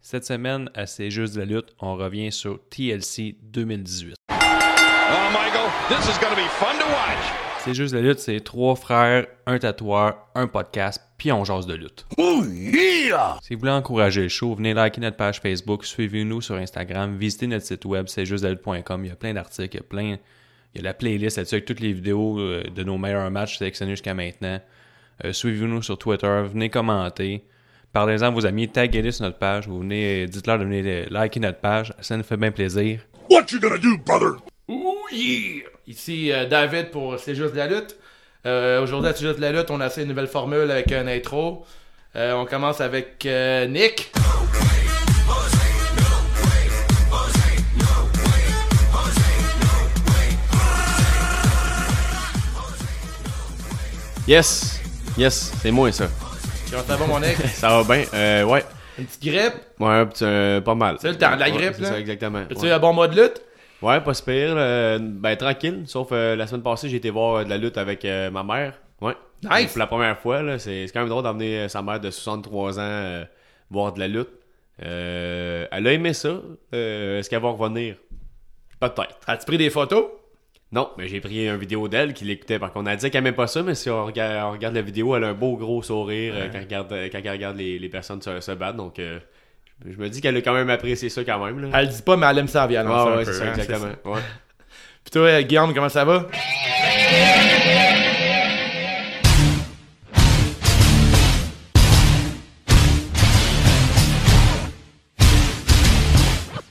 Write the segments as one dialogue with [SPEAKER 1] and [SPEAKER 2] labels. [SPEAKER 1] Cette semaine, à C'est juste de la lutte, on revient sur TLC 2018.
[SPEAKER 2] Oh, Michael, this is going to be fun to watch.
[SPEAKER 1] C'est juste de la lutte, c'est trois frères, un tatoueur, un podcast, puis on jase de lutte. Si vous voulez encourager le show, venez liker notre page Facebook, suivez-nous sur Instagram, visitez notre site web, c'est juste de la lutte.com. Il y a plein d'articles, il y a plein. Il y a la playlist là-dessus avec toutes les vidéos euh, de nos meilleurs matchs sélectionnés jusqu'à maintenant. Euh, Suivez-nous sur Twitter, venez commenter. Parlez-en à vos amis, taguez-les sur notre page, vous venez, dites-leur de venir euh, liker notre page, ça nous fait bien plaisir.
[SPEAKER 3] What you gonna do, brother?
[SPEAKER 4] Ouh, yeah! Ici euh, David pour C'est juste de la lutte. Euh, Aujourd'hui à C'est juste de la lutte, on a essayé une nouvelle formule avec un intro. Euh, on commence avec euh, Nick.
[SPEAKER 5] Yes! Yes, c'est moi ça.
[SPEAKER 4] Comment ça va mon Nick?
[SPEAKER 5] Ça va bien? Euh, ouais.
[SPEAKER 4] Une petite grippe?
[SPEAKER 5] Ouais, un petit, euh, pas mal.
[SPEAKER 4] C'est le temps de la
[SPEAKER 5] Ouais,
[SPEAKER 4] grippe,
[SPEAKER 5] c'est
[SPEAKER 4] là.
[SPEAKER 5] ça, exactement.
[SPEAKER 4] As-tu eu
[SPEAKER 5] Ouais.
[SPEAKER 4] un bon mois de lutte?
[SPEAKER 5] Ouais, pas si pire. euh, ben, tranquille. Sauf euh, la semaine passée, j'ai été voir euh, de la lutte avec euh, ma mère. Ouais.
[SPEAKER 4] Nice.
[SPEAKER 5] Pour la première fois, là, c'est c'est quand même drôle d'emmener euh, sa mère de 63 ans euh, voir de la lutte. Euh, elle a aimé ça. Euh, Est-ce qu'elle va revenir? Peut-être.
[SPEAKER 4] As-tu pris des photos?
[SPEAKER 5] Non, mais j'ai pris une vidéo d'elle qui l'écoutait. Par contre, elle disait qu'elle n'aimait pas ça, mais si on regarde, on regarde la vidéo, elle a un beau gros sourire euh, quand, elle regarde, quand elle regarde les, les personnes se, se battre. Donc, euh, je me dis qu'elle a quand même apprécié ça quand même. Là.
[SPEAKER 4] Elle le dit pas, mais elle aime ça la violence.
[SPEAKER 5] Ah,
[SPEAKER 4] un
[SPEAKER 5] ouais,
[SPEAKER 4] peu,
[SPEAKER 5] c'est ça,
[SPEAKER 4] hein,
[SPEAKER 5] exactement.
[SPEAKER 4] c'est ça.
[SPEAKER 5] Ouais.
[SPEAKER 4] Puis toi, euh, Guillaume, comment ça va?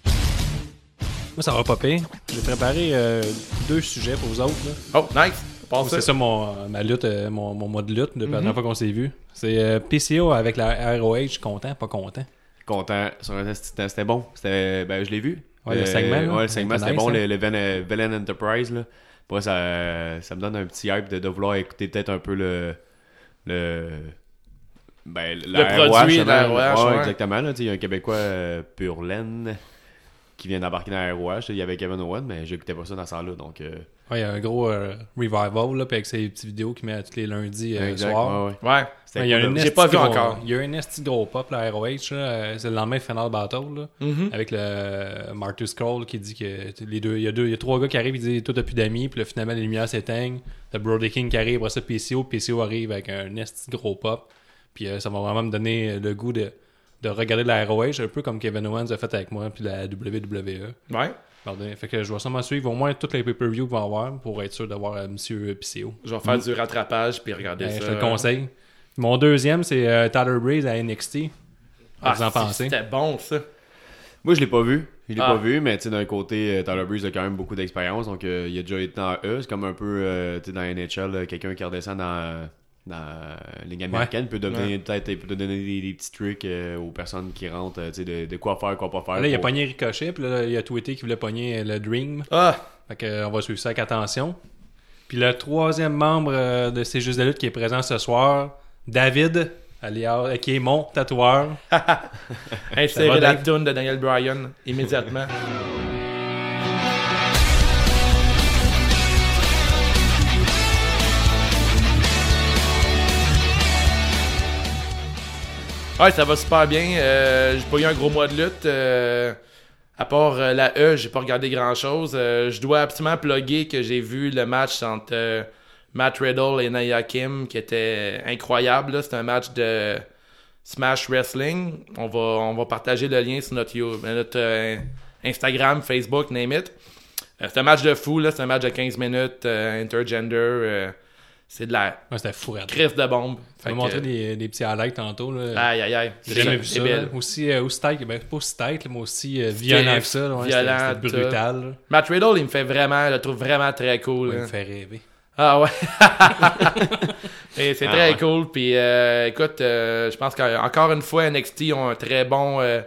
[SPEAKER 6] Moi, ça va pas pire. J'ai préparé euh, deux sujets pour vous autres. là.
[SPEAKER 4] Oh, nice! Passe
[SPEAKER 6] C'est
[SPEAKER 4] ça.
[SPEAKER 6] ça mon, euh, ma lutte, euh, mon, mon mois de lutte
[SPEAKER 5] Mhm.
[SPEAKER 6] depuis la dernière fois qu'on s'est vu. C'est euh, PCO avec la ROH, content, pas content.
[SPEAKER 5] Content. Sur un- C'était c'était bon. C'était- Ben, je l'ai vu.
[SPEAKER 6] Ouais, le segment, là.
[SPEAKER 5] Ouais, le segment, c'était
[SPEAKER 6] Nice,
[SPEAKER 5] bon.
[SPEAKER 6] hein.
[SPEAKER 5] Le, le Ven- euh, Velen Enterprise. Là. Moi, ça, ça me donne un petit hype de, de vouloir écouter peut-être un peu le. le ben, la
[SPEAKER 4] Le
[SPEAKER 5] ROH,
[SPEAKER 4] produit de la
[SPEAKER 5] justement.
[SPEAKER 4] ROH, ouais.
[SPEAKER 5] exactement. là. Tu sais, Il y a un Québécois euh, pur laine qui vient d'embarquer dans la ROH. Il y avait Kevin Owen, mais j'écoutais pas ça dans ce temps-là. Donc, euh,
[SPEAKER 6] Ouais, il y a un gros euh, revival, là, puis avec ses petites vidéos qu'il met tous les lundis euh,
[SPEAKER 5] exact,
[SPEAKER 6] soir.
[SPEAKER 5] ouais, ouais.
[SPEAKER 4] Ouais.
[SPEAKER 5] C'était
[SPEAKER 6] Ouais, il y a
[SPEAKER 5] cool
[SPEAKER 6] un
[SPEAKER 5] de-
[SPEAKER 4] J'ai
[SPEAKER 6] esti
[SPEAKER 4] pas vu
[SPEAKER 6] gros-
[SPEAKER 4] encore.
[SPEAKER 6] Il y a un esti gros pop, la ROH, là, euh, c'est le lendemain Final Battle, là, avec le euh, Martus Cole qui dit que t- les deux, il y a deux, il y a trois gars qui arrivent, ils disent toi t'as plus d'amis, puis là, finalement les lumières s'éteignent. T'as Brody King qui arrive, après ça PCO, PCO arrive avec un esti gros pop, puis euh, ça va vraiment me donner euh, le goût de, de regarder la ROH, un peu comme Kevin Owens a fait avec moi, puis la WWE.
[SPEAKER 4] Ouais.
[SPEAKER 6] Pardon. Fait que je vais sûrement suivre au moins toutes les pay-per-views qu'on va avoir pour être sûr d'avoir euh, Monsieur PCO.
[SPEAKER 4] Je vais faire du rattrapage puis regarder
[SPEAKER 6] Ben,
[SPEAKER 4] ça.
[SPEAKER 6] je te le conseille. Mon deuxième, c'est euh, Tyler Breeze à NXT.
[SPEAKER 4] Ah,
[SPEAKER 6] vous en pensez?
[SPEAKER 4] C'était bon, ça.
[SPEAKER 5] Moi, je l'ai pas vu. Je l'ai
[SPEAKER 4] Ah.
[SPEAKER 5] pas vu, mais tu sais, d'un côté, euh, Tyler Breeze a quand même beaucoup d'expérience, donc euh, il a déjà été dans E. C'est comme un peu, euh, tu sais, dans la NHL, euh, quelqu'un qui redescend dans, euh, dans euh, la Ligue américaine peut devenir, peut-être, il peut donner des, des petits trucs euh, aux personnes qui rentrent, euh, tu sais, de, de quoi faire, quoi pas faire.
[SPEAKER 6] Là, il a
[SPEAKER 5] pour-
[SPEAKER 6] pogné Ricochet, puis là, il a tweeté qu'il voulait pogner euh, le Dream.
[SPEAKER 4] Ah!
[SPEAKER 6] Fait que, euh, on va suivre ça avec attention. Puis le troisième membre euh, de C'est juste de la lutte qui est présent ce soir, David, alias- euh, qui est mon tatoueur.
[SPEAKER 4] Insérer
[SPEAKER 6] va,
[SPEAKER 4] la
[SPEAKER 6] Dave?
[SPEAKER 4] tune de Daniel Bryan immédiatement. Ouais, ça va super bien. Euh, j'ai pas eu un gros mois de lutte. Euh, à part euh, la E, j'ai pas regardé grand chose. je dois absolument plugger que j'ai vu le match entre euh, Matt Riddle et Naya Kim qui était incroyable. là. C'était un match de Smash Wrestling. On va, on va partager le lien sur notre, You- euh, notre, euh, Instagram, Facebook, name it. Euh, c'est un match de fou, là. c'est un match de 15 minutes, euh, intergender. euh, c'est de la
[SPEAKER 6] Ouais, C'était fou, raide.
[SPEAKER 4] crise de bombe.
[SPEAKER 6] Je
[SPEAKER 4] Fait
[SPEAKER 6] vais
[SPEAKER 4] que-
[SPEAKER 6] montrer des, des petits highlights tantôt. là.
[SPEAKER 4] Aïe, aïe, aïe.
[SPEAKER 6] J'ai jamais vu
[SPEAKER 4] C'est
[SPEAKER 6] ça.
[SPEAKER 4] belle.
[SPEAKER 6] là. Aussi, euh, aussi tight, ben, pas aussi tight, là, mais aussi euh, violent que ça. là. Ouais, c'était-
[SPEAKER 4] violent,
[SPEAKER 6] c'était brutal. là.
[SPEAKER 4] Matt Riddle, il me fait vraiment, je le trouve vraiment très cool.
[SPEAKER 6] Il
[SPEAKER 4] hein.
[SPEAKER 6] me fait rêver.
[SPEAKER 4] Ah ouais. Et c'est
[SPEAKER 5] Ah
[SPEAKER 4] très
[SPEAKER 5] ouais.
[SPEAKER 4] cool. Puis euh, écoute, euh, je pense qu'encore une fois, NXT ont un très bon euh,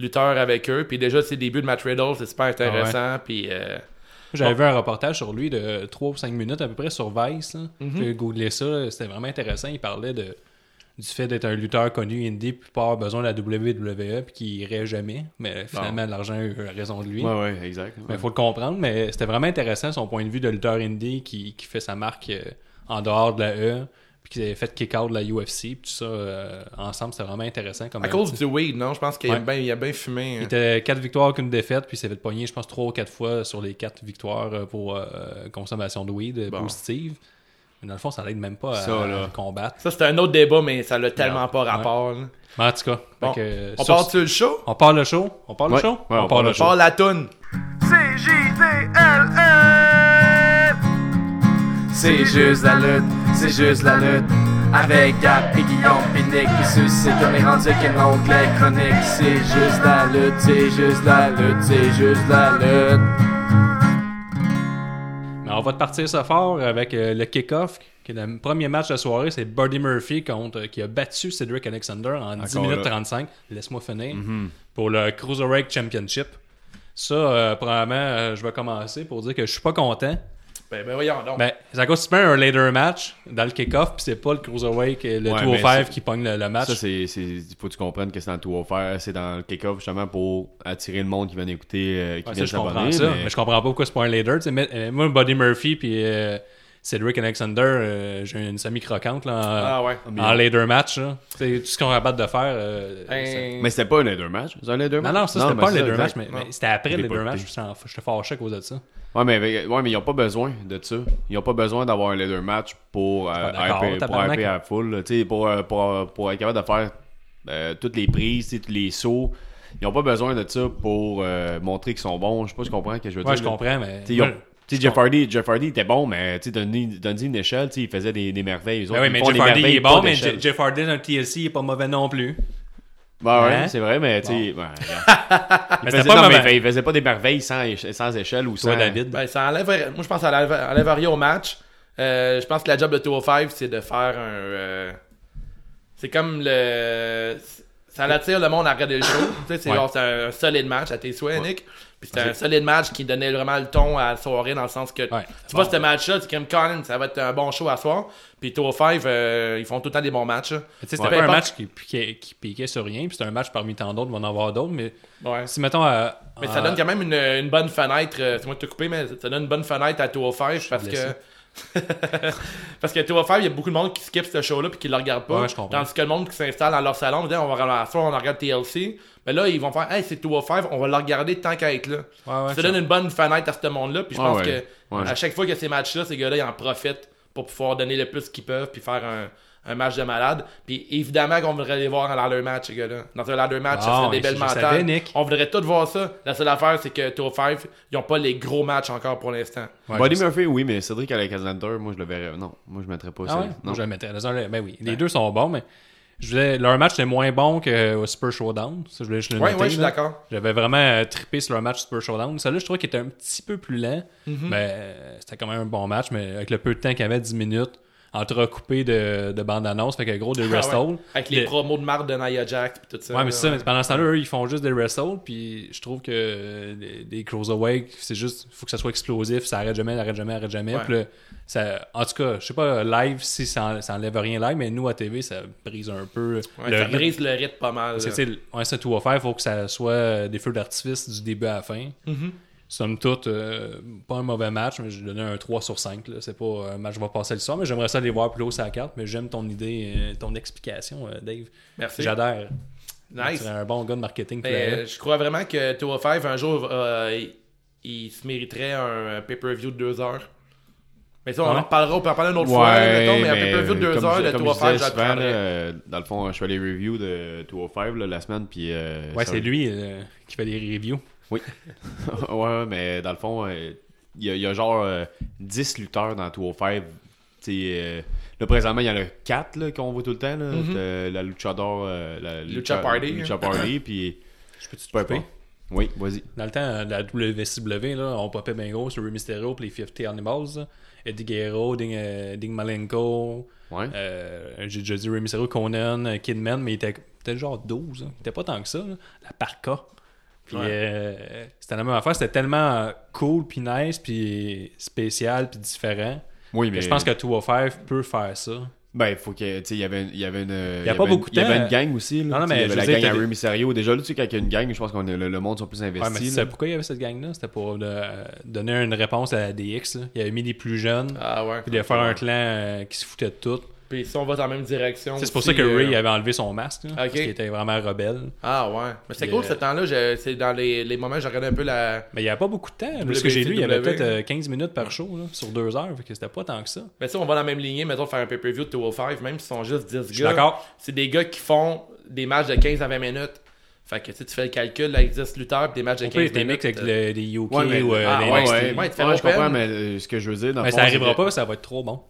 [SPEAKER 4] lutteur avec eux. Puis déjà, ses débuts de Matt Riddle, c'est
[SPEAKER 6] Ah,
[SPEAKER 4] super intéressant. Puis euh,
[SPEAKER 6] J'avais vu
[SPEAKER 4] Bon.
[SPEAKER 6] un reportage sur lui de 3 ou 5 minutes à peu près sur Vice. là.
[SPEAKER 4] Mhm.
[SPEAKER 6] J'ai googlé ça, là, c'était vraiment intéressant. Il parlait de, du fait d'être un lutteur connu indie puis pas avoir besoin de la WWE puis qu'il irait jamais. Mais finalement, l'argent a eu raison de lui.
[SPEAKER 5] Ouais, ouais, exact.
[SPEAKER 6] Il faut le comprendre, mais c'était vraiment intéressant son point de vue de lutteur indie qui, qui fait sa marque euh, en dehors de la E. puis qu'ils avaient fait kick-out de la UFC, puis tout ça, euh, ensemble, c'était vraiment intéressant. Comme
[SPEAKER 4] À cause du weed, non? Je pense qu'il a
[SPEAKER 6] Ouais.
[SPEAKER 4] bien- il a bien fumé.
[SPEAKER 6] Il
[SPEAKER 4] hein.
[SPEAKER 6] était 4 victoires qu'une défaite, puis il s'est fait pogner, je pense, 3 ou 4 fois sur les 4 victoires euh, pour euh, consommation de weed euh, positive. Mais dans le fond, ça l'aide même pas à,
[SPEAKER 5] Ça, là.
[SPEAKER 6] à combattre.
[SPEAKER 4] Ça, c'est un autre débat, mais ça l'a tellement pas rapport. là.
[SPEAKER 6] Mais en tout cas,
[SPEAKER 4] Bon,
[SPEAKER 6] fait que,
[SPEAKER 4] on
[SPEAKER 6] sur-
[SPEAKER 4] part-tu le show?
[SPEAKER 6] on part le show. On part le
[SPEAKER 5] Ouais.
[SPEAKER 6] show.
[SPEAKER 5] Ouais, on part le
[SPEAKER 4] On part la toune.
[SPEAKER 3] E C'est juste la lutte, c'est juste la lutte. Avec Gap et Guillaume et Nick qui suscitent comme les rendus qui montent les chroniques. C'est juste la lutte, c'est juste la lutte, c'est juste la lutte.
[SPEAKER 6] Mais on va te partir ça fort avec euh, le kick-off, qui est le premier match de la soirée. C'est Buddy Murphy contre, euh, qui a battu Cedric Alexander en 10
[SPEAKER 5] Encore
[SPEAKER 6] minutes
[SPEAKER 5] là. Mm-hmm.
[SPEAKER 6] 35. Laisse-moi finir. Pour le Cruiserweight Championship. Ça, euh, probablement, euh, je vais commencer pour dire que je suis pas content.
[SPEAKER 4] Ben, ben voyons donc.
[SPEAKER 6] Ben, c'est à cause que tu mets un later match dans le kick-off, puis c'est pas le Cruiserweight, qui est le
[SPEAKER 5] Ouais,
[SPEAKER 6] 205
[SPEAKER 5] mais
[SPEAKER 6] qui pogne le, le match.
[SPEAKER 5] Ça, c'est. c'est- Il faut que tu comprennes que c'est dans le tout offert. C'est dans le kick-off justement pour attirer le monde qui vient écouter, euh, qui
[SPEAKER 6] Ouais,
[SPEAKER 5] vient
[SPEAKER 6] ça, je comprends
[SPEAKER 5] s'abonner.
[SPEAKER 6] ça, mais...
[SPEAKER 5] mais-
[SPEAKER 6] je comprends pas pourquoi c'est pas un leader. tu sais, mais, euh, moi, Buddy Murphy puis euh, Cedric Alexander, euh, j'ai une semi-croquante là, en,
[SPEAKER 4] Ah ouais.
[SPEAKER 6] en leader match. là. C'est tout ce qu'on rabat de faire. euh, c'est-
[SPEAKER 4] Hein.
[SPEAKER 5] Mais c'était pas un leader match. C'est un leader
[SPEAKER 6] Non,
[SPEAKER 5] match.
[SPEAKER 6] non, ça c'était
[SPEAKER 5] mais
[SPEAKER 6] pas un
[SPEAKER 5] c'est
[SPEAKER 6] leader
[SPEAKER 5] exact.
[SPEAKER 6] match, mais,
[SPEAKER 4] Non.
[SPEAKER 6] mais c'était après
[SPEAKER 5] Je
[SPEAKER 6] le
[SPEAKER 5] l'ai
[SPEAKER 6] leader
[SPEAKER 5] pas
[SPEAKER 6] match.
[SPEAKER 5] écouté.
[SPEAKER 6] Je t'en- je te fâchais à cause de ça.
[SPEAKER 5] Ouais, mais, avec- ouais, mais ils n'ont pas besoin de ça. Ils n'ont pas besoin d'avoir un leader match pour euh,
[SPEAKER 6] d'accord,
[SPEAKER 5] hyper- pour
[SPEAKER 6] tabarnak.
[SPEAKER 5] hyper à la foule. là. Tu sais, Pour, euh, pour, pour être capable de faire euh, toutes les prises, tu sais, tous les sauts. Ils n'ont pas besoin de ça pour euh, montrer qu'ils sont bons. Je sais pas si tu comprends ce que je veux
[SPEAKER 6] Ouais, je
[SPEAKER 5] dire. là.
[SPEAKER 6] comprends, mais.
[SPEAKER 5] Tu sais, ils ont- tu sais, Jeff Hardy, Jeff Hardy était bon, mais tu sais, donne-y donne-y une échelle, tu sais, il faisait des, des merveilles. Eux autres,
[SPEAKER 6] Ben oui,
[SPEAKER 5] ils
[SPEAKER 6] mais
[SPEAKER 5] font
[SPEAKER 6] Jeff
[SPEAKER 5] des
[SPEAKER 6] Hardy il
[SPEAKER 5] merveilles,
[SPEAKER 6] est bon,
[SPEAKER 5] pas
[SPEAKER 6] mais
[SPEAKER 5] d'échelle.
[SPEAKER 6] Je- Jeff Hardy dans le TLC il est pas mauvais non plus.
[SPEAKER 5] Ben ouais,
[SPEAKER 6] Hein?
[SPEAKER 5] c'est vrai, mais tu sais, ben, regarde.
[SPEAKER 6] Mais
[SPEAKER 5] il,
[SPEAKER 6] c'était
[SPEAKER 5] faisait,
[SPEAKER 6] pas
[SPEAKER 5] non, mais
[SPEAKER 6] mauvais.
[SPEAKER 5] il faisait pas des merveilles sans, éche- sans échelle ou sans.
[SPEAKER 6] Toi, David.
[SPEAKER 4] Ben, ça enlève, moi, je pense que ça enlève, enlève rien au match. Euh, je pense que la job de 205, c'est de faire un. euh, c'est comme le. Ça l'attire le monde à regarder le show. Tu sais, c'est
[SPEAKER 6] Ouais.
[SPEAKER 4] genre, c'est un, un solide match à tes souhaits, Nick. Puis c'était un solide match qui donnait vraiment le ton à la soirée dans le sens que
[SPEAKER 6] Ouais.
[SPEAKER 4] tu vois ce match-là, tu es comme Colin, ça va être un bon show à soir. Puis 205, euh, ils font tout le temps des bons matchs. là.
[SPEAKER 6] Mais tu sais, C'était
[SPEAKER 4] Ouais. Peu
[SPEAKER 6] pas un
[SPEAKER 4] importe.
[SPEAKER 6] match qui, piquait- qui piquait sur rien, puis c'était un match parmi tant d'autres, il va en avoir d'autres, mais
[SPEAKER 4] Ouais.
[SPEAKER 6] si mettons euh, à-
[SPEAKER 4] Mais
[SPEAKER 6] à-
[SPEAKER 4] ça donne quand même une, une bonne fenêtre. euh, C'est moi qui t'ai coupé, mais ça donne une bonne fenêtre à 205 parce que.
[SPEAKER 6] blessé.
[SPEAKER 4] parce que 205, il y a beaucoup de monde qui skip ce show-là puis qui le regarde pas.
[SPEAKER 6] Ouais, je comprends.
[SPEAKER 4] tandis que le monde qui s'installe dans leur salon, on dit, on va regarder soir, on regarde TLC. Mais ben là, ils vont faire, hey, c'est 205, on va le regarder tant qu'à être là.
[SPEAKER 6] Ouais, ouais,
[SPEAKER 4] ça
[SPEAKER 6] je-
[SPEAKER 4] donne une bonne fenêtre à ce monde-là. Puis je
[SPEAKER 5] Ah
[SPEAKER 4] pense
[SPEAKER 5] ouais.
[SPEAKER 4] que
[SPEAKER 5] Ouais.
[SPEAKER 4] à chaque fois que ces matchs-là, ces gars-là, ils en profitent pour pouvoir donner le plus qu'ils peuvent puis faire un. un match de malade. Puis évidemment qu'on voudrait les voir en ladder match, ces gars-là. Dans un ladder match, ça
[SPEAKER 6] Bon,
[SPEAKER 4] serait des
[SPEAKER 6] Ah, je-
[SPEAKER 4] belles
[SPEAKER 6] je
[SPEAKER 4] mentales.
[SPEAKER 6] savais, Nick.
[SPEAKER 4] On voudrait tous voir ça. La seule affaire, c'est que Tour 5, ils n'ont pas les gros matchs encore pour l'instant. Ah
[SPEAKER 6] Ouais,
[SPEAKER 5] Buddy
[SPEAKER 6] je-
[SPEAKER 5] Murphy, oui, mais Cédric Alexander, moi, je le verrais. Non, moi, je mettrais pas
[SPEAKER 6] Ah
[SPEAKER 5] ça.
[SPEAKER 6] ouais?
[SPEAKER 5] Non.
[SPEAKER 6] Moi, je le mettrais dans un- Ben oui, les deux sont bons, mais je voulais- leur match était moins bon que au Super Showdown. Ça, je voulais juste le
[SPEAKER 4] Ouais,
[SPEAKER 6] noter,
[SPEAKER 4] ouais, je suis
[SPEAKER 6] là.
[SPEAKER 4] d'accord.
[SPEAKER 6] J'avais vraiment euh, trippé sur leur match Super Showdown. Celui-là, je trouvais qu'il était un petit peu plus lent,
[SPEAKER 4] Mm-hmm.
[SPEAKER 6] mais euh, c'était quand même un bon match, mais avec le peu de temps qu'il y avait, 10 minutes, entrecoupé de, de bandes-annonces, fait que gros, des
[SPEAKER 4] Ah
[SPEAKER 6] wrestle.
[SPEAKER 4] ouais. Avec les
[SPEAKER 6] Le-
[SPEAKER 4] promos de marque de Nia Jax et tout ça.
[SPEAKER 6] Ouais, mais
[SPEAKER 4] là.
[SPEAKER 6] c'est ça, mais pendant ce temps-là, eux, ils font juste des wrestle, puis je trouve que euh, les, les cruiserweight, c'est juste, faut que ça soit explosif, ça arrête jamais, ça arrête jamais, ça arrête jamais.
[SPEAKER 4] Ouais.
[SPEAKER 6] puis là, ça, en tout cas, je sais pas, live, si ça, en- ça enlève rien live, mais nous, à TV, ça brise un peu
[SPEAKER 4] Ouais,
[SPEAKER 6] le
[SPEAKER 4] ça
[SPEAKER 6] rythme.
[SPEAKER 4] brise le rythme pas mal.
[SPEAKER 6] Parce que,
[SPEAKER 4] là.
[SPEAKER 6] tu sais, ouais, ça, tout à faire, faut que ça soit euh, des feux d'artifice du début à la fin.
[SPEAKER 4] Mm-hmm.
[SPEAKER 6] Somme toute, euh, pas un mauvais match, mais je vais donner un 3 sur 5. là. C'est pas euh, un match qui va passer le soir, mais j'aimerais ça les voir plus haut sur la carte. Mais j'aime ton idée, euh, ton explication, euh, Dave.
[SPEAKER 4] Merci.
[SPEAKER 6] J'adhère.
[SPEAKER 4] Nice.
[SPEAKER 6] Tu serais un bon gars de marketing. tu
[SPEAKER 4] Mais, euh,
[SPEAKER 6] l'aurais.
[SPEAKER 4] je crois vraiment que Tour 5, un jour, euh, il, il se mériterait un pay-per-view de 2 heures. Mais ça, on
[SPEAKER 6] Ouais.
[SPEAKER 4] en reparlera, on peut en parler une autre fois, là, mettons, mais un pay-per-view de 2
[SPEAKER 5] comme
[SPEAKER 4] heures,
[SPEAKER 5] je-
[SPEAKER 4] le
[SPEAKER 5] comme
[SPEAKER 4] Tour
[SPEAKER 5] je disais
[SPEAKER 4] 5, je le
[SPEAKER 5] souvent, là,
[SPEAKER 4] prendrais.
[SPEAKER 5] euh, Dans le fond, je fais les reviews de 205 là, la semaine, puis. euh,
[SPEAKER 6] ouais,
[SPEAKER 5] ça-
[SPEAKER 6] c'est lui euh, qui fait les reviews.
[SPEAKER 5] Oui. ouais, ouais, mais dans le fond, euh, il y, a- il y a genre euh, 10 lutteurs dans 205. Tu sais, euh, là, présentement, il y en a 4 là, qu'on voit tout le temps. Là, T'as la Luchador. euh, la
[SPEAKER 4] Mm-hmm. Lucha Party,
[SPEAKER 5] Lucha
[SPEAKER 4] hein.
[SPEAKER 5] Party, puis.
[SPEAKER 6] Je peux-tu te
[SPEAKER 5] Peu
[SPEAKER 6] couper?
[SPEAKER 5] importe. Oui, vas-y.
[SPEAKER 6] Dans le temps euh, de la WCW, là, on popait bien gros sur Rey Mysterio puis les 50 Animals. là. Eddie Guerrero, Ding, euh, Ding Malenko.
[SPEAKER 5] Ouais.
[SPEAKER 6] euh, J'ai déjà dit Rey Mysterio, Conan, euh, Kidman, mais il était peut-être genre 12. hein. Il était pas tant que ça. là. La parka. Puis euh, c'était la même affaire. C'était tellement euh, cool, puis nice, puis spécial, puis différent.
[SPEAKER 5] Oui,
[SPEAKER 6] que
[SPEAKER 5] mais-
[SPEAKER 6] Je pense que 205 peut faire ça.
[SPEAKER 5] Ben, il faut que. Tu sais, il y avait une. Il y avait une il y
[SPEAKER 6] a pas
[SPEAKER 5] avait une-
[SPEAKER 6] beaucoup de
[SPEAKER 5] Il y avait
[SPEAKER 6] temps.
[SPEAKER 5] une gang aussi. Là,
[SPEAKER 6] Non, non,
[SPEAKER 5] Tu sais,
[SPEAKER 6] mais
[SPEAKER 5] il y
[SPEAKER 6] je veux
[SPEAKER 5] avait la
[SPEAKER 6] dire,
[SPEAKER 5] gang
[SPEAKER 6] t'as
[SPEAKER 5] à
[SPEAKER 6] des-
[SPEAKER 5] Rey Mysterio. Déjà, là, tu sais, quand il y a une gang, je pense que le, le monde sont plus investis.
[SPEAKER 6] Ouais, mais tu
[SPEAKER 5] là.
[SPEAKER 6] sais pourquoi il y avait cette gang-là? C'était pour euh, donner une réponse à la DX. là. Il avait mis des plus jeunes.
[SPEAKER 4] Ah ouais.
[SPEAKER 6] Puis de faire un clan euh, qui se foutait de tout.
[SPEAKER 4] Puis Puis si on va dans la même direction.
[SPEAKER 6] C'est pour
[SPEAKER 4] aussi,
[SPEAKER 6] ça que Ray
[SPEAKER 4] euh,
[SPEAKER 6] avait enlevé son masque, là, parce qu'il était vraiment rebelle.
[SPEAKER 4] Ah ouais. Mais c'est
[SPEAKER 6] Puis,
[SPEAKER 4] cool
[SPEAKER 6] euh,
[SPEAKER 4] ce temps-là. je- C'est dans les, les moments où je regardais un peu la.
[SPEAKER 6] Mais il n'y avait pas beaucoup de temps. Parce que j'ai lu, il y avait
[SPEAKER 4] WCW.
[SPEAKER 6] peut-être euh, 15 minutes par show, là, sur deux heures, fait que c'était pas tant que ça.
[SPEAKER 4] Mais si on va dans la même lignée, mettons faire un pay-per-view de 205, même s'ils sont juste 10 gars.
[SPEAKER 6] Je suis d'accord.
[SPEAKER 4] C'est des gars qui font des matchs de 15 à 20 minutes. Fait que tu sais, tu fais le calcul, là, il existe lutteurs puis des matchs de
[SPEAKER 6] On
[SPEAKER 4] 15
[SPEAKER 6] peut
[SPEAKER 4] minutes.
[SPEAKER 6] des mix avec
[SPEAKER 4] euh,
[SPEAKER 6] le- des UK
[SPEAKER 5] Ouais, mais-
[SPEAKER 6] ou euh,
[SPEAKER 4] ah,
[SPEAKER 6] des
[SPEAKER 5] Ouais,
[SPEAKER 6] NXT.
[SPEAKER 5] ouais,
[SPEAKER 4] ouais,
[SPEAKER 5] ouais,
[SPEAKER 4] tu fais
[SPEAKER 5] je comprends,
[SPEAKER 4] open.
[SPEAKER 5] mais euh, ce que je veux dire, dans le
[SPEAKER 6] Mais
[SPEAKER 5] fond,
[SPEAKER 6] ça
[SPEAKER 5] c'est
[SPEAKER 6] arrivera
[SPEAKER 5] que-
[SPEAKER 6] pas, ça va être trop bon.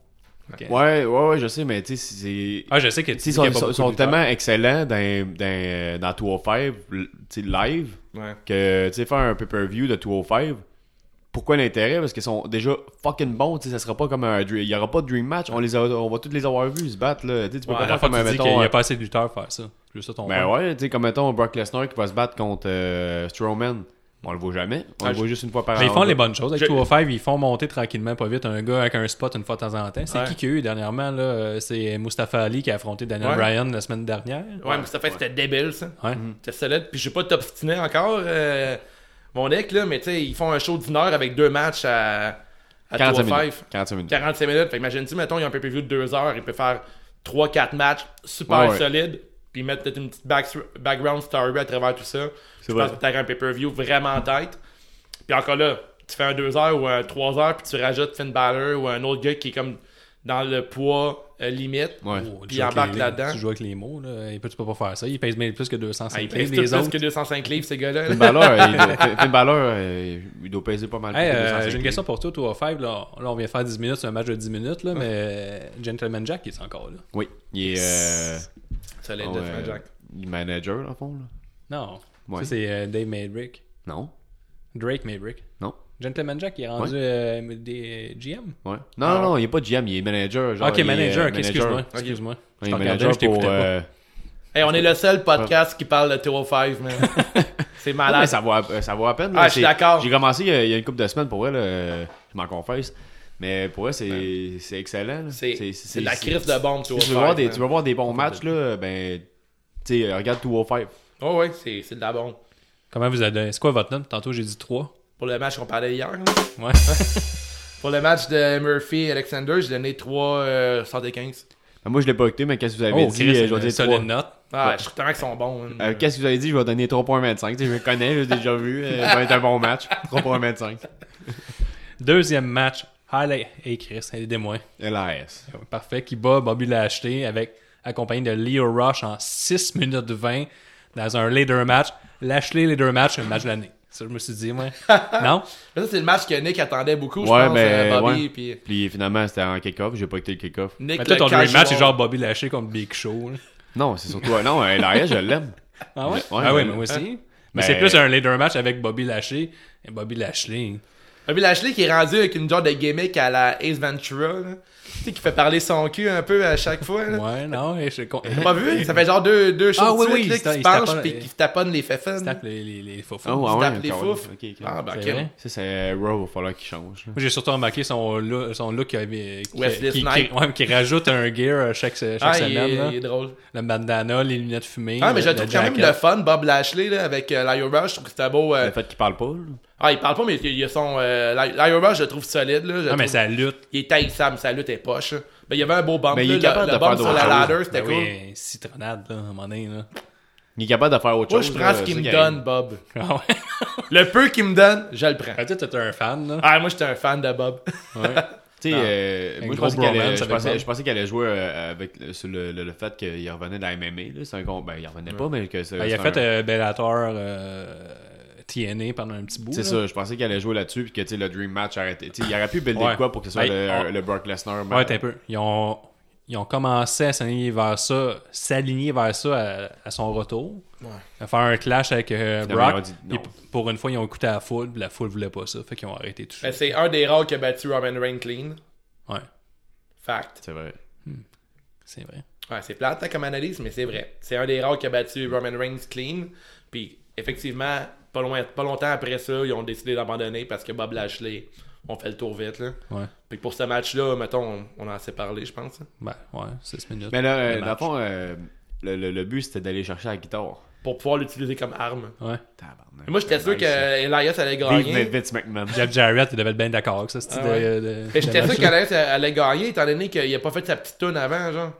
[SPEAKER 5] Ouais, ouais, ouais, je sais, mais tu sais, c'est.
[SPEAKER 6] Ah, je sais que tu
[SPEAKER 5] Tu sais, ils
[SPEAKER 6] qu'il y a
[SPEAKER 5] sont,
[SPEAKER 6] pas
[SPEAKER 5] sont-
[SPEAKER 6] beaucoup
[SPEAKER 5] sont
[SPEAKER 6] de
[SPEAKER 5] tellement excellents dans, dans, dans 205, l- tu sais, live,
[SPEAKER 4] euh, Ouais.
[SPEAKER 5] que, tu sais, faire un pay-per-view de 205, pourquoi l'intérêt? Parce qu'ils sont déjà fucking bons, tu sais, ça sera pas comme un... dream- Il y aura pas de dream match, on, les a- on va tous les avoir vus se battre, là. Tu sais, tu peux
[SPEAKER 6] lutteurs.
[SPEAKER 5] pas
[SPEAKER 6] À la
[SPEAKER 5] faire
[SPEAKER 6] fois,
[SPEAKER 5] comme,
[SPEAKER 6] tu dis
[SPEAKER 5] un,
[SPEAKER 6] qu'il
[SPEAKER 5] mettons...
[SPEAKER 6] n'y a
[SPEAKER 5] un-
[SPEAKER 6] pas assez de lutteurs pour faire ça. C'est juste ça ton
[SPEAKER 5] Ben
[SPEAKER 6] point.
[SPEAKER 5] ouais, tu sais, comme, mettons, Brock Lesnar qui va se battre contre euh, Strowman. On le voit jamais, on
[SPEAKER 4] Ah,
[SPEAKER 5] le voit
[SPEAKER 4] je-
[SPEAKER 5] juste une fois par an.
[SPEAKER 6] Mais ils font les bonnes choses. Avec
[SPEAKER 4] Je-
[SPEAKER 6] 205, ils font monter tranquillement, pas vite, un gars avec un spot une fois de temps en temps. C'est
[SPEAKER 4] Ouais.
[SPEAKER 6] qui qu'il y a eu dernièrement? là Euh, C'est Mustafa Ali qui a affronté Daniel
[SPEAKER 4] Ouais.
[SPEAKER 6] Bryan la semaine dernière.
[SPEAKER 4] Ouais, mais ça fait c'était débile, ça.
[SPEAKER 6] Ouais.
[SPEAKER 4] C'était solide. Puis je vais pas t'obstiner encore, euh, mon deck, là, mais tu sais, ils font un show d'une heure avec deux matchs à, à
[SPEAKER 5] 45
[SPEAKER 4] 205.
[SPEAKER 5] minutes. 45 minutes.
[SPEAKER 4] 45 minutes. Fait imagine-tu, mettons, il y a un pay-per-view de 2 heures, il peut faire 3-4 matchs super
[SPEAKER 5] Ouais, ouais.
[SPEAKER 4] solides, puis mettre peut-être une petite back- background story à travers tout ça. Je
[SPEAKER 5] vrai.
[SPEAKER 4] pense que t'aurais un pay-per-view vraiment en tête. Puis encore là, tu fais un 2 heures ou un 3 heures, puis tu rajoutes Finn Balor ou un autre gars qui est comme dans le poids euh, limite.
[SPEAKER 5] Ouais.
[SPEAKER 6] Oh, tu
[SPEAKER 4] Puis
[SPEAKER 6] joues
[SPEAKER 4] embarque
[SPEAKER 6] avec les-
[SPEAKER 4] là-dedans.
[SPEAKER 6] Tu joues avec les mots, là. Et puis, tu peux pas faire ça. Il pèse bien plus que 250
[SPEAKER 4] Ah, il pèse
[SPEAKER 6] livres,
[SPEAKER 4] tout
[SPEAKER 6] les
[SPEAKER 4] plus
[SPEAKER 6] autres.
[SPEAKER 4] que 205 livres, ces gars-là.
[SPEAKER 5] Finn Balor, euh, il doit- Finn- Finn Balor, euh, il doit peser pas mal.
[SPEAKER 6] Hey,
[SPEAKER 5] plus que
[SPEAKER 6] euh,
[SPEAKER 5] 205
[SPEAKER 6] j'ai une
[SPEAKER 5] livres.
[SPEAKER 6] question pour toi, toi, au Five. Là, là, on vient faire 10 minutes, c'est un match de 10 minutes, là, mais euh, Gentleman Jack, il est encore là.
[SPEAKER 5] Oui, il est... euh,
[SPEAKER 4] Solide,
[SPEAKER 5] bon, euh,
[SPEAKER 4] Deathmatch Jack.
[SPEAKER 5] il est manager, en fond, là.
[SPEAKER 6] Non.
[SPEAKER 5] Ouais.
[SPEAKER 6] Ça, c'est euh, Dave Maybrick.
[SPEAKER 5] Non.
[SPEAKER 6] Drake Maybrick.
[SPEAKER 5] Non.
[SPEAKER 6] Gentleman Jack, il est rendu
[SPEAKER 5] Ouais.
[SPEAKER 6] euh, des GM.
[SPEAKER 5] Ouais. Non, non, non, il n'est pas GM, il est manager. Genre,
[SPEAKER 6] Ah. ok,
[SPEAKER 5] il est,
[SPEAKER 6] manager,
[SPEAKER 5] euh,
[SPEAKER 6] ok, excuse-moi.
[SPEAKER 5] Ouais,
[SPEAKER 6] Excuse-moi.
[SPEAKER 5] il
[SPEAKER 6] Je
[SPEAKER 5] est
[SPEAKER 6] te regardais,
[SPEAKER 5] manager
[SPEAKER 6] je t'écoutais
[SPEAKER 5] pour.
[SPEAKER 6] pas.
[SPEAKER 5] euh,
[SPEAKER 4] Hey, on est le seul podcast qui parle de 205, man. C'est malade.
[SPEAKER 5] mais Ah, ça vaut, à- euh, ça vaut à peine.
[SPEAKER 4] Ah,
[SPEAKER 5] là,
[SPEAKER 4] je suis
[SPEAKER 5] c'est-
[SPEAKER 4] d'accord.
[SPEAKER 5] J'ai commencé il y, a, il y a une couple de semaines pour vrai, là, euh, je m'en confesse. Mais pour vrai, c'est c'est excellent. là.
[SPEAKER 4] C'est c'est de la
[SPEAKER 5] c'est-
[SPEAKER 4] crise de bombe,
[SPEAKER 5] Tu veux,
[SPEAKER 4] 205.
[SPEAKER 5] voir des, tu veux
[SPEAKER 4] man.
[SPEAKER 5] voir des bons matchs, là, ben. Tu sais, regarde 205.
[SPEAKER 4] Oh, ouais, c'est c'est de la bombe.
[SPEAKER 6] Comment vous avez. C'est quoi votre note Tantôt, j'ai dit 3.
[SPEAKER 4] Pour le match qu'on parlait hier. là.
[SPEAKER 6] Ouais.
[SPEAKER 4] Pour le match de Murphy et Alexander, j'ai donné 3 euh, 115.
[SPEAKER 5] Ben, Moi, je l'ai pas écouté, mais qu'est-ce que vous avez
[SPEAKER 6] Oh,
[SPEAKER 5] dit
[SPEAKER 6] Chris,
[SPEAKER 5] euh,
[SPEAKER 6] une
[SPEAKER 5] Je vais dire
[SPEAKER 6] solide
[SPEAKER 5] 3.
[SPEAKER 6] note.
[SPEAKER 4] Ah, je suis content qu'ils sont bons. hein. man.
[SPEAKER 5] Euh, Qu'est-ce que vous avez dit Je vais donner 3.25. Tu sais, Je le connais, j'ai déjà vu. euh, Ça va être un bon match. 3.25.
[SPEAKER 6] Deuxième match. Highlight. Hey, Chris, aidez-moi.
[SPEAKER 5] LAS.
[SPEAKER 6] Parfait. Qui bat Bobby Lashley avec accompagné de Leo Rush en 6 minutes 20 dans un leader match. Lashley leader match, un match de l'année. Ça, je me suis dit, ouais. non?
[SPEAKER 4] Ça, c'est le match que Nick attendait beaucoup, je
[SPEAKER 5] Ouais,
[SPEAKER 4] pense,
[SPEAKER 5] ben,
[SPEAKER 4] euh, Bobby.
[SPEAKER 5] ouais.
[SPEAKER 4] Puis
[SPEAKER 5] Puis finalement, c'était en kick-off. J'ai pas écouté le kick-off.
[SPEAKER 4] Nick,
[SPEAKER 6] Mais toi,
[SPEAKER 4] le
[SPEAKER 6] ton
[SPEAKER 4] casual.
[SPEAKER 6] dream match, c'est genre Bobby Lashley contre Big Show. là.
[SPEAKER 5] Non, c'est surtout. non, euh, LAS, je l'aime.
[SPEAKER 6] Ah ouais?
[SPEAKER 5] Ouais,
[SPEAKER 6] ah ouais,
[SPEAKER 5] ouais,
[SPEAKER 6] moi
[SPEAKER 5] ouais.
[SPEAKER 6] aussi. Mais
[SPEAKER 5] Ben-
[SPEAKER 6] c'est plus un leader match avec Bobby Lashley. Et Bobby Lashley.
[SPEAKER 4] Bobby Lashley qui est rendu avec une genre de gimmick à la Ace Ventura. là. Tu sais, qui fait parler son cul un peu à chaque fois. là.
[SPEAKER 6] Ouais, non, et je con-
[SPEAKER 4] T'as pas vu? Ça fait genre deux, deux choses
[SPEAKER 6] Ah, oui, oui, il
[SPEAKER 4] là,
[SPEAKER 6] se
[SPEAKER 4] qui
[SPEAKER 6] ta-
[SPEAKER 4] se
[SPEAKER 6] il se
[SPEAKER 4] penchent
[SPEAKER 6] taponne- euh,
[SPEAKER 4] puis qui se taponnent les feffins.
[SPEAKER 6] tape les, les, les faux fous.
[SPEAKER 5] Oh,
[SPEAKER 4] se
[SPEAKER 5] ah
[SPEAKER 4] tape
[SPEAKER 5] ouais,
[SPEAKER 4] les
[SPEAKER 5] encore une.
[SPEAKER 4] foufs.
[SPEAKER 5] Ok, ok.
[SPEAKER 4] Ah, ben,
[SPEAKER 6] C'est
[SPEAKER 4] ok.
[SPEAKER 6] vrai.
[SPEAKER 5] Ça, c'est euh, Raw, il va falloir qu'il change. là.
[SPEAKER 6] Moi, j'ai surtout remarqué son look, son look qui, avait- qui,
[SPEAKER 4] Wesley
[SPEAKER 6] qui-
[SPEAKER 4] Snipes.
[SPEAKER 6] qui- ouais, qui rajoute un gear euh, chaque, chaque
[SPEAKER 4] Ah, il
[SPEAKER 6] semaine. là.
[SPEAKER 4] est, il est drôle.
[SPEAKER 6] Le bandana, les lunettes fumées.
[SPEAKER 4] Ah, mais
[SPEAKER 6] le-
[SPEAKER 4] je le
[SPEAKER 6] le
[SPEAKER 4] trouve quand même
[SPEAKER 6] jacket.
[SPEAKER 4] le fun, Bob Lashley, là, avec euh, l'Io Rush. Je trouve que c'était beau. euh,
[SPEAKER 5] Le fait qu'il parle pas, là.
[SPEAKER 4] Ah, il parle pas, mais il il y a son. Euh, l'I- l'Io Rush, je le trouve solide. Là, Je
[SPEAKER 6] Ah, mais
[SPEAKER 4] trouve-
[SPEAKER 6] ça lutte.
[SPEAKER 4] Il est taillissable, sa lutte est poche. là. Mais il y avait un beau bump.
[SPEAKER 5] Mais il
[SPEAKER 4] là,
[SPEAKER 5] est
[SPEAKER 4] le-
[SPEAKER 5] capable
[SPEAKER 4] le,
[SPEAKER 5] de
[SPEAKER 4] bump
[SPEAKER 5] faire
[SPEAKER 4] sur la
[SPEAKER 5] d'autres
[SPEAKER 4] ladder,
[SPEAKER 5] choses. hein.
[SPEAKER 4] c'était
[SPEAKER 6] Ben
[SPEAKER 4] cool.
[SPEAKER 6] oui, citronade, là, à un moment donné, là.
[SPEAKER 5] Il est capable de faire autre
[SPEAKER 4] Moi, je
[SPEAKER 5] chose. euh,
[SPEAKER 4] prends
[SPEAKER 5] là,
[SPEAKER 4] ce qu'il
[SPEAKER 5] ça
[SPEAKER 4] me
[SPEAKER 5] qui
[SPEAKER 4] donne,
[SPEAKER 5] arrive.
[SPEAKER 4] Bob.
[SPEAKER 6] Ah ouais.
[SPEAKER 4] Le peu qu'il me donne, je le prends.
[SPEAKER 6] Ah, toi, t'es un fan, là.
[SPEAKER 4] Ah, moi, j'étais un fan de Bob.
[SPEAKER 5] Tu sais,
[SPEAKER 6] Non.
[SPEAKER 5] euh,
[SPEAKER 6] Un
[SPEAKER 5] moi, je
[SPEAKER 6] gros
[SPEAKER 5] pensais qu'elle
[SPEAKER 6] bromance
[SPEAKER 5] allait- je
[SPEAKER 6] avec Bob.
[SPEAKER 5] pensais- je pensais qu'elle allait jouer euh, avec le, sur le, le- le fait qu'il revenait de la MMA. Là. C'est un con. Ben, il revenait pas, mais que c'est.
[SPEAKER 6] Ben, il
[SPEAKER 5] c'est
[SPEAKER 6] a fait
[SPEAKER 5] un-
[SPEAKER 6] euh, Bellator euh, TNA pendant un petit bout.
[SPEAKER 5] C'est
[SPEAKER 6] là.
[SPEAKER 5] ça, je pensais qu'elle allait jouer là-dessus, puis que tu sais, le Dream Match arrêté. Tu sais, il aurait pu builder
[SPEAKER 6] Ouais.
[SPEAKER 5] quoi pour que ce soit
[SPEAKER 6] Ben,
[SPEAKER 5] le,
[SPEAKER 6] on-
[SPEAKER 5] le Brock Lesnar.
[SPEAKER 6] Ouais,
[SPEAKER 5] match.
[SPEAKER 6] t'es un peu. Ils ont, ils ont commencé à s'aligner vers ça, s'aligner vers ça à, à son retour. À faire un clash avec euh,
[SPEAKER 5] Finalement, ils ont
[SPEAKER 6] Brock.
[SPEAKER 5] dit
[SPEAKER 6] Puis
[SPEAKER 5] non.
[SPEAKER 6] p- pour une fois, ils ont écouté la foule, puis la foule voulait pas ça. Fait qu'ils ont arrêté tout ça.
[SPEAKER 4] Mais Ben, c'est un des rares qui a battu Roman Reigns clean.
[SPEAKER 6] Ouais,
[SPEAKER 4] Fact.
[SPEAKER 5] C'est vrai.
[SPEAKER 6] c'est vrai.
[SPEAKER 4] Ouais, c'est plate hein, comme analyse, mais c'est vrai. C'est un des rares qui a battu Roman Reigns clean. Puis, effectivement, pas, loin, pas longtemps après ça, ils ont décidé d'abandonner parce que Bob Lashley, on fait le tour vite. Là.
[SPEAKER 6] Ouais.
[SPEAKER 4] Puis pour ce match-là, mettons, on, on en s'est parlé, je pense. hein,
[SPEAKER 6] Ben, ouais, 6 minutes.
[SPEAKER 5] Mais là, euh,
[SPEAKER 6] Le
[SPEAKER 5] dans le
[SPEAKER 6] match.
[SPEAKER 5] fond, euh, le, le- le but, c'était d'aller chercher la guitare.
[SPEAKER 4] pour pouvoir l'utiliser comme arme.
[SPEAKER 6] Ouais.
[SPEAKER 5] Tabarnak.
[SPEAKER 4] Mais moi, j'étais sûr
[SPEAKER 5] nice,
[SPEAKER 4] que Elias allait
[SPEAKER 5] Vive
[SPEAKER 4] gagner.
[SPEAKER 5] Vin- Vince McMahon.
[SPEAKER 6] Jeff Jarrett, il devait être bien d'accord avec ça, euh, ce
[SPEAKER 4] Ah ouais. Mais j'étais sûr qu'Elias allait gagner, étant donné qu'il a pas fait sa petite toune avant, genre.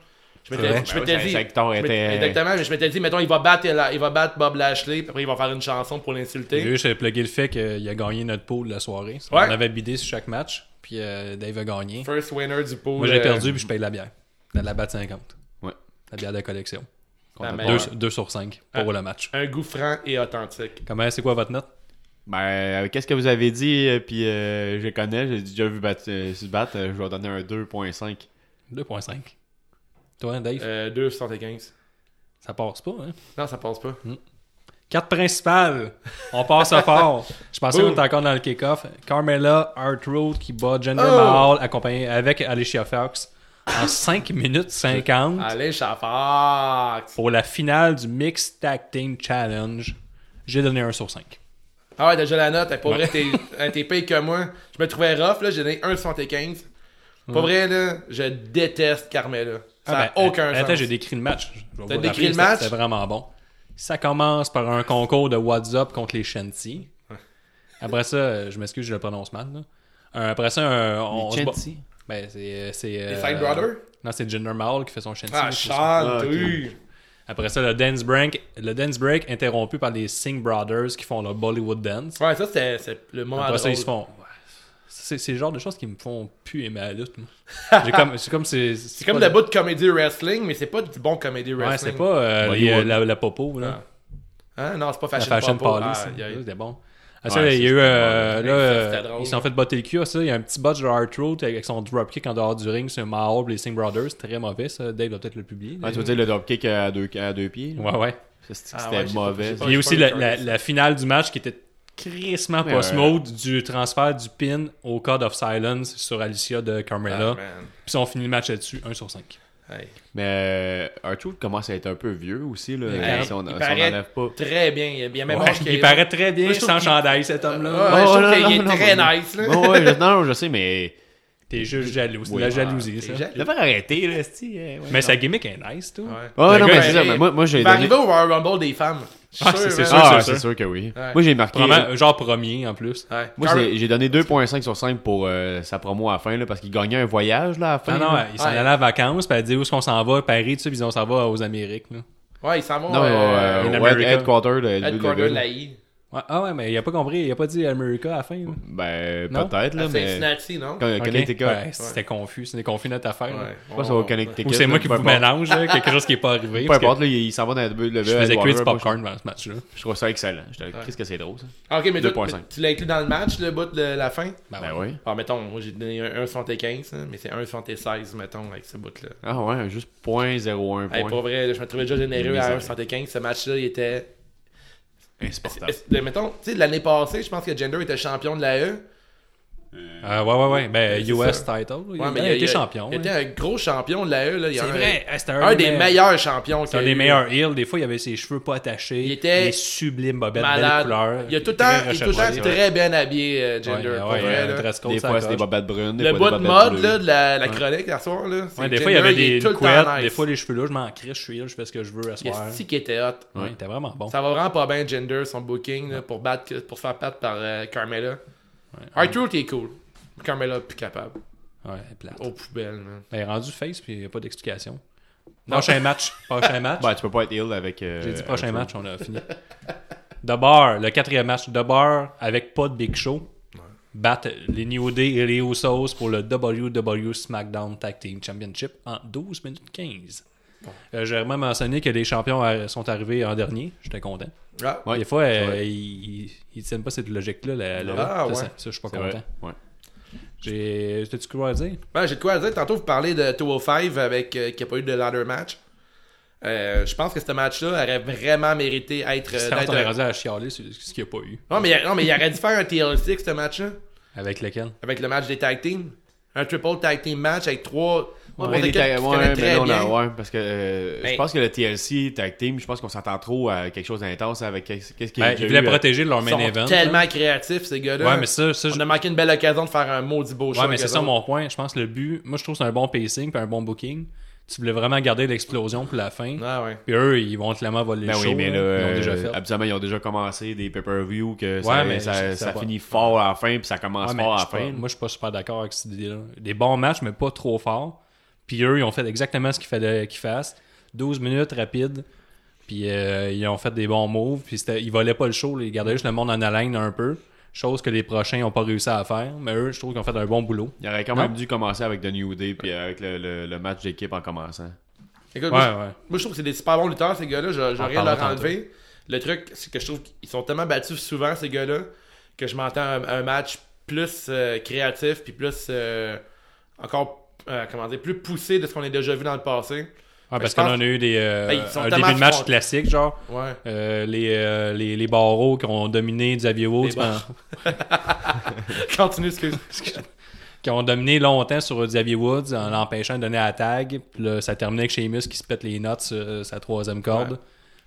[SPEAKER 4] Je m'étais
[SPEAKER 6] vrai.
[SPEAKER 4] je m'étais
[SPEAKER 5] Ben oui,
[SPEAKER 4] dit.
[SPEAKER 5] sa- sa guitare
[SPEAKER 4] je m'étais-
[SPEAKER 5] était-
[SPEAKER 4] Exactement, mais je m'étais dit, mettons, il va battre, Eli- il va battre Bob Lashley, puis après, il va faire une chanson pour l'insulter.
[SPEAKER 6] J'ai juste plugué le fait qu'il a gagné notre pool la soirée. On
[SPEAKER 4] Ouais.
[SPEAKER 6] avait bidé sur chaque match, puis euh, Dave a gagné.
[SPEAKER 4] First winner du pool.
[SPEAKER 6] Moi, j'ai
[SPEAKER 4] euh,
[SPEAKER 6] perdu, puis je paye la bière. La, la batte 50.
[SPEAKER 5] Ouais.
[SPEAKER 6] La bière de collection.
[SPEAKER 4] la
[SPEAKER 5] Contre-
[SPEAKER 4] meilleure.
[SPEAKER 6] 2 sur 5
[SPEAKER 4] Ah.
[SPEAKER 6] pour le match.
[SPEAKER 4] Un goût franc et authentique.
[SPEAKER 6] Comment, c'est quoi votre note?
[SPEAKER 5] Ben, euh, qu'est-ce que vous avez dit, euh, puis euh, je connais, j'ai déjà vu battre, euh, se battre, euh, je vais donner un 2.5.
[SPEAKER 6] 2.5. Toi, Dave,
[SPEAKER 4] Euh, 2,75.
[SPEAKER 6] ça passe pas, hein?
[SPEAKER 4] Non, ça passe pas.
[SPEAKER 6] Carte principale. On passe à fort. Je pensais qu'on
[SPEAKER 4] Boom.
[SPEAKER 6] était encore dans le kick-off. Carmella Hart-Road qui bat Jinder
[SPEAKER 4] Oh.
[SPEAKER 6] Mahal accompagnée avec Alicia Fox en 5 minutes 50
[SPEAKER 4] Allez, Chafax!
[SPEAKER 6] pour la finale du Mixed Tag Team Challenge. J'ai donné 1 sur 5.
[SPEAKER 4] Ah ouais, déjà la note, hein, pour vrai, t'es hein, t'es pire que moi. Je me trouvais rough, là, j'ai donné 1,75. Pour vrai, là, je déteste Carmela. Ça
[SPEAKER 6] Hmm. Ah,
[SPEAKER 4] n'a
[SPEAKER 6] ben,
[SPEAKER 4] aucun
[SPEAKER 6] att-
[SPEAKER 4] sens.
[SPEAKER 6] Attends, j'ai décrit le match. Je vais
[SPEAKER 4] T'as
[SPEAKER 6] vous
[SPEAKER 4] décrit
[SPEAKER 6] rappeler,
[SPEAKER 4] le
[SPEAKER 6] c'était-
[SPEAKER 4] match?
[SPEAKER 6] C'était vraiment bon. Ça commence par un concours de What's Up contre les Shanty. Après ça, euh, je m'excuse, je le prononce mal. là. Euh, Après ça, un- on se bat-
[SPEAKER 5] Shanty?
[SPEAKER 6] Ben, c'est. c'est
[SPEAKER 4] Les
[SPEAKER 6] euh,
[SPEAKER 4] Fight Brothers?
[SPEAKER 6] Non, c'est Jinder Mahal qui fait son Shanty.
[SPEAKER 4] Ah,
[SPEAKER 6] je sais
[SPEAKER 4] chante,
[SPEAKER 5] ok.
[SPEAKER 4] oui.
[SPEAKER 6] pas. Après ça, le dance break, le dance break interrompu par les Singh Brothers qui font le Bollywood dance.
[SPEAKER 4] Ouais, ça, c'était c'est le moment
[SPEAKER 6] Après ça,
[SPEAKER 4] drôle.
[SPEAKER 6] ils se font. C'est c'est le genre de choses qui me font puer ma lutte. moi. J'ai comme- C'est comme. C'est
[SPEAKER 4] C'est comme le bout de comédie wrestling, mais c'est pas du bon comédie
[SPEAKER 6] Ouais,
[SPEAKER 4] wrestling.
[SPEAKER 6] c'est pas euh,
[SPEAKER 5] Bollywood.
[SPEAKER 6] les, euh, la, la popo, là.
[SPEAKER 4] Hein? Non, c'est pas
[SPEAKER 6] la
[SPEAKER 4] fashion,
[SPEAKER 6] fashion
[SPEAKER 4] Papa.
[SPEAKER 6] police.
[SPEAKER 4] Ah,
[SPEAKER 6] là,
[SPEAKER 4] aïe, aïe.
[SPEAKER 6] C'était bon. Ah, ça,
[SPEAKER 5] Ouais,
[SPEAKER 6] il y a eu.
[SPEAKER 5] ça,
[SPEAKER 6] euh,
[SPEAKER 4] c'était
[SPEAKER 6] là,
[SPEAKER 4] drôle. C'était
[SPEAKER 6] euh,
[SPEAKER 4] drôle.
[SPEAKER 6] ils se sont fait botter le cul. ah, Ça, il y a un petit botch de Hard Road avec son dropkick en dehors du ring sur Mahal et les Singh Brothers. C'est Très mauvais, ça. Dave va peut-être le publier.
[SPEAKER 5] Ah, tu veux dire le dropkick à deux, à deux pieds? là?
[SPEAKER 6] Ouais, ouais.
[SPEAKER 5] Ça,
[SPEAKER 4] Ah
[SPEAKER 5] C'était
[SPEAKER 4] ouais, j'ai pas- j'ai
[SPEAKER 5] mauvais.
[SPEAKER 4] pas-
[SPEAKER 6] Il y a
[SPEAKER 4] je
[SPEAKER 6] aussi
[SPEAKER 4] pense
[SPEAKER 6] la,
[SPEAKER 4] que
[SPEAKER 6] la-
[SPEAKER 4] c'est-
[SPEAKER 6] la finale du match qui était crissement
[SPEAKER 5] Ouais,
[SPEAKER 6] post-mode du transfert du pin au Code of Silence sur Alicia de Carmella.
[SPEAKER 4] Ah, man.
[SPEAKER 6] Puis on finit le match là-dessus, 1 sur 5.
[SPEAKER 4] Aïe.
[SPEAKER 5] Mais R-Truth commence à être un peu vieux aussi, là. Euh,
[SPEAKER 4] Ouais,
[SPEAKER 5] si on
[SPEAKER 4] il
[SPEAKER 5] si on
[SPEAKER 4] paraît
[SPEAKER 5] enlève pas.
[SPEAKER 4] Très bien. Il y a bien même âge
[SPEAKER 6] il
[SPEAKER 4] qu'il-
[SPEAKER 6] paraît très
[SPEAKER 4] Moi,
[SPEAKER 6] bien
[SPEAKER 4] je trouve
[SPEAKER 6] sans
[SPEAKER 4] qu'il-
[SPEAKER 6] chandail, cet
[SPEAKER 4] Ouais,
[SPEAKER 6] homme-là.
[SPEAKER 4] ouais, je trouve
[SPEAKER 5] Oh, non,
[SPEAKER 4] qu'il est
[SPEAKER 5] non, non,
[SPEAKER 4] très
[SPEAKER 5] non.
[SPEAKER 4] nice, là.
[SPEAKER 5] Ouais, ouais, je- non, non, je sais, mais.
[SPEAKER 6] T'es juste jaloux. C'est de
[SPEAKER 5] Oui, Ah,
[SPEAKER 6] la
[SPEAKER 5] ouais,
[SPEAKER 6] jalousie,
[SPEAKER 4] C'est
[SPEAKER 6] ça.
[SPEAKER 5] Il devrait arrêter, là, c'ti, euh, ouais.
[SPEAKER 6] Mais sa gimmick est nice, tout.
[SPEAKER 4] Ouais.
[SPEAKER 5] Ouais,
[SPEAKER 6] Le
[SPEAKER 5] non,
[SPEAKER 6] gars,
[SPEAKER 5] mais
[SPEAKER 6] il
[SPEAKER 5] c'est
[SPEAKER 4] va
[SPEAKER 5] ça. mais Moi, moi, j'ai
[SPEAKER 4] Il va
[SPEAKER 5] donné.
[SPEAKER 4] arriver au Royal Rumble des femmes. Je suis
[SPEAKER 6] Ah, c'est- c'est
[SPEAKER 4] man.
[SPEAKER 6] sûr,
[SPEAKER 5] Ah,
[SPEAKER 6] c'est
[SPEAKER 5] c'est sûr que oui.
[SPEAKER 4] Ouais.
[SPEAKER 5] Moi, j'ai marqué.
[SPEAKER 6] Vraiment, euh, genre premier en plus.
[SPEAKER 4] Ouais.
[SPEAKER 5] Moi,
[SPEAKER 4] Carl-
[SPEAKER 5] j'ai- j'ai donné 2.5 sur 5 pour euh, sa promo à la fin, là, parce qu'il gagnait un voyage, là, à la fin.
[SPEAKER 6] Ah non,
[SPEAKER 5] là.
[SPEAKER 6] il s'en
[SPEAKER 4] Ouais.
[SPEAKER 6] allait en vacances, puis elle dit où est-ce qu'on s'en va, Paris, tout ça, puis ils disent, on s'en va aux Amériques. Là.
[SPEAKER 4] Ouais, il s'en va.
[SPEAKER 5] Non,
[SPEAKER 4] euh,
[SPEAKER 5] euh,
[SPEAKER 6] in
[SPEAKER 5] ouais,
[SPEAKER 6] America.
[SPEAKER 5] headquarter de
[SPEAKER 4] Headquarter
[SPEAKER 5] WWE.
[SPEAKER 4] de la I.
[SPEAKER 6] Ouais, ah ouais, mais il a pas compris, il a pas dit America à la fin. là.
[SPEAKER 5] Ben,
[SPEAKER 6] Non?
[SPEAKER 5] peut-être, là,
[SPEAKER 4] Ah, C'est
[SPEAKER 5] mais.
[SPEAKER 4] Cincinnati, non?
[SPEAKER 5] Con-
[SPEAKER 6] Ok?
[SPEAKER 5] Connecticut.
[SPEAKER 6] Ouais, C'était confus, c'était confus notre affaire. là.
[SPEAKER 5] Je pense au
[SPEAKER 4] Oh.
[SPEAKER 5] Connecticut.
[SPEAKER 6] Ou c'est
[SPEAKER 5] là,
[SPEAKER 6] moi qui
[SPEAKER 5] peu
[SPEAKER 6] vous
[SPEAKER 5] importe.
[SPEAKER 6] mélange, là, quelque chose qui est pas arrivé.
[SPEAKER 5] Peu
[SPEAKER 6] parce que
[SPEAKER 5] importe, là, il il s'en va dans la
[SPEAKER 6] je
[SPEAKER 5] WWE.
[SPEAKER 6] faisais cuire du
[SPEAKER 5] Headquarter, moi,
[SPEAKER 6] popcorn dans ce match-là.
[SPEAKER 5] Je trouve ça excellent. J'étais- Qu'est-ce que c'est drôle, ça?
[SPEAKER 4] Ah, Ok, mais toi,
[SPEAKER 5] 2.5.
[SPEAKER 4] tu l'as inclus dans le match, le bout de la fin?
[SPEAKER 6] Ben
[SPEAKER 5] Ben
[SPEAKER 6] ouais.
[SPEAKER 5] oui.
[SPEAKER 4] Ah, mettons, moi j'ai donné un 1,75, hein, mais c'est 1,76, mettons, avec ce bout-là.
[SPEAKER 5] Ah ouais, juste 0.01
[SPEAKER 4] Hey, pour
[SPEAKER 5] point.
[SPEAKER 4] vrai, je me trouvais déjà généreux à
[SPEAKER 5] Misère.
[SPEAKER 4] 1,75. Ce match-là, il était
[SPEAKER 5] Insupportable.
[SPEAKER 4] Est-ce- le- mettons, tu sais, l'année passée, je pense que Gender était champion de la E.
[SPEAKER 6] Ah ouais, ouais, ouais. Ben,
[SPEAKER 4] C'est
[SPEAKER 6] US
[SPEAKER 4] ça.
[SPEAKER 6] title. là.
[SPEAKER 4] Ouais,
[SPEAKER 6] il,
[SPEAKER 4] mais
[SPEAKER 6] a été champion.
[SPEAKER 4] Il
[SPEAKER 6] ouais.
[SPEAKER 4] était un gros champion de la E. là. Il y a
[SPEAKER 6] C'est
[SPEAKER 4] un-
[SPEAKER 6] vrai. ah, C'était
[SPEAKER 4] Un, des meilleurs champions.
[SPEAKER 6] C'était un
[SPEAKER 4] qu'il y
[SPEAKER 6] des
[SPEAKER 4] a eu.
[SPEAKER 6] meilleurs heels. Des fois, il avait ses cheveux pas attachés.
[SPEAKER 4] Il était
[SPEAKER 6] des sublimes bobettes, belles
[SPEAKER 4] Malade.
[SPEAKER 6] couleurs.
[SPEAKER 4] il est tout le temps, il est tout le temps
[SPEAKER 6] recherché.
[SPEAKER 4] très bien habillé, euh, Gender.
[SPEAKER 6] Ouais,
[SPEAKER 4] pour
[SPEAKER 6] ouais,
[SPEAKER 4] vrai,
[SPEAKER 6] un
[SPEAKER 4] là.
[SPEAKER 6] dress code
[SPEAKER 5] Des
[SPEAKER 6] sur
[SPEAKER 5] fois,
[SPEAKER 6] la
[SPEAKER 5] c'est des
[SPEAKER 6] coche.
[SPEAKER 5] bobettes brunes. des
[SPEAKER 4] Le
[SPEAKER 5] fois,
[SPEAKER 4] bout de
[SPEAKER 5] des
[SPEAKER 4] mode
[SPEAKER 5] bobettes
[SPEAKER 4] là,
[SPEAKER 5] bleues.
[SPEAKER 4] de la, la chronique hier soir, là, c'est
[SPEAKER 6] Ouais, des
[SPEAKER 4] Gender,
[SPEAKER 6] fois, il y avait
[SPEAKER 4] est
[SPEAKER 6] des
[SPEAKER 4] tout le temps
[SPEAKER 6] couettes.
[SPEAKER 4] nice.
[SPEAKER 6] Des fois, les cheveux là, je m'en crisse, je suis là, je fais ce que je veux à ce
[SPEAKER 4] Il y a
[SPEAKER 6] soir.
[SPEAKER 4] Sti qui était hot.
[SPEAKER 6] Ouais, il était vraiment bon.
[SPEAKER 4] Ça va vraiment pas bien, Gender, son booking, là, pour, battre, pour se faire battre par euh, Carmella. R-Truth est cool. Carmella, plus capable.
[SPEAKER 6] Ouais, plate.
[SPEAKER 4] Aux poubelles, man.
[SPEAKER 6] Ben, il est rendu face, puis il n'y a pas d'explication. Prochain match. Prochain match.
[SPEAKER 5] Ben, tu peux pas être ill avec. euh,
[SPEAKER 6] J'ai dit prochain
[SPEAKER 5] un
[SPEAKER 6] match, on a fini. The Bar, le quatrième match. The Bar avec pas de Big Show. Battent les New Day et les Usos pour le WW SmackDown Tag Team Championship en 12 minutes 15. Euh, J'ai vraiment mentionné que les champions euh, sont arrivés en dernier. J'étais content.
[SPEAKER 4] Ah,
[SPEAKER 5] Ouais,
[SPEAKER 6] Des fois, euh, ils, ils- ils tiennent pas cette logique-là. la- la-
[SPEAKER 4] Ah,
[SPEAKER 6] ça,
[SPEAKER 4] ouais.
[SPEAKER 6] ça, ça, je suis pas
[SPEAKER 5] C'est vrai,
[SPEAKER 6] content.
[SPEAKER 5] ouais.
[SPEAKER 6] J'ai. T'as-tu quoi à dire?
[SPEAKER 4] Ouais, j'ai de quoi dire. Tantôt, vous parlez de 205 avec euh, qu'il n'y a pas eu de ladder match. Euh, je pense que ce match-là aurait vraiment mérité être. euh,
[SPEAKER 6] C'est
[SPEAKER 4] d'être
[SPEAKER 6] quand on est
[SPEAKER 4] un-
[SPEAKER 6] rendu à chialer sur ce qu'il n'y a pas eu.
[SPEAKER 4] non, mais, il- non, mais il aurait dû faire un TLC, ce match-là,
[SPEAKER 6] Avec lequel?
[SPEAKER 4] avec le match des tag teams. Un triple tag team match avec trois. trois
[SPEAKER 5] Ouais, mais
[SPEAKER 4] équipes qui
[SPEAKER 5] les
[SPEAKER 4] se
[SPEAKER 5] tag-
[SPEAKER 4] connaissent
[SPEAKER 5] ouais, mais
[SPEAKER 4] très
[SPEAKER 5] là, on
[SPEAKER 4] bien.
[SPEAKER 5] a- ouais, parce que euh,
[SPEAKER 4] Ben-
[SPEAKER 5] je pense que le TLC tag team, je pense qu'on s'attend trop à quelque chose d'intense avec qu'est-ce qu'est-ce qu'il y a
[SPEAKER 6] Ben,
[SPEAKER 5] déjà
[SPEAKER 6] ils voulaient
[SPEAKER 5] eu, euh,
[SPEAKER 6] protéger leur
[SPEAKER 4] Ils
[SPEAKER 6] main
[SPEAKER 4] sont
[SPEAKER 6] event.
[SPEAKER 4] tellement
[SPEAKER 6] là.
[SPEAKER 4] créatifs, ces gars-là.
[SPEAKER 6] Ouais, mais ça, ça, je-
[SPEAKER 4] On a manqué une belle occasion de faire un maudit beau show.
[SPEAKER 6] Ouais, mais
[SPEAKER 4] avec
[SPEAKER 6] c'est
[SPEAKER 4] eux
[SPEAKER 6] ça
[SPEAKER 4] autres.
[SPEAKER 6] mon point. Je pense que le but, moi je trouve que c'est un bon pacing puis un bon booking. tu voulais vraiment garder l'explosion pour la fin.
[SPEAKER 4] Ah ouais.
[SPEAKER 6] Puis eux, ils vont clairement voler
[SPEAKER 5] Ben
[SPEAKER 6] le show.
[SPEAKER 5] oui, mais là,
[SPEAKER 6] là. ils l'ont
[SPEAKER 5] euh,
[SPEAKER 6] déjà fait.
[SPEAKER 5] absolument, ils ont déjà commencé des pay-per-view que
[SPEAKER 6] Ouais,
[SPEAKER 5] ça,
[SPEAKER 6] mais
[SPEAKER 5] ça,
[SPEAKER 6] je-
[SPEAKER 5] ça
[SPEAKER 6] ça va.
[SPEAKER 5] finit fort à la fin, puis ça commence
[SPEAKER 6] Ouais, mais
[SPEAKER 5] fort à
[SPEAKER 6] je
[SPEAKER 5] Ah, la
[SPEAKER 6] suis pas-
[SPEAKER 5] fin.
[SPEAKER 6] moi, je suis pas super d'accord avec cette idée-là. Des bons matchs, mais pas trop forts. Puis eux, ils ont fait exactement ce qu'il fallait qu'ils fassent. 12 minutes rapides. Puis euh, ils ont fait des bons moves. Puis c'était- ils volaient pas le show. là. Ils gardaient juste le monde en haleine un peu. Chose que les prochains n'ont pas réussi à faire. Mais eux, je trouve qu'ils ont fait un bon boulot.
[SPEAKER 5] Il aurait quand
[SPEAKER 6] Non.
[SPEAKER 5] même dû commencer avec The New Day, puis avec le, le- le match d'équipe en commençant.
[SPEAKER 4] Écoute,
[SPEAKER 6] Ouais,
[SPEAKER 4] moi, je-
[SPEAKER 6] ouais. Ah,
[SPEAKER 4] moi, je trouve que c'est des super bons lutteurs, ces gars-là. Je- J'aurais à
[SPEAKER 6] parlera
[SPEAKER 4] leur enlever. Le truc, c'est que je trouve qu'ils sont tellement battus souvent, ces gars-là, que je m'entends un, un match plus euh, créatif, puis plus. euh, encore. euh, comment dire Plus poussé de ce qu'on a déjà vu dans le passé.
[SPEAKER 6] Ouais, parce
[SPEAKER 4] Ben, je pense-
[SPEAKER 6] qu'on a eu des, euh,
[SPEAKER 4] Ben, ils sont
[SPEAKER 6] un
[SPEAKER 4] tellement
[SPEAKER 6] début de match
[SPEAKER 4] affrontés.
[SPEAKER 6] classique, genre.
[SPEAKER 4] Ouais.
[SPEAKER 6] euh, les, euh, les, les barreaux qui ont dominé Xavier Woods,
[SPEAKER 4] Les
[SPEAKER 6] pendant-
[SPEAKER 4] Continue, excuse.
[SPEAKER 6] qui ont dominé longtemps sur Xavier Woods en l'empêchant de donner à la tag. Puis là, ça terminait avec Sheamus qui se pète les notes sur euh, sa troisième corde.
[SPEAKER 4] Ouais.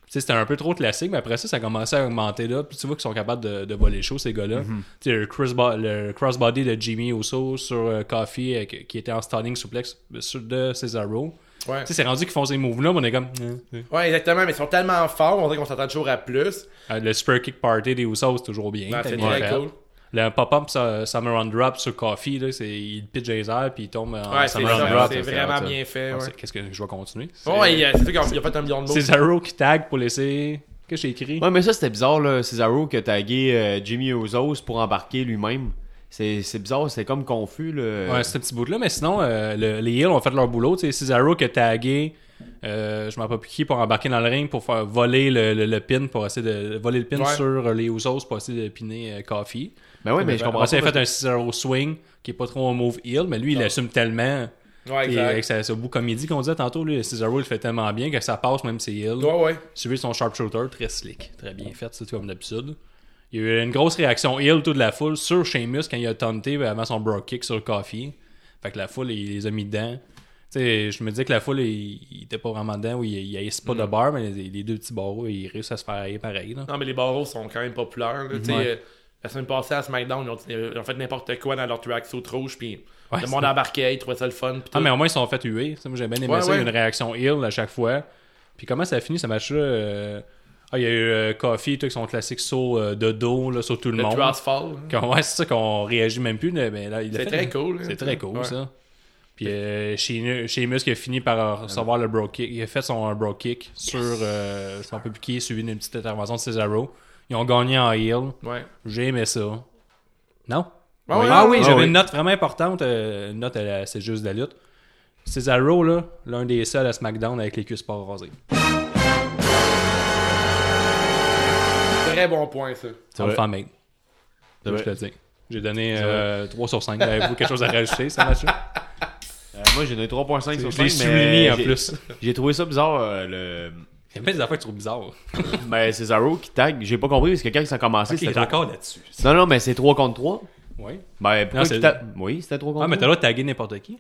[SPEAKER 6] Tu sais, C'était un peu trop classique, mais après ça, ça a commencé à augmenter. Là. Puis tu vois qu'ils sont capables de, de voler chaud, ces gars-là. Tu sais, le, crossbo- le crossbody de Jimmy Uso sur euh, Coffee, euh, qui qui était en standing suplex sur- de Cesaro.
[SPEAKER 4] Ouais.
[SPEAKER 6] Tu sais, C'est rendu qu'ils font ces moves-là, mais on est comme. euh,
[SPEAKER 4] Ouais, exactement, mais ils sont tellement forts, on dirait qu'on s'attend toujours à plus.
[SPEAKER 6] euh, le Super Kick Party des Usos, c'est toujours bien.
[SPEAKER 4] Ouais,
[SPEAKER 6] t'as
[SPEAKER 4] Ben, c'est
[SPEAKER 6] bien
[SPEAKER 4] très
[SPEAKER 6] fait.
[SPEAKER 4] cool.
[SPEAKER 6] Le pop-up ça- Summer on Drop sur Coffee, là, c'est- il pitch les airs puis il tombe en
[SPEAKER 4] Ouais, c'est
[SPEAKER 6] Summer on
[SPEAKER 4] Ah, ça,
[SPEAKER 6] Drop.
[SPEAKER 4] c'est
[SPEAKER 5] ça,
[SPEAKER 4] vraiment
[SPEAKER 5] ça.
[SPEAKER 4] bien fait.
[SPEAKER 6] Ah,
[SPEAKER 4] Ouais,
[SPEAKER 6] c'est- Qu'est-ce que je vais continuer?
[SPEAKER 4] Ouais, euh, c'est sûr qu'il a- il a fait un million de mots.
[SPEAKER 6] C'est Zaro qui tag pour laisser. Qu'est-ce que j'ai écrit?
[SPEAKER 5] Ouais, mais ça, c'était bizarre, là, Cesaro que tagué euh, Jimmy Ozos pour embarquer lui-même. C'est c'est bizarre, c'est comme confus, là.
[SPEAKER 6] Ouais, ce petit bout-là, mais sinon, euh, le- les Hills ont fait leur boulot. Tu sais, Cesaro qui a tagué, euh, je m'en rappelle plus qui, pour embarquer dans le ring, pour faire voler le, le- le pin, pour essayer de voler le pin
[SPEAKER 4] Ouais.
[SPEAKER 6] sur euh, les Usos pour essayer de piner euh, Coffee.
[SPEAKER 5] Ben ouais, mais je comprends
[SPEAKER 6] Après, ça,
[SPEAKER 5] pas.
[SPEAKER 6] il a fait un Cesaro swing qui est pas trop un move heel, mais lui, il assume tellement.
[SPEAKER 4] Ouais,
[SPEAKER 6] Et
[SPEAKER 4] exact.
[SPEAKER 6] avec sa- ce bout comédie qu'on disait tantôt, lui, Cesaro, il fait tellement bien que ça passe même ses heels.
[SPEAKER 4] Ouais, ouais.
[SPEAKER 6] Suivi de son sharpshooter, très slick, très bien fait, c'est comme d'habitude. Il y a eu une grosse réaction heel autour de la foule sur Sheamus quand il a taunté avant son bro kick sur Coffee. Fait que la foule, il les a mis dedans. Tu sais, je me disais que la foule, il, il était pas vraiment dedans, ou il, il haïssait pas de
[SPEAKER 4] Mm.
[SPEAKER 6] bar, mais les, les deux petits barreaux, ils réussissent à se faire haïr pareil. Là.
[SPEAKER 4] Non, mais les barreaux sont quand même populaires. là. Tu sais,
[SPEAKER 6] Ouais.
[SPEAKER 4] euh, la semaine passée à SmackDown, ils ont, euh, ils ont fait n'importe quoi dans leur tracksuit rouge, puis
[SPEAKER 6] Ouais,
[SPEAKER 4] le monde
[SPEAKER 6] c'est-
[SPEAKER 4] embarquait, ils trouvaient ça le fun. puis
[SPEAKER 6] Ah,
[SPEAKER 4] tout.
[SPEAKER 6] mais au moins, ils se sont fait huer. Ça, moi, j'ai bien aimé
[SPEAKER 4] Ouais,
[SPEAKER 6] ça.
[SPEAKER 4] ouais.
[SPEAKER 6] Il y a une réaction heal à chaque fois. Puis comment ça a fini, ce match-là euh, Ah, il y a eu euh, Coffee, tout, son classique saut euh, de dos là, sur tout le,
[SPEAKER 4] le
[SPEAKER 6] monde.
[SPEAKER 4] Trust Fall. hein.
[SPEAKER 6] Quand- ouais, c'est ça qu'on réagit même plus. là, Mais là, il l'a
[SPEAKER 4] C'est
[SPEAKER 6] fait, là.
[SPEAKER 4] très cool, hein,
[SPEAKER 6] C'est
[SPEAKER 4] tu
[SPEAKER 6] très
[SPEAKER 4] sais.
[SPEAKER 6] cool,
[SPEAKER 4] Ouais.
[SPEAKER 6] ça. Puis euh, Sheamus Sheamus qui a fini par recevoir le bro kick. Il a fait son bro kick sur, euh, je ne plus qui, suivi d'une petite intervention de Cesaro. Ils ont gagné en heal.
[SPEAKER 4] Ouais.
[SPEAKER 6] J'ai aimé ça. Non?
[SPEAKER 4] Ah oui,
[SPEAKER 6] Ah
[SPEAKER 4] ah
[SPEAKER 6] oui,
[SPEAKER 4] oui.
[SPEAKER 6] j'avais
[SPEAKER 5] Ah oui.
[SPEAKER 6] une note vraiment importante. euh, une note, à la- c'est juste de la lutte. Cesaro, là, l'un des seuls à SmackDown avec les cuisses pas rasées.
[SPEAKER 4] Très bon point, ça.
[SPEAKER 5] C'est
[SPEAKER 6] Ça me
[SPEAKER 5] vrai.
[SPEAKER 6] fait mal. Je
[SPEAKER 5] vrai.
[SPEAKER 6] te le dis. J'ai donné euh, 3 sur 5. Avez-vous quelque chose à rajouter, ça, match
[SPEAKER 5] Euh, moi, j'ai donné 3.5 sur
[SPEAKER 6] Je
[SPEAKER 5] 5,
[SPEAKER 6] l'ai
[SPEAKER 5] mais...
[SPEAKER 6] souligné en
[SPEAKER 5] j'ai-
[SPEAKER 6] plus.
[SPEAKER 5] J'ai trouvé ça bizarre, euh, le...
[SPEAKER 6] Il y a plein des affaires qui sont bizarres.
[SPEAKER 5] Ben, Cesaro qui tag, j'ai pas compris, parce que quand ils ont commencé,
[SPEAKER 6] Il
[SPEAKER 5] c'était...
[SPEAKER 6] est
[SPEAKER 5] trois-
[SPEAKER 6] encore là-dessus.
[SPEAKER 5] Non, non, mais c'est 3 contre 3.
[SPEAKER 6] Oui.
[SPEAKER 5] Ben, pourquoi
[SPEAKER 6] Non,
[SPEAKER 5] qu'il
[SPEAKER 6] c'est-
[SPEAKER 5] tag- Oui, c'était 3 contre 3.
[SPEAKER 6] Ah, mais t'as le droit de taguer n'importe qui.
[SPEAKER 4] Ouais.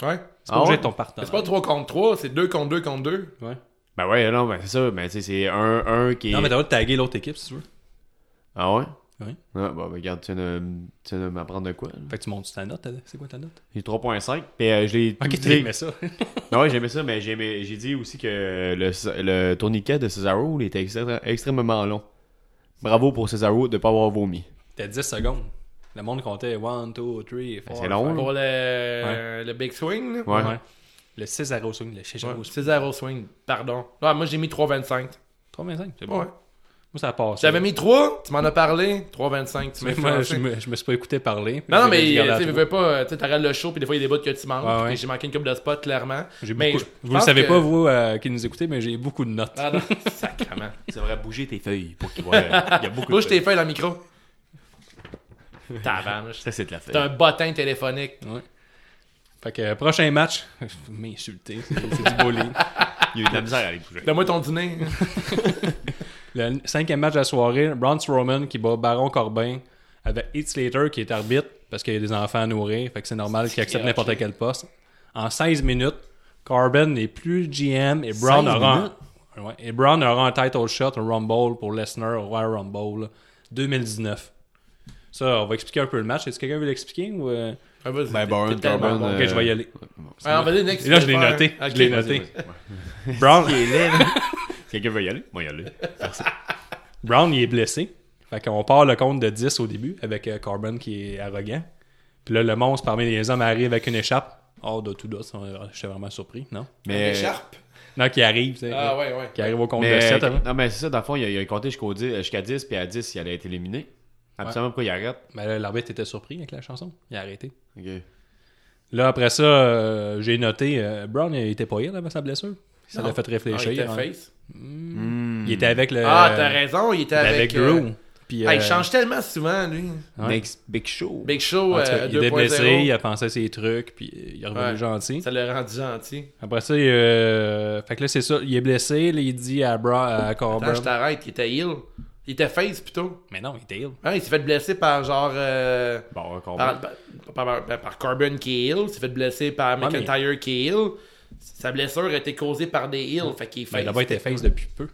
[SPEAKER 6] C'est pas
[SPEAKER 5] Ah
[SPEAKER 6] obligé
[SPEAKER 5] ouais?
[SPEAKER 6] de ton partenaire.
[SPEAKER 4] C'est pas 3 contre 3, c'est 2 contre 2 contre 2.
[SPEAKER 6] Ouais.
[SPEAKER 5] Ben ouais, non, ben c'est ça, mais tu sais, c'est un, un qui est...
[SPEAKER 6] Non, mais t'as le droit de taguer l'autre équipe si tu veux.
[SPEAKER 5] Ah ouais?
[SPEAKER 6] Oui.
[SPEAKER 5] Ah, bon, ben regarde, tu viens de, tu viens de m'apprendre de quoi? là?
[SPEAKER 6] Fait que tu montes ta note. t'as- C'est quoi ta note
[SPEAKER 5] J'ai 3.5, puis euh, je l'ai...
[SPEAKER 6] Ok,
[SPEAKER 5] tout
[SPEAKER 6] t'as
[SPEAKER 5] dit.
[SPEAKER 6] aimé ça.
[SPEAKER 5] Ah ouais, j'aimais ça, mais j'aimais- j'ai dit aussi que le, le tourniquet de Cesaro, il était extra- extrêmement long. Bravo pour Cesaro de pas avoir vomi.
[SPEAKER 6] T'as 10 secondes. Le monde comptait 1, 2, 3, 4.
[SPEAKER 5] c'est long,
[SPEAKER 4] Pour le, le Big Swing. là.
[SPEAKER 5] Ouais.
[SPEAKER 6] Le Cesaro swing, le Cesaro
[SPEAKER 4] Ouais.
[SPEAKER 6] swing.
[SPEAKER 4] C'est zéro swing, pardon. Ouais, moi j'ai mis 3,25.
[SPEAKER 6] 3,25, c'est bon.
[SPEAKER 4] Ouais.
[SPEAKER 6] Moi, ça passe.
[SPEAKER 4] J'avais mis 3, tu m'en as parlé. 3,25, tu m'as
[SPEAKER 6] Mais moi, je
[SPEAKER 4] influencé.
[SPEAKER 6] me, je me suis pas écouté parler.
[SPEAKER 4] Non, non, mais
[SPEAKER 6] J'ai regardé à
[SPEAKER 4] tu sais,
[SPEAKER 6] toi.
[SPEAKER 4] veux pas, euh, tu sais, t'arrêtes le show, puis des fois, il y a des bouts que tu manques.
[SPEAKER 6] Ouais, ouais.
[SPEAKER 4] puis J'ai manqué une coupe de spots, clairement.
[SPEAKER 6] J'ai
[SPEAKER 4] Mais
[SPEAKER 6] beaucoup-
[SPEAKER 4] je
[SPEAKER 6] Vous le
[SPEAKER 4] pense
[SPEAKER 6] savez
[SPEAKER 4] que-
[SPEAKER 6] pas, vous euh, qui nous écoutez, mais j'ai beaucoup de notes.
[SPEAKER 4] Ah non, sacrément.
[SPEAKER 5] C'est vrai, bouger tes feuilles pour qu'il voit. euh, Il y a beaucoup
[SPEAKER 4] Bouge tes feuilles dans le micro. Tabarnouche.
[SPEAKER 5] Ça, c'est de la feuille.
[SPEAKER 4] C'est un bottin téléphonique.
[SPEAKER 6] Fait que euh, prochain match, vous m'insultez, c'est c'est du bullying.
[SPEAKER 5] Il y a eu de la misère à les bouger.
[SPEAKER 4] Donne-moi ton dîner.
[SPEAKER 6] Le cinquième match de la soirée, Braun Strowman qui bat Baron Corbin avec Heath Slater qui est arbitre parce qu'il y a des enfants à nourrir, fait que c'est normal qu'il accepte n'importe quel poste. En 16 minutes, Corbin n'est plus GM et Braun
[SPEAKER 5] 16
[SPEAKER 6] aura un, ouais, et Braun aura un title shot, un Rumble pour Lesnar au Royal Rumble 2019. Ça, on va expliquer un peu le match. Est-ce que quelqu'un veut l'expliquer ou euh,
[SPEAKER 4] Ah, vas-y,
[SPEAKER 5] Ben,
[SPEAKER 4] t'es-
[SPEAKER 5] Baron
[SPEAKER 4] t'es tellement
[SPEAKER 5] Corbin,
[SPEAKER 4] bon.
[SPEAKER 5] euh,
[SPEAKER 6] Ok, je vais y aller.
[SPEAKER 4] Alors, vas-y, next.
[SPEAKER 6] Et là, je l'ai
[SPEAKER 4] faire.
[SPEAKER 6] noté.
[SPEAKER 4] Ok,
[SPEAKER 6] Je l'ai
[SPEAKER 4] vas-y,
[SPEAKER 6] noté.
[SPEAKER 4] vas-y.
[SPEAKER 6] Brown,
[SPEAKER 5] Si quelqu'un veut y aller, moi y aller.
[SPEAKER 6] Brown, il est blessé. Fait qu'on part le compte de 10 au début avec euh, Corbin qui est arrogant. Puis là, le monstre parmi les hommes arrive avec une écharpe. Oh, de tout d'autre, j'étais vraiment surpris, non?
[SPEAKER 5] Mais.
[SPEAKER 4] Écharpe.
[SPEAKER 6] Non, qui arrive, tu sais.
[SPEAKER 4] Ah, ouais, ouais.
[SPEAKER 6] Euh, Qui arrive au compte
[SPEAKER 5] Mais,
[SPEAKER 6] de hein. 7 avant.
[SPEAKER 5] non, mais c'est ça, dans le fond, il a, il a compté jusqu'au 10, euh, jusqu'à 10, puis à 10, il allait être éliminé. Absolument, pourquoi il arrête
[SPEAKER 6] Mais là, l'arbitre était surpris avec la chanson. Il a arrêté.
[SPEAKER 5] Ok.
[SPEAKER 6] Là, après ça, euh, j'ai noté, euh, Brown, il était pas ill avant sa blessure. Ça
[SPEAKER 4] Non.
[SPEAKER 6] l'a fait
[SPEAKER 4] Ah, il
[SPEAKER 6] réfléchir.
[SPEAKER 4] était
[SPEAKER 6] hein.
[SPEAKER 4] face.
[SPEAKER 6] Il était avec le.
[SPEAKER 4] Ah, t'as raison, il était
[SPEAKER 6] Euh, il était avec
[SPEAKER 4] avec. euh,
[SPEAKER 6] Drew. Puis,
[SPEAKER 4] ah, il
[SPEAKER 6] euh,
[SPEAKER 4] change tellement souvent, lui.
[SPEAKER 6] ouais.
[SPEAKER 5] Next Big Show.
[SPEAKER 4] Big Show
[SPEAKER 6] En tout cas,
[SPEAKER 4] euh,
[SPEAKER 6] il était blessé, il
[SPEAKER 4] 2.0.
[SPEAKER 6] a pensé à ses trucs, puis euh, il est revenu
[SPEAKER 4] Ouais.
[SPEAKER 6] gentil.
[SPEAKER 4] Ça l'a rendu gentil.
[SPEAKER 6] Après ça, il, euh, fait que là, c'est ça. Il est blessé, là, il dit à, Bra à Corbin.
[SPEAKER 4] Attends, je t'arrête, il était ill. Il était face plutôt.
[SPEAKER 6] Mais non, il était ill.
[SPEAKER 4] Hein, il s'est fait blesser par genre. euh,
[SPEAKER 5] Bon, encore
[SPEAKER 4] par, par, par- par- par Corbin qui est ill. Il s'est fait blesser par
[SPEAKER 6] Ouais, mais-
[SPEAKER 4] McIntyre qui est ill. Sa blessure a été causée par des hills. Fait qu'il est
[SPEAKER 6] Ben,
[SPEAKER 4] face.
[SPEAKER 6] il a pas été face depuis peu.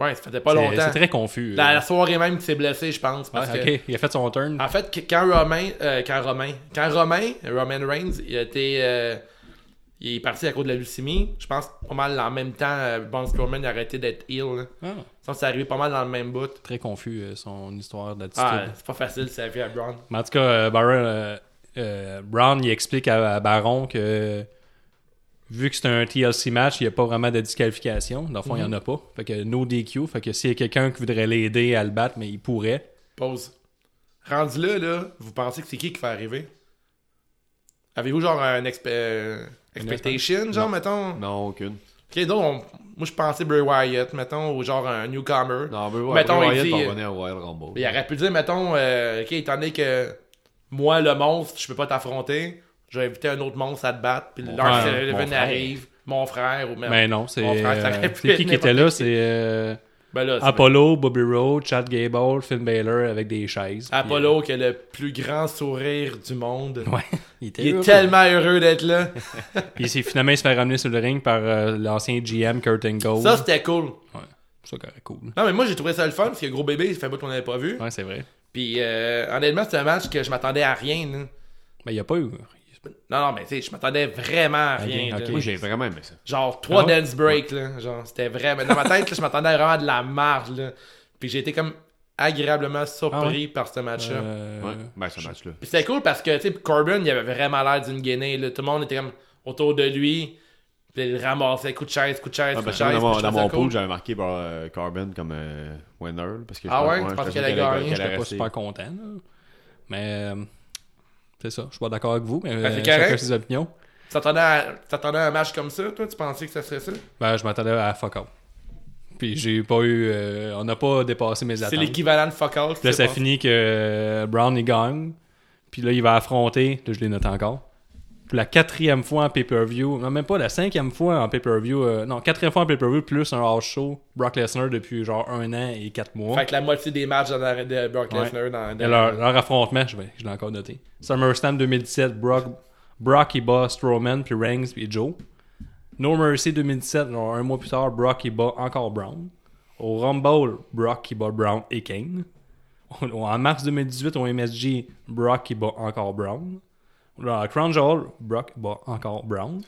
[SPEAKER 4] Ouais, ça faisait pas
[SPEAKER 6] C'est
[SPEAKER 4] longtemps.
[SPEAKER 6] c'est très confus.
[SPEAKER 4] La,
[SPEAKER 6] euh.
[SPEAKER 4] la soirée même qu'il s'est blessé, je pense. Parce
[SPEAKER 6] Ouais,
[SPEAKER 4] que- Ah.
[SPEAKER 6] ok, il a fait son turn.
[SPEAKER 4] En fait, que- quand Romain, euh, quand Romain, quand Romain, Roman Reigns, il a été, euh, il est parti à cause de la leucémie. Je pense pas mal en même temps, euh, Braun Strowman a arrêté d'être ill. là.
[SPEAKER 6] Ah,
[SPEAKER 4] Je pense que c'est arrivé pas mal dans le même bout.
[SPEAKER 6] très confus, euh, son histoire d'attitude.
[SPEAKER 4] Ah, c'est pas facile sa vie à Braun.
[SPEAKER 6] Mais en tout cas, euh, Baron, euh, euh, Brown il explique à, à Baron que vu que c'est un TLC match, il n'y a pas vraiment de disqualification. Dans le fond, il
[SPEAKER 4] Mhm.
[SPEAKER 6] n'y en a pas. Fait que no DQ. Fait que s'il y a quelqu'un qui voudrait l'aider à le battre, mais il pourrait.
[SPEAKER 4] Pause. Rendu là, là, vous pensez que c'est qui qui va arriver Avez-vous genre un exp- euh, expectation, genre mettons
[SPEAKER 5] Non, aucune.
[SPEAKER 4] Ok, donc on- moi je pensais Bray Wyatt, mettons, ou genre un newcomer.
[SPEAKER 5] Non, mais ouais,
[SPEAKER 4] Mettons,
[SPEAKER 5] Bray
[SPEAKER 4] il
[SPEAKER 5] Wyatt
[SPEAKER 4] dit,
[SPEAKER 5] va
[SPEAKER 4] euh,
[SPEAKER 5] revenir au Royal Rumble.
[SPEAKER 4] Il aurait pu dire, mettons, euh, OK, étant donné que moi, le monstre, je peux pas t'affronter, je vais inviter un autre monstre à te battre, puis
[SPEAKER 6] frère,
[SPEAKER 4] Lars
[SPEAKER 5] mon
[SPEAKER 4] Sullivan
[SPEAKER 5] frère.
[SPEAKER 4] arrive, mon frère, ou même...
[SPEAKER 6] Mais non, c'est
[SPEAKER 4] Mon frère, ça
[SPEAKER 6] euh,
[SPEAKER 4] aurait pu
[SPEAKER 6] c'est qui
[SPEAKER 4] être
[SPEAKER 6] qui était là
[SPEAKER 4] n'importe
[SPEAKER 6] C'est euh,
[SPEAKER 4] Ben là, c'est-
[SPEAKER 6] Apollo, Bobby Roode, Chad Gable, Finn Balor avec des chaises. Puis,
[SPEAKER 4] Apollo qui a le plus grand sourire du monde.
[SPEAKER 6] euh, ouais, il était
[SPEAKER 4] Il est
[SPEAKER 6] heureux.
[SPEAKER 4] tellement heureux d'être là.
[SPEAKER 6] Puis c'est- finalement, il se fait ramener sur le ring par euh, l'ancien GM Kurt Angle.
[SPEAKER 4] Ça, c'était cool.
[SPEAKER 6] ouais, ça correct, cool.
[SPEAKER 4] Non, mais moi, j'ai trouvé ça le fun, parce que Gros Bébé, il fait pas qu'on n'avait pas vu.
[SPEAKER 6] Ouais, c'est vrai.
[SPEAKER 4] Puis, euh, honnêtement, c'est un match que je m'attendais à rien. là.
[SPEAKER 6] Mais Ben, il n'y a pas eu.
[SPEAKER 4] Non, non, mais tu sais, je m'attendais vraiment à rien.
[SPEAKER 6] ok.
[SPEAKER 4] là.
[SPEAKER 5] Moi, j'ai vraiment aimé ça.
[SPEAKER 4] Genre trois
[SPEAKER 6] Ah ouais?
[SPEAKER 4] dance breaks, là. Genre, c'était vraiment. Dans ma tête, là, je m'attendais vraiment à de la marge, là. Puis j'ai été comme agréablement surpris
[SPEAKER 6] Ah ouais?
[SPEAKER 4] par ce match-là.
[SPEAKER 6] Euh,
[SPEAKER 5] Ouais. Ben, ce match-là.
[SPEAKER 4] Puis c'était cool parce que, tu sais, Corbin, il avait vraiment l'air d'une guinée, là. Tout le monde était comme autour de lui. Puis il ramassait coup de chaise, coup de chaise,
[SPEAKER 5] Ah,
[SPEAKER 4] coup de
[SPEAKER 5] parce
[SPEAKER 4] chaise.
[SPEAKER 5] que moi, dans
[SPEAKER 4] puis
[SPEAKER 5] mon,
[SPEAKER 4] je
[SPEAKER 5] dans
[SPEAKER 4] trouvais
[SPEAKER 5] mon
[SPEAKER 4] ça cool.
[SPEAKER 5] pool, j'avais marqué par, euh, Corbin comme euh, winner. Parce que je
[SPEAKER 4] Ah
[SPEAKER 5] pense-
[SPEAKER 4] ouais? Tu
[SPEAKER 5] je
[SPEAKER 4] penses
[SPEAKER 5] pensais
[SPEAKER 4] qu'elle a
[SPEAKER 5] allait-
[SPEAKER 4] gagné?
[SPEAKER 5] qu'elle allait
[SPEAKER 6] J'étais pas
[SPEAKER 5] rester.
[SPEAKER 6] super content. là. Mais euh, c'est ça. Je suis pas d'accord avec vous, mais
[SPEAKER 4] Ben, c'est
[SPEAKER 6] euh,
[SPEAKER 4] correct.
[SPEAKER 6] chacun ses opinions.
[SPEAKER 4] Tu t'attendais à... tu t'attendais à un match comme ça, toi? Tu pensais que ça serait ça?
[SPEAKER 6] Ben, je m'attendais à fuck out. Puis j'ai pas eu. euh, on n'a pas dépassé mes
[SPEAKER 4] C'est
[SPEAKER 6] attentes. Puis
[SPEAKER 4] l'équivalent de fuck all.
[SPEAKER 6] là, ça finit que euh, Brown il gagne. Puis là, il va affronter. Là, je les note encore. Pour la quatrième fois en pay-per-view. Non, même pas la cinquième fois en pay-per-view. euh, non, quatrième fois en pay-per-view plus un house show. Brock Lesnar depuis genre un an et quatre mois.
[SPEAKER 4] Fait que la moitié des matchs dans la- de Brock
[SPEAKER 6] Ouais.
[SPEAKER 4] Lesnar dans, dans-
[SPEAKER 6] Et leur, leur affrontement, je, vais- je l'ai encore noté. SummerSlam 2017, Brock, Brock il bat Strowman, puis Reigns, puis Joe. No Mercy 2017, genre un mois plus tard, Brock il bat encore Brown. Au Rumble, Brock qui bat Brown et Kane. Au- En mars 2018, au MSG, Brock qui bat encore Brown. Dans la Crown Jewel, Brock bat encore Brown.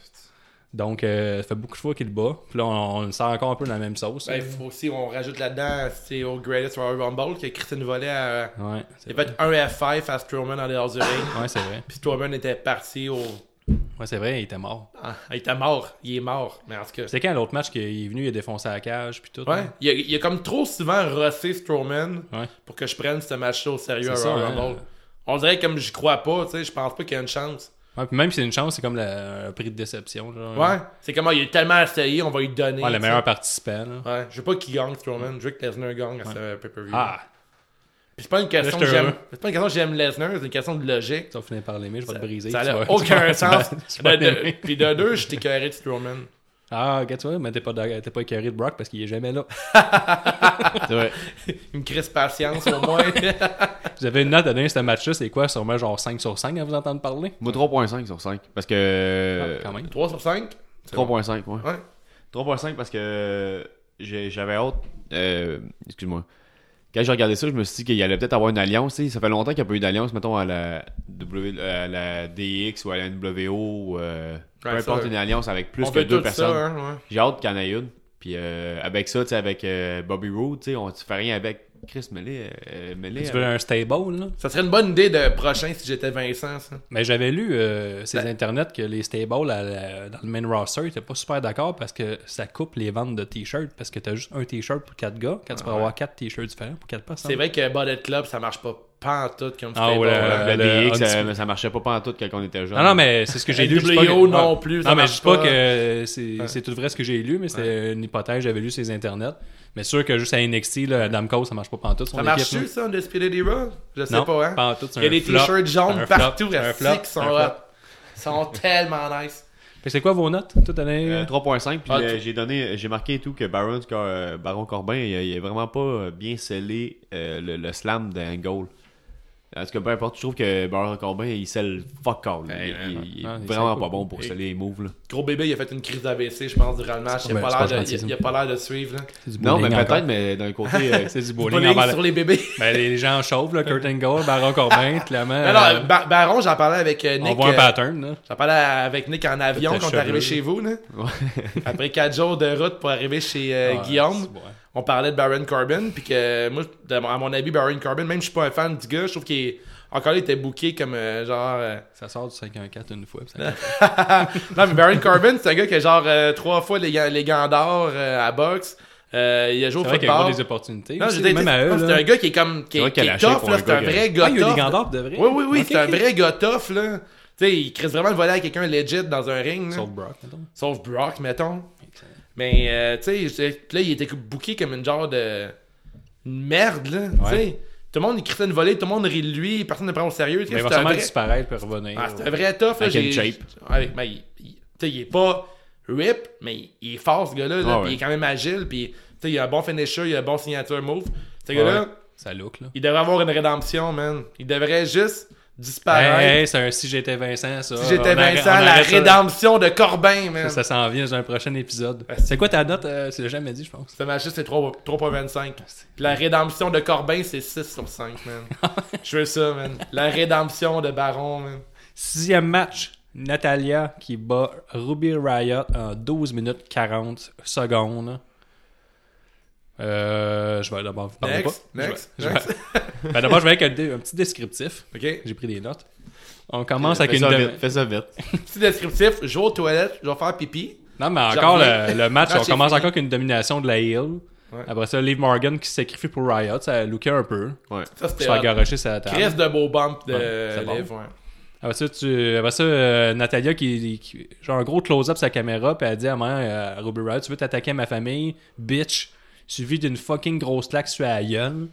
[SPEAKER 6] Donc, euh, ça fait beaucoup de fois qu'il bat. Puis là, on, on le sert encore un peu dans la même sauce.
[SPEAKER 4] Ben, faut aussi, on rajoute là-dedans, c'est au Greatest Royal Rumble que Christine Volet a.
[SPEAKER 6] ouais, Ah. c'est
[SPEAKER 4] Il a
[SPEAKER 6] vrai.
[SPEAKER 4] fait un F5 à Strowman dans les hors du ring.
[SPEAKER 6] Ouais, c'est vrai.
[SPEAKER 4] Puis Strowman était parti au.
[SPEAKER 6] Ouais, c'est vrai, il était mort.
[SPEAKER 4] Ah, il était mort. Il est mort. Mais en tout cas.
[SPEAKER 6] C'est quand l'autre match qu'il est venu, il a défoncé la cage puis tout.
[SPEAKER 4] Ouais.
[SPEAKER 6] hein?
[SPEAKER 4] Il a, il a comme trop souvent rossé Strowman
[SPEAKER 6] Ouais.
[SPEAKER 4] pour que je prenne ce match-là au sérieux à
[SPEAKER 6] C'est ça,
[SPEAKER 4] Royal
[SPEAKER 6] hein.
[SPEAKER 4] Rumble. On dirait comme j'y crois pas, tu sais, je pense pas qu'il y a une chance.
[SPEAKER 6] Ouais, puis même si c'est une chance, c'est comme le- un prix de déception. Genre,
[SPEAKER 4] Ouais. C'est comment il est tellement essayé, on va lui donner.
[SPEAKER 6] Ouais, le
[SPEAKER 4] tu sais.
[SPEAKER 6] meilleur participant. là.
[SPEAKER 4] Ouais. Je veux pas qu'il gagne Strowman. Je veux que Lesnar gagne à ce pay-per-view.
[SPEAKER 6] Ah,
[SPEAKER 4] Puis c'est pas une question
[SPEAKER 6] Là,
[SPEAKER 4] que
[SPEAKER 6] j'étais
[SPEAKER 4] j'aime.
[SPEAKER 6] heureux.
[SPEAKER 4] C'est pas une question que j'aime Lesnar, c'est une question de logique.
[SPEAKER 6] tu vas finir par l'aimer, je vais te briser.
[SPEAKER 4] Ça
[SPEAKER 6] tu
[SPEAKER 4] n'a
[SPEAKER 6] vas-
[SPEAKER 4] aucun
[SPEAKER 6] tu vas-
[SPEAKER 4] sens.
[SPEAKER 6] tu vas
[SPEAKER 4] Ben, de-
[SPEAKER 6] l'aimer.
[SPEAKER 4] Puis de deux, j'étais carré de Strowman.
[SPEAKER 6] Ah, ok, tu vois, mais t'es pas, d'ac- t'es pas écœuré de Brock parce qu'il est jamais là.
[SPEAKER 5] C'est vrai.
[SPEAKER 4] Une crise patience au moins.
[SPEAKER 6] Vous avez une note à donner à ce match-là, c'est quoi Sûrement genre 5 sur 5 à vous entendre parler
[SPEAKER 5] Moi, 3.5 sur 5. Parce
[SPEAKER 4] Ah,
[SPEAKER 5] que. euh,
[SPEAKER 6] Quand même.
[SPEAKER 4] 3 sur 5.
[SPEAKER 5] 3.5, ouais.
[SPEAKER 4] Ouais.
[SPEAKER 5] 3.5 parce que j'ai- j'avais hâte. euh, Excuse-moi. quand j'ai regardé ça, je me suis dit qu'il allait peut-être avoir une alliance. tu sais. Ça fait longtemps qu'il n'y a pas eu d'alliance, mettons, à la, w, à la DX ou à la NWO. ou, euh, peu
[SPEAKER 4] Ouais, ça,
[SPEAKER 5] importe,
[SPEAKER 4] ouais.
[SPEAKER 5] une alliance avec plus
[SPEAKER 4] On
[SPEAKER 5] que
[SPEAKER 4] fait
[SPEAKER 5] deux
[SPEAKER 4] tout
[SPEAKER 5] personnes.
[SPEAKER 4] ça, hein, ouais.
[SPEAKER 5] J'ai hâte qu'il y en ait une. Puis euh, avec ça, tu sais, avec euh, Bobby Roode, tu sais, on ne fait rien avec Chris Mellet. Euh, Mellet,
[SPEAKER 6] Tu
[SPEAKER 5] euh,
[SPEAKER 6] veux un stable, là?
[SPEAKER 4] Ça serait une bonne idée de prochain si j'étais Vincent, ça.
[SPEAKER 6] Mais j'avais lu euh,
[SPEAKER 4] Ben.
[SPEAKER 6] ces internets que les stables à la- dans le main roster n'étaient pas super d'accord parce que ça coupe les ventes de t-shirts parce que t'as juste un t-shirt pour quatre gars quand tu peux avoir quatre t-shirts différents pour quatre personnes.
[SPEAKER 4] C'est vrai que Bullet Club, ça marche pas pantoute comme
[SPEAKER 6] Ah,
[SPEAKER 4] c'était
[SPEAKER 6] ouais,
[SPEAKER 4] bon, là.
[SPEAKER 6] euh,
[SPEAKER 5] la
[SPEAKER 6] le
[SPEAKER 5] DX,
[SPEAKER 6] Unspe-
[SPEAKER 5] ça, ça marchait pas pantoute quand on était jeune.
[SPEAKER 6] Non, non, mais c'est ce que j'ai lu.
[SPEAKER 4] LWO
[SPEAKER 6] je dis pas que-
[SPEAKER 4] non
[SPEAKER 6] Ouais.
[SPEAKER 4] plus, ça
[SPEAKER 6] Non, mais
[SPEAKER 4] marche
[SPEAKER 6] je dis pas
[SPEAKER 4] pas.
[SPEAKER 6] que c'est c'est tout vrai ce que j'ai lu, mais c'est une hypothèse. J'avais lu ces internets. Mais sûr que juste à NXT, là, Adam Cole, ça marche pas pantoute. son
[SPEAKER 4] Ça marche
[SPEAKER 6] équipe, là.
[SPEAKER 4] tu ça, de Spirit Era? Je sais
[SPEAKER 6] hein? Non,
[SPEAKER 4] pas, hein.
[SPEAKER 6] pas en tout, c'est
[SPEAKER 4] Il y a
[SPEAKER 6] un
[SPEAKER 4] des
[SPEAKER 6] flop,
[SPEAKER 4] t-shirts
[SPEAKER 6] un
[SPEAKER 4] jaunes
[SPEAKER 6] flop,
[SPEAKER 4] partout,
[SPEAKER 6] un
[SPEAKER 4] restés
[SPEAKER 6] flop,
[SPEAKER 4] qui sont
[SPEAKER 6] un flop.
[SPEAKER 4] hot. Ils sont tellement nice.
[SPEAKER 6] Fait que C'est quoi vos notes? Tout à l'heure?
[SPEAKER 5] Euh, 3.5 puis
[SPEAKER 4] Ah,
[SPEAKER 5] euh,
[SPEAKER 4] tu-
[SPEAKER 5] j'ai donné j'ai marqué et tout que Baron, Cor- euh, Baron Corbin il, a- il a vraiment pas euh, bien scellé euh, le, le slam d'Angle. Parce que peu importe, je trouve que Baron Corbin il scelle fuck all. là.
[SPEAKER 4] Hey,
[SPEAKER 5] il, il- il est
[SPEAKER 6] Ah, il
[SPEAKER 5] vraiment
[SPEAKER 6] scelle
[SPEAKER 5] pas
[SPEAKER 6] pas.
[SPEAKER 5] bon pour sceller les moves. là.
[SPEAKER 4] Gros bébé, il a fait une crise d'AVC, je pense, durant le match. Il a
[SPEAKER 6] pas-
[SPEAKER 4] pas
[SPEAKER 6] c'est pas
[SPEAKER 4] l'air de-
[SPEAKER 6] gentil, ça.
[SPEAKER 4] il- il a pas l'air de suivre. là.
[SPEAKER 6] C'est du
[SPEAKER 5] Non, mais
[SPEAKER 6] bowling
[SPEAKER 5] peut-être,
[SPEAKER 6] encore.
[SPEAKER 5] mais d'un côté. euh,
[SPEAKER 6] C'est du
[SPEAKER 4] Pas
[SPEAKER 6] bowling.
[SPEAKER 4] ligne
[SPEAKER 6] en valeur.
[SPEAKER 4] sur les bébés.
[SPEAKER 6] Ben, les gens chauves, là, Kurt Angle, Baron Corbin, clairement.
[SPEAKER 4] Non, non,
[SPEAKER 6] euh,
[SPEAKER 4] Ba- Baron, j'en parlais avec euh,
[SPEAKER 6] on
[SPEAKER 4] Nick.
[SPEAKER 6] voit un
[SPEAKER 4] euh,
[SPEAKER 6] pattern. Là.
[SPEAKER 4] J'en parlais avec Nick en avion
[SPEAKER 6] ta
[SPEAKER 4] quand on est
[SPEAKER 6] chevelure.
[SPEAKER 4] arrivé chez vous. là. Après 4 jours de route pour arriver chez euh,
[SPEAKER 6] Ouais,
[SPEAKER 4] Guillaume.
[SPEAKER 6] Ah, c'est bon.
[SPEAKER 4] on parlait de Baron Corbin, puis que moi, de- à mon avis, Baron Corbin, même si je suis pas un fan du gars, je trouve qu'il est- encore là, il était booké comme euh, genre. euh,
[SPEAKER 6] Ça sort du 5-1-4 une fois. puis ça-
[SPEAKER 4] non, mais Baron Corbin, c'est un gars qui a genre euh, trois fois les, ga- les gants d'or euh, à boxe. Euh, il a joué au
[SPEAKER 6] C'est vrai qu'il y a eu
[SPEAKER 4] football.
[SPEAKER 6] des opportunités.
[SPEAKER 4] Non,
[SPEAKER 6] aussi,
[SPEAKER 4] je veux dire,
[SPEAKER 6] même à eux.
[SPEAKER 4] non, c'est
[SPEAKER 6] là.
[SPEAKER 4] un gars qui est comme. qui
[SPEAKER 5] C'est
[SPEAKER 4] est,
[SPEAKER 5] vrai qu'il
[SPEAKER 4] qui
[SPEAKER 5] a
[SPEAKER 4] est
[SPEAKER 5] lâché
[SPEAKER 4] tough,
[SPEAKER 5] pour
[SPEAKER 4] là.
[SPEAKER 5] un
[SPEAKER 4] C'est un
[SPEAKER 5] gars
[SPEAKER 4] vrai
[SPEAKER 6] Ah,
[SPEAKER 4] gars.
[SPEAKER 6] il y a eu
[SPEAKER 4] tough,
[SPEAKER 6] des
[SPEAKER 4] là.
[SPEAKER 6] gants d'or de vrai.
[SPEAKER 4] Oui, oui, oui,
[SPEAKER 6] Ok,
[SPEAKER 4] c'est un
[SPEAKER 6] ok.
[SPEAKER 4] vrai gars tough, là. Tu sais, il crisse vraiment le volet à quelqu'un legit dans un ring. là.
[SPEAKER 6] Sauf Brock, mettons.
[SPEAKER 4] Sauf Brock, mettons. Mais, euh, tu sais, je sais, pis là, il était booké comme une genre de. une merde, là. Tu sais, tout le monde, il crissait une volée, tout le monde rit de lui, personne ne prend au sérieux. tu sais,
[SPEAKER 6] Mais il va
[SPEAKER 4] c'est un
[SPEAKER 6] sûrement
[SPEAKER 4] vrai-
[SPEAKER 6] disparaître puis revenir.
[SPEAKER 4] Ah, c'est un vrai tough, là.
[SPEAKER 5] Avec une
[SPEAKER 4] j'ai-
[SPEAKER 5] shape.
[SPEAKER 4] Ouais, mais il- il- tu sais, il est pas rip, mais il- il est fort, ce gars-là. là,
[SPEAKER 5] Ah ouais.
[SPEAKER 4] pis Il est quand même agile, puis tu sais, il a un bon finisher, il a un bon signature move. Ce gars-là,
[SPEAKER 6] Ça look, là.
[SPEAKER 4] il devrait avoir une rédemption, man. Il devrait juste disparaître.
[SPEAKER 6] Hey, hey, c'est un si j'étais Vincent, ça.
[SPEAKER 4] Si j'étais
[SPEAKER 6] On arrête-
[SPEAKER 4] Vincent,
[SPEAKER 6] on
[SPEAKER 4] la
[SPEAKER 6] arrête ça.
[SPEAKER 4] rédemption de Corbin, man.
[SPEAKER 6] Ça, ça s'en vient dans un prochain épisode.
[SPEAKER 4] Ah, c'est-
[SPEAKER 6] C'est quoi ta note? euh, tu l'as jamais dit, je pense.
[SPEAKER 4] Ce match-là, c'est 3 3.25.
[SPEAKER 6] Ah,
[SPEAKER 4] Puis la rédemption de Corbin, c'est 6 sur 5, man.
[SPEAKER 6] Ah,
[SPEAKER 4] Je veux ça, man. La rédemption de Baron, man.
[SPEAKER 6] Sixième match. Natalia qui bat Ruby Riot en 12 minutes 40 secondes. Euh, je vais d'abord vous parler
[SPEAKER 4] Next,
[SPEAKER 6] pas. Je vais-
[SPEAKER 4] next,
[SPEAKER 6] je vais-
[SPEAKER 4] next.
[SPEAKER 6] Ben, d'abord, je vais avec un, dé- un petit descriptif.
[SPEAKER 4] OK.
[SPEAKER 6] J'ai pris des notes. On commence avec
[SPEAKER 5] fais,
[SPEAKER 6] une...
[SPEAKER 5] ça
[SPEAKER 6] demi-
[SPEAKER 5] vite, fais ça vite.
[SPEAKER 4] Petit descriptif. Je vais aux toilettes, je vais faire pipi.
[SPEAKER 6] Non, mais encore
[SPEAKER 4] reviens.
[SPEAKER 6] le, le match,
[SPEAKER 4] Match
[SPEAKER 6] on
[SPEAKER 4] est
[SPEAKER 6] commence
[SPEAKER 4] fini.
[SPEAKER 6] encore qu'une domination de la Hill.
[SPEAKER 4] Ouais.
[SPEAKER 6] Après ça, Liv Morgan qui se sacrifie pour Riot. Ça a looké un peu.
[SPEAKER 5] Ouais.
[SPEAKER 4] Ça,
[SPEAKER 6] Se
[SPEAKER 4] c'était
[SPEAKER 6] faire
[SPEAKER 4] hot.
[SPEAKER 6] garocher sa table.
[SPEAKER 4] Chris de beau bump de
[SPEAKER 6] Ouais, c'est bon.
[SPEAKER 4] Liv, ouais.
[SPEAKER 6] Après ça, tu... Après ça euh, Natalia qui, qui- Genre, un gros close-up sa caméra. Puis elle dit à, ma- à Ruby Riot Tu veux t'attaquer à ma famille Bitch. Suivi d'une fucking grosse claque sur la gueule.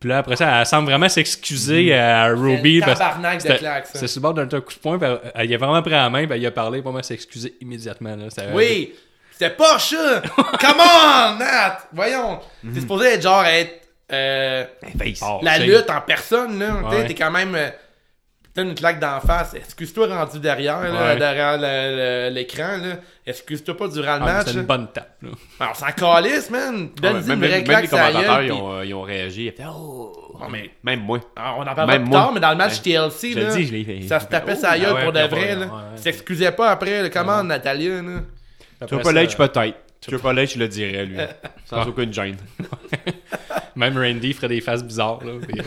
[SPEAKER 6] Puis là, après ça, elle semble vraiment s'excuser à Ruby.
[SPEAKER 4] Mm. C'est le
[SPEAKER 6] parce-
[SPEAKER 4] tabarnak de
[SPEAKER 6] c'était-
[SPEAKER 4] claque, ça.
[SPEAKER 6] C'était sur le bord d'un coup de poing. puis elle, elle y a vraiment pris la main. Puis elle y a parlé. Pour moi, elle s'est excusée immédiatement. Là.
[SPEAKER 5] Euh,
[SPEAKER 6] Ça-
[SPEAKER 4] Oui, c'était pas ça. Come on, Nat. Voyons.
[SPEAKER 5] Mhm.
[SPEAKER 4] T'es supposé être genre être... euh,
[SPEAKER 6] Oh,
[SPEAKER 4] la
[SPEAKER 6] c'est-
[SPEAKER 4] lutte en personne, là. Tu
[SPEAKER 6] Ouais.
[SPEAKER 4] sais, T'es quand même. euh, Putain, une claque d'en face. Excuse-toi rendu derrière, là,
[SPEAKER 6] Ouais.
[SPEAKER 4] derrière le- le- l'écran, là. Excuse-toi pas durant le
[SPEAKER 6] Ah, mais
[SPEAKER 4] match.
[SPEAKER 6] C'est une
[SPEAKER 4] là.
[SPEAKER 6] bonne tape. là.
[SPEAKER 4] Ben, on s'en calisse, man.
[SPEAKER 5] Ah, Ouais,
[SPEAKER 4] Donne-y
[SPEAKER 5] même,
[SPEAKER 4] Ben, une vraie
[SPEAKER 5] même- même
[SPEAKER 4] claque,
[SPEAKER 5] les
[SPEAKER 4] sur la gueule,
[SPEAKER 5] commentateurs ils
[SPEAKER 4] puis-
[SPEAKER 5] ont, euh, ils ont réagi. Ils ont fait, Oh!
[SPEAKER 4] Non, mais-
[SPEAKER 5] Même moi.
[SPEAKER 4] Ah, on en parlera
[SPEAKER 5] Même
[SPEAKER 4] plus
[SPEAKER 5] moi. hein.
[SPEAKER 4] tard, mais dans le match TLC,
[SPEAKER 5] Je
[SPEAKER 4] là,
[SPEAKER 5] le dis, je l'ai fait.
[SPEAKER 4] ça se tapait sa gueule
[SPEAKER 6] Ah ouais,
[SPEAKER 4] pour de
[SPEAKER 6] ouais,
[SPEAKER 4] vrai.
[SPEAKER 6] ouais,
[SPEAKER 4] là.
[SPEAKER 6] ouais, ouais.
[SPEAKER 4] S'excusait pas après, là.
[SPEAKER 5] Ah
[SPEAKER 4] comment Natalia, là?
[SPEAKER 5] Tu veux
[SPEAKER 6] Après
[SPEAKER 5] pas
[SPEAKER 6] ça,
[SPEAKER 5] l'être, peut-être. Tu veux pas l'être, je le dirais, lui. Sans aucune gêne.
[SPEAKER 6] Même Randy ferait des faces bizarres. Là, puis-